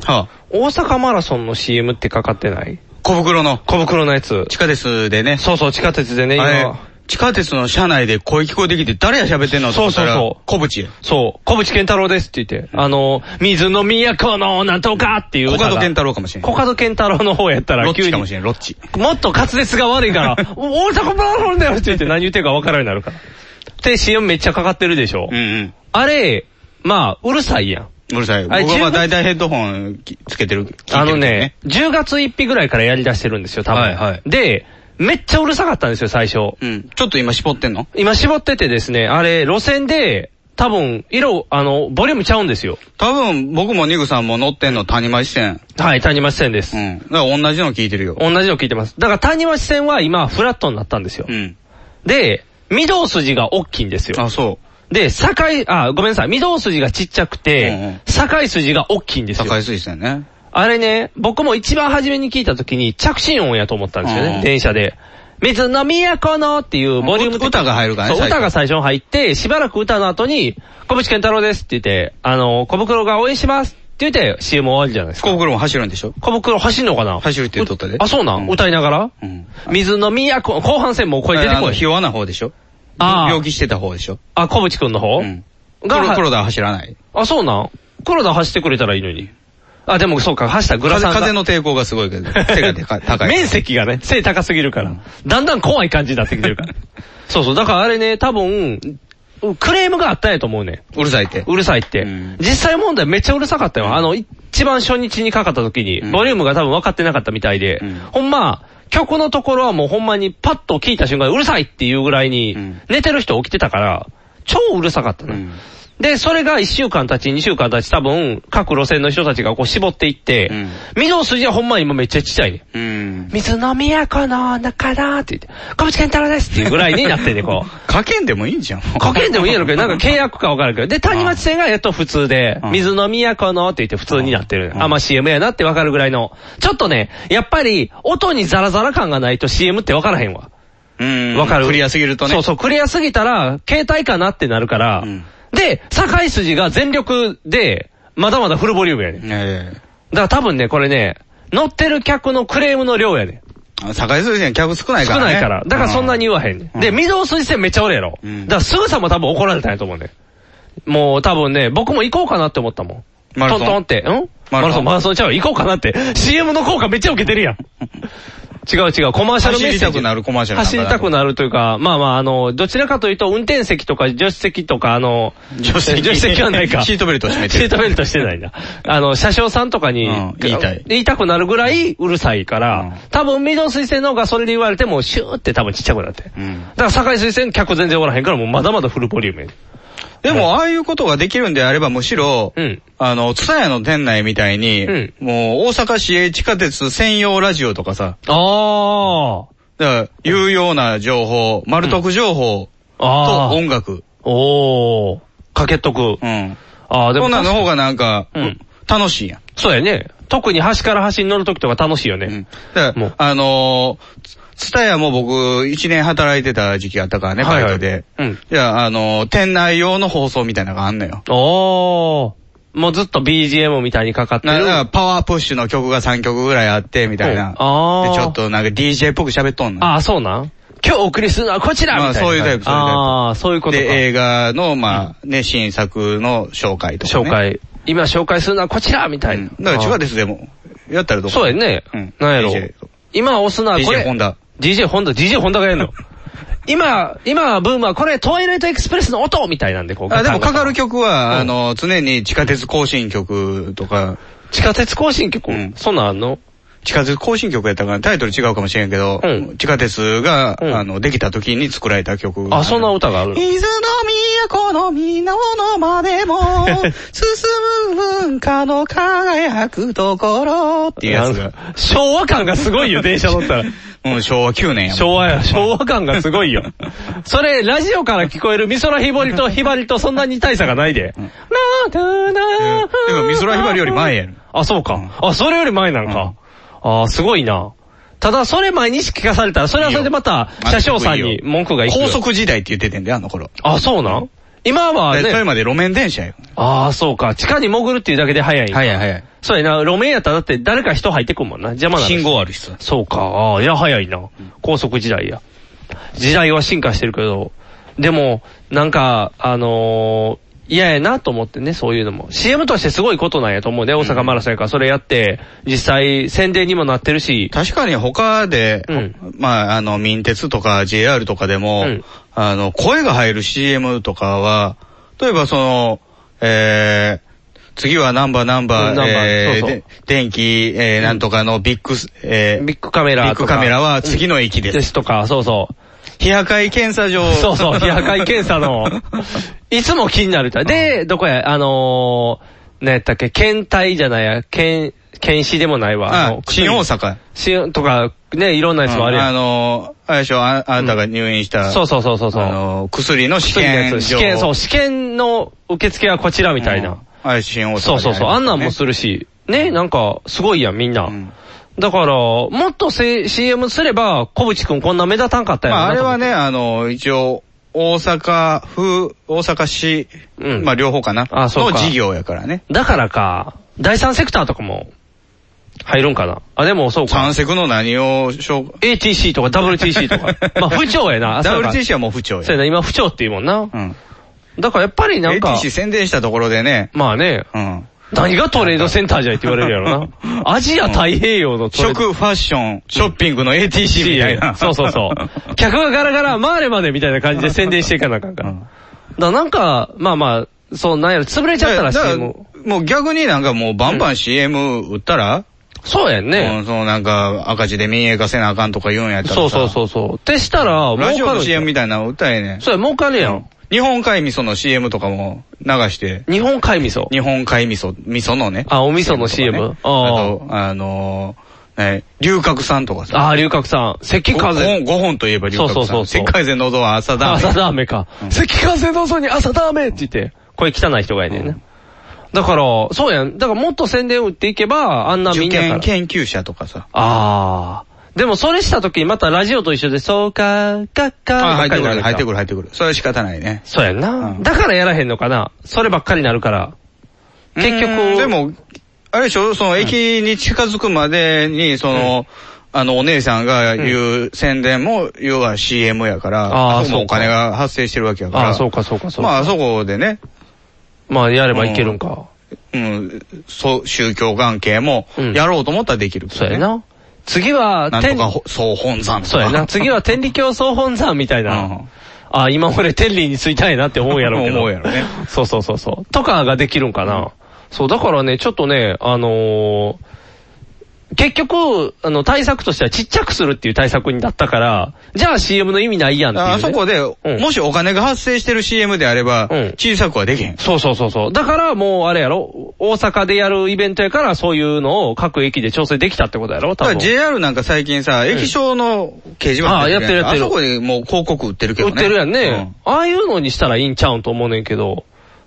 C: 大阪マラソンの CM ってかかってない
B: 小袋の。
C: 小袋のやつ。
B: 地下鉄でね。
C: そうそう、地下鉄でね、今
B: あれ。地下鉄の車内で声聞こえてきて、誰や喋ってんのと
C: そ
B: 思
C: う
B: った
C: そう
B: ら
C: そう。
B: 小渕や。
C: そう。小渕健太郎ですって言って。あの、水の都のなんとかっていう
B: コ
C: 歌
B: カ
C: が。
B: ド健太郎かもしれん。
C: コカド健太郎の方やったら
B: ロッチかもし
C: 急
B: れ
C: に
B: ん、ロッチ。
C: もっと滑舌が悪 いから、大阪マラソンだよって言って何言ってるか分からんようになるから。で、CM めっちゃかかってるでしょ。あれ、まあ、うるさいやん。
B: うるさい。僕
C: あれ
B: はまあ
C: 10月
B: 大体ヘッドホンきつけてる。聞いてるけど
C: あのね、10月1日ぐらいからやり出してるんですよ、多分。で、めっちゃうるさかったんですよ、最初。
B: ちょっと今絞ってんの
C: 今絞っててですね、あれ、路線で、多分、色、あの、ボリュームちゃうんですよ。
B: 多分、僕もニグさんも乗ってんの谷間支線。
C: はい、谷間支線です。
B: うん。だから同じの聞いてるよ。
C: 同じの聞いてます。だから、谷町線は今、フラットになったんですよ。で、御堂筋が大きいんですよ。
B: あ、そう。
C: で、境、あ、ごめんなさい、御堂筋がちっちゃくて、境筋が大きいんですよ。
B: 境筋線ね。
C: あれね、僕も一番初めに聞いた時に着信音やと思ったんですよ
B: うんう
C: ね
B: ん、
C: 電車で。水の都のっていうボリューム歌が入るから
B: ね
C: そう、
B: 最初
C: 歌が最初に入って、しばらく歌の後に、小渕健太郎ですって言って、あの、小袋が応援しますって言って CM 終わりじゃないですか。小
B: 袋も走るんでしょ
C: 小袋走んのかな
B: 走るって言っとったで。
C: あ、そうなん、歌いながら、水の都、後半戦もう声出て
B: あ
C: こ
B: の
C: い。
B: ひ弱な方でしょ
C: あー
B: 病気してた方でしょ
C: あ、小渕くんの方、
B: 黒黒田
C: は
B: は走らない。
C: あ、そうなん黒田走ってくれたらいいのに。あ、でもそうか、走ったらグラサンが
B: 風風の抵抗がすごいけど、背がで か高い。
C: 面積がね、背高すぎるから、だんだん怖い感じになってきてる から。そうそう、だからあれね、多分、クレームがあったんやと思うね。
B: うるさいって。
C: うるさいって。実際問題めっちゃうるさかったよ。あの、一番初日にかかった時に、ボリュームが多分分かってなかったみたいで、ほんま、曲のところはもうほんまにパッと聞いた瞬間うるさいっていうぐらいに、寝てる人起きてたから、超うるさかったね。で、それが1週間たち、2週間たち、多分、各路線の人たちがこう絞っていって、御堂筋はほんま今めっちゃちっちゃいね。水の都の中だって言って、小渕健太郎ですっていうぐらいになってね、こう。
B: かけんでもいいんじゃん。
C: かけんでもいいやろう けど、なんか契約かわからんけど。で、谷町線がやっと普通で、水の都のって言って普通になってる。あ、まあ CM やなってわかるぐらいの。ちょっとね、やっぱり、音にザラザラ感がないと CM ってわからへんわ。
B: うん。
C: わかる
B: クリアすぎるとね。
C: そうそう、クリアすぎたら、携帯かなってなるから、で、境筋が全力で、まだまだフルボリュームやねん。
B: え
C: だから多分ね、これね、乗ってる客のクレームの量やね
B: ん。境筋線客少ないから
C: 少
B: ね。
C: ないから。だからそんなに言わへんねん。で、水道筋線めっちゃおるやろ。だからすぐさま多分怒られたんやと思うねん。もう多分ね、僕も行こうかなって思ったもん。
B: マラソン
C: トントンって、ん
B: マ
C: マラ
B: ラ
C: ソ
B: ソ
C: ン、
B: ン
C: マラソンちゃうわ行こうかなって。CM の効果めっちゃ受けてるやん。違う違う、コマーシャルメッセー
B: 走り
C: ジ。
B: たくなるコマーシャルなんか
C: 走
B: な
C: りたくなるというか、まあまあ、あの、どちらかというと、運転席とか助手席とか、あの、
B: 助手席
C: 助手席はないか。
B: シートベルト閉めて
C: シ
B: る
C: ートベルトしてないな。あの、車掌さんとかに、
B: 言いたい
C: 言いたくなるぐらいうるさいから、多分、水道水線の方がそれで言われても、シューって多分ちっちゃくなって。だから、境水線客全然おらへんから、もうまだまだフルボリュームやね
B: でも、ああいうことができるんであれば、むしろ、あの、ツタヤの店内みたいに、もう、大阪市営地下鉄専用ラジオとかさ。
C: ああ。
B: だから、有用な情報、丸得情報と
C: あー
B: 音楽。
C: おー。かけとく。
B: うん。
C: ああ、で
B: そ
C: も。
B: んなんの方がなんか、
C: 楽しいやん。そうやね。特に端から端に乗るときとか楽しいよね。
B: だから、あのー、ツタヤも僕、一年働いてた時期があったからね、バイトで。じゃあ、あのー、店内用の放送みたいなのがあんのよ。
C: おー。もうずっと BGM みたいにかかって
B: なだ
C: る。
B: からパワープッシュの曲が3曲ぐらいあって、みたいな。で、ち
C: あー
B: ょっとなんか DJ っぽく喋っとんの。
C: ああ、そうなん今日お送りするのはこちらみ
B: ま
C: たい
B: あ、
C: な。
B: そういうタイプ、そういうタイプ。
C: ああ、そういうことか。
B: で、映画の、まあ、ね、新作の紹介とか、ね。
C: 紹介。今紹介するのはこちらみたいな。
B: だから、違うです、でも。やったらどう
C: そうやね。なんやろ。今押すのはこれ。
B: DJ ホンダ。
C: DJ ホンダ、DJ ホンダがやる の。今、今、ブームはこれ、トイレットエクスプレスの音みたいなんで、こう。
B: あ、でもかかる曲は、あの、常に地下鉄行進曲とか。
C: 地下鉄行進曲そんなんあんの
B: 地下鉄行進曲やったからタイトル違うかもしれんけど、地下鉄が、あの、できた時に作られた曲。
C: あ、そんな歌があるの
B: 水の都のみのまで も、進む文化の輝くところっていうやつが。
C: 昭和感がすごいよ、電車乗ったら。
B: うん、昭和9年やもん。
C: 昭和や、昭和感がすごいよ。 それ、ラジオから聞こえる美空ひばりとひばりとそんなに大差がないで。
B: でも、美空ひばりより前やん。
C: あ、そうか。あ、それより前なんか。あー、すごいな。ただ、それ毎日聞かされたら、それはそれでまた、車掌さんに文句がいくよ
B: 高速時代って言っててんで、あの頃。
C: あ、そうなん今はね。
B: で富山で路面電車よ。
C: ああ、そうか。地下に潜るっていうだけで早い。早い早い。そうやな。路面やったらだって誰か人入ってくんもんな。邪魔なの。
B: 信号ある人。
C: そうか。ああ、いや早いな。高速時代や。時代は進化してるけど。でも、なんか、あのー嫌やなと思ってね、そういうのも。CM としてすごいことなんやと思うね、大阪マラソンやから。それやって、実際宣伝にもなってるし。
B: 確かに他で、まあ、あの、民鉄とか JR とかでも、あの、声が入る CM とかは、例えばその、えー、次はナンバーナンバ
C: うん
B: ー、
C: ナンバー
B: えー
C: そうそう
B: で電気、えー、なんとかのビッグス、えー、
C: ビッグカメラ
B: ビッグカメラは次の駅です。
C: ですとか、そうそう。
B: 非破壊検査場。
C: そ うそう、非破壊検査の、いつも気になる。で、どこや、あのー、何やったっけ、検体じゃないや、検、検視でもないわ。あの
B: 新大阪。
C: 新とか、ね、いろんなやつもある
B: うん
C: やん。
B: あの、あれでしょ、ああなたが入院した。
C: そうそうそうそうそう
B: あの、薬の試験場。
C: 試験、そう、試験の受付はこちらみたいな。
B: あれ、新大阪にありますね。
C: そうそうそう、あんなんもするし、ね、なんか、すごいやん、みんな。だから、もっとせ CM すれば、小渕くんこんな目立たんかったやん
B: ま
C: な
B: あ、あれ
C: と思って
B: はね、あの、一応、大阪府、大阪市、まあ、両方かな。
C: あそうか
B: の事業やからね。
C: だからか、第三セクターとかも、入るんかな。あ、でもそうか。
B: 三セクの何を紹
C: ATC とか WTC とか。 まあ、不調やな。
B: WTC はもう不調や
C: そうやな、今不調っていうもんな。だからやっぱりなんか。
B: ATC 宣伝したところでね。
C: まあね。
B: うん。
C: 何がトレードセンターじゃいって言われるやろ な。アジア太平洋のトレード。
B: 食、ファッション、ショッピングの ATC みたいな。
C: そうそ うそう。客がガラガラ回れまでみたいな感じで宣伝していかなあかんから。だからなんか、まあまあ、そうなんやろ、潰れちゃったら
B: だから
C: CM
B: もう逆になんかもうバンバン CM 売ったら、
C: そうやんね。
B: そのなんか赤字で民営化せなあかんとか言うんやったらさ。
C: そうそうそうそう。ってしたら、
B: ラジオ
C: 儲か
B: の
C: る
B: CM みたいなの売ったらええねん。
C: そうや、儲かるやん。
B: 日本海味噌の CM とかも流して。
C: 日本海味噌
B: 日本海味噌、味噌のね。
C: あお味噌の CM
B: とかねあと、あのー、ね、龍角さんとかさ。
C: ああ、龍角さん。関風。
B: 5本、5本といえば龍角さん。
C: そうそうそうそう
B: 関風のぞは朝だ。
C: 朝ダーメか。関風のぞに朝ダーメって言って、声汚い人がいねんね。だから、そうやん。だからもっと宣伝打っていけば、あんな
B: 受
C: みんなから
B: 験。研究者とかさ。
C: ああ。でもそれした時にまたラジオと一緒で、そうか、かっか、
B: あ入ってく
C: ばっかりな
B: る、
C: か
B: 入ってくる、入ってくる。それは仕方ないね。
C: そうやんな。だからやらへんのかな。そればっかりなるから。結
B: う
C: 局。
B: んでも、あれでしょその駅に近づくまでに、その、あの、お姉さんが言う宣伝も、要は CM やから、
C: あ
B: そこ
C: ー
B: も
C: そう
B: お
C: か
B: 金が発生してるわけやから。
C: あーそうかそうかそうか
B: まあ、あそこでね。
C: まあ、やればいけるんか。
B: うん、そう、宗教関係も、やろうと思ったらできる、ね
C: そうやな。次は、
B: なんとかほ、総本山とか。
C: そうやな。次は天理教総本山みたいな。あ、今俺天理についたいなって思うやろうけど。
B: 思うやろ ね。
C: そうそうそうそう。とかができるんかな。そう、だからね、ちょっとね、あのー結局、あの、対策としてはちっちゃくするっていう対策になったから、じゃあ CM の意味ないやんっていう、ね。
B: あそこで、もしお金が発生してる CM であれば、小さくはできへん。
C: そうそうそうそう。だからもうあれやろ大阪でやるイベントやからそういうのを各駅で調整できたってことやろ多
B: だか
C: 分
B: ら JR なんか最近さ、
C: ん
B: 液晶の掲示板
C: ああ、やってるやってる。
B: あそこでもう広告売ってるけどね。
C: 売ってるやんね。ああいうのにしたらいいんちゃうんと思うねんけど。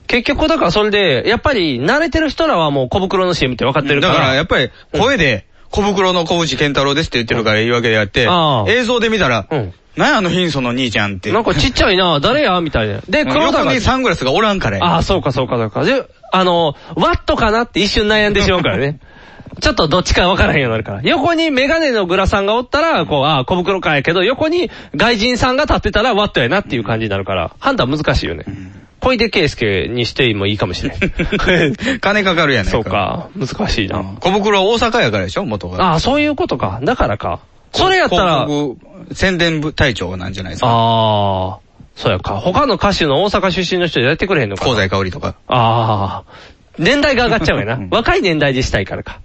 C: 結局だからそれで、やっぱり慣れてる人らはもう小袋の CM って分かってるか
B: だ
C: ら。
B: からやっぱり声で、小袋の小渕健太郎ですって言ってるから言い訳であって、映像で見たら、何やあの貧相の兄ちゃんって。
C: なんかちっちゃいな、誰やみたいな。で、黒田
B: 横
C: が
B: に。サングラスがおらんからや
C: ああ、そうかそうかそうか。で、あの、ワットかなって一瞬悩んでしまうか らね。ちょっとどっちか分からへんようになるから。横にメガネのグラさんがおったら、こう、ああ、小袋かやけど、横に外人さんが立ってたらワットやなっていう感じになるから、判断難しいよね。小出圭介にしてもいいかもしれ ん。
B: 金かかるやね
C: そうか、難しいな。
B: 小袋は大阪やからでしょ元が。
C: ああ、そういうことか。だからか。それやったら、
B: 広告宣伝部隊長なんじゃないですか。
C: ああ、そうやか。他の歌手の大阪出身の人でやってくれへんのか。香
B: 西香織とか。
C: ああ、年代が上がっちゃうやな。若い年代でしたいからか。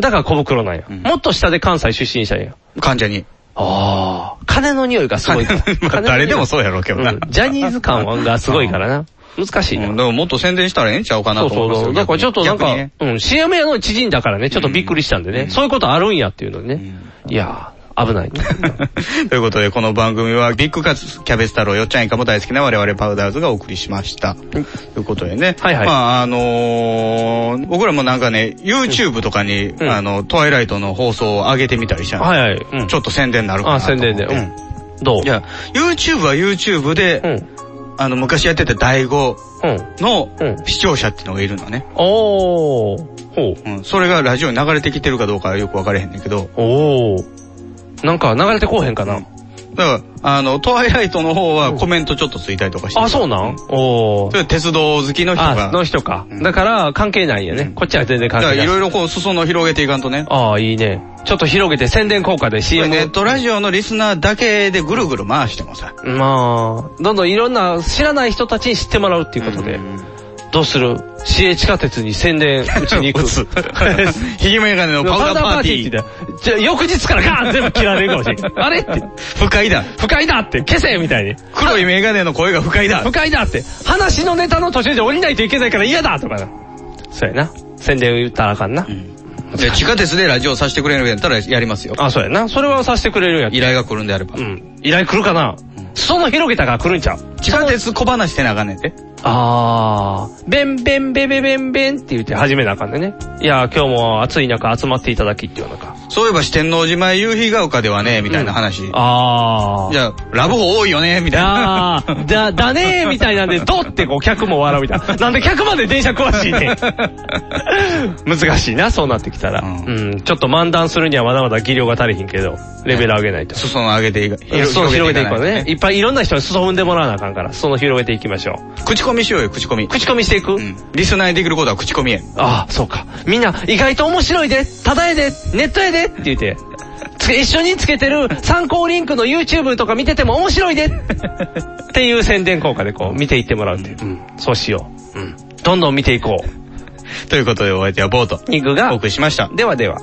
C: だから小袋なんや。もっと下で関西出身者や。
B: 患者に。
C: ああ、金の匂いがす ごいから。
B: まあ誰でもそうやろうけどな。
C: ジャニーズ感がすごいからな。難しいな。
B: でももっと宣伝したらええんちゃうかな
C: そ
B: と
C: う
B: 思
C: そ
B: いうます
C: そう。
B: よ
C: だからちょっとなんか、
B: 逆にね
C: うん、CM やの知人だからね、ちょっとびっくりしたんでね、そういうことあるんやっていうのね。いやー、危ない。
B: ということで、この番組は、ビッグカツ、キャベツ太郎、よっちゃんいかも大好きな我々パウダーズがお送りしました。ということでね。
C: はいはい
B: まあ、あのー僕らもなんかね、YouTube とかに、あの、トワイライトの放送を上げてみたりしたの
C: はいはいうん
B: ちょっと宣伝になるかな
C: あ、
B: と思
C: 宣
B: って。
C: 伝で。うん。どう
B: いや、YouTube は YouTube で、あの、昔やってた第5の視聴者っていうのがいるのね。
C: おー。ほ
B: う。ん、それがラジオに流れてきてるかどうかはよくわからへんねんけど。
C: おー。なんか流れてこうへんかな。
B: だから、あの、トワイライトの方はコメントちょっとついたりとかしてる。
C: あ、そうなんおー。
B: それ鉄道好きの人
C: あ、
B: が。
C: の人か。だから関係ないよね。こっちは全然
B: だ
C: 関
B: から
C: 係
B: い
C: ない
B: ろ。いろこう、裾野を広げていかんとね。
C: ああ、いいね。ちょっと広げて宣伝効果で CM
B: ネットラジオのリスナーだけでぐるぐる回しても さ。
C: まあ、どんどんいろんな知らない人たちに知ってもらうっていうことで。どうする市営地下鉄に宣伝打ち に行く。
B: ひげメガネのパウダーパーティー
C: パウダーパーティーって言ったらじゃあ翌日からガーン全部切られるかもしれない。あれって。
B: 不快だ。
C: 不快だって。消せみたいに。
B: 黒いメガネの声が不快だ。
C: 不快だって。話のネタの途中で降りないといけないから嫌だとかな。そうやな。宣伝言ったらあかんな。
B: で地下鉄でラジオさせてくれるんやったらやりますよ。
C: あ、そうやな。それはさせてくれるやん。
B: 依頼が来るんであれば。
C: うん。依頼来るかなその広げたから来るんちゃう
B: 地下鉄小話してなあかんねんて。
C: あー。ベンベンベベベンベンって言って始めなあかんでね。いやー、今日も暑い中集まっていただきっていうのか。
B: そういえば四天王寺前夕日が丘ではね、みたいな話。
C: あー。
B: じゃあ、ラブホ多いよね、みたいな。
C: あー、だ、だねーみたいなんで、どうってこう客も笑うみたいな。なんで客まで電車詳しいね。 難しいな、そうなってきたら。うん、ちょっと漫談するにはまだまだ技量が足りひんけど、レベル上げないと。
B: 裾野上げていか、
C: そう、広げていこう
B: かない
C: ね。いっぱいいろんな人に裾踏んでもらわなあかんから、その広げていきましょう。
B: と。口コミしようよ、口コミ。
C: 口コミしていく
B: リスナーにできることは口コミや。
C: ああ、そうか。みんな、意外と面白いで、ただえで、ネットやで、って言って。つ一緒につけてる参考リンクの YouTube とか見てても面白いでっていう宣伝効果でこう見ていってもらうっていう。うん。そうしよう。うん。どんどん見ていこう。
B: ということでお相手はボート。
C: 肉が。
B: お送りしました。
C: ではでは。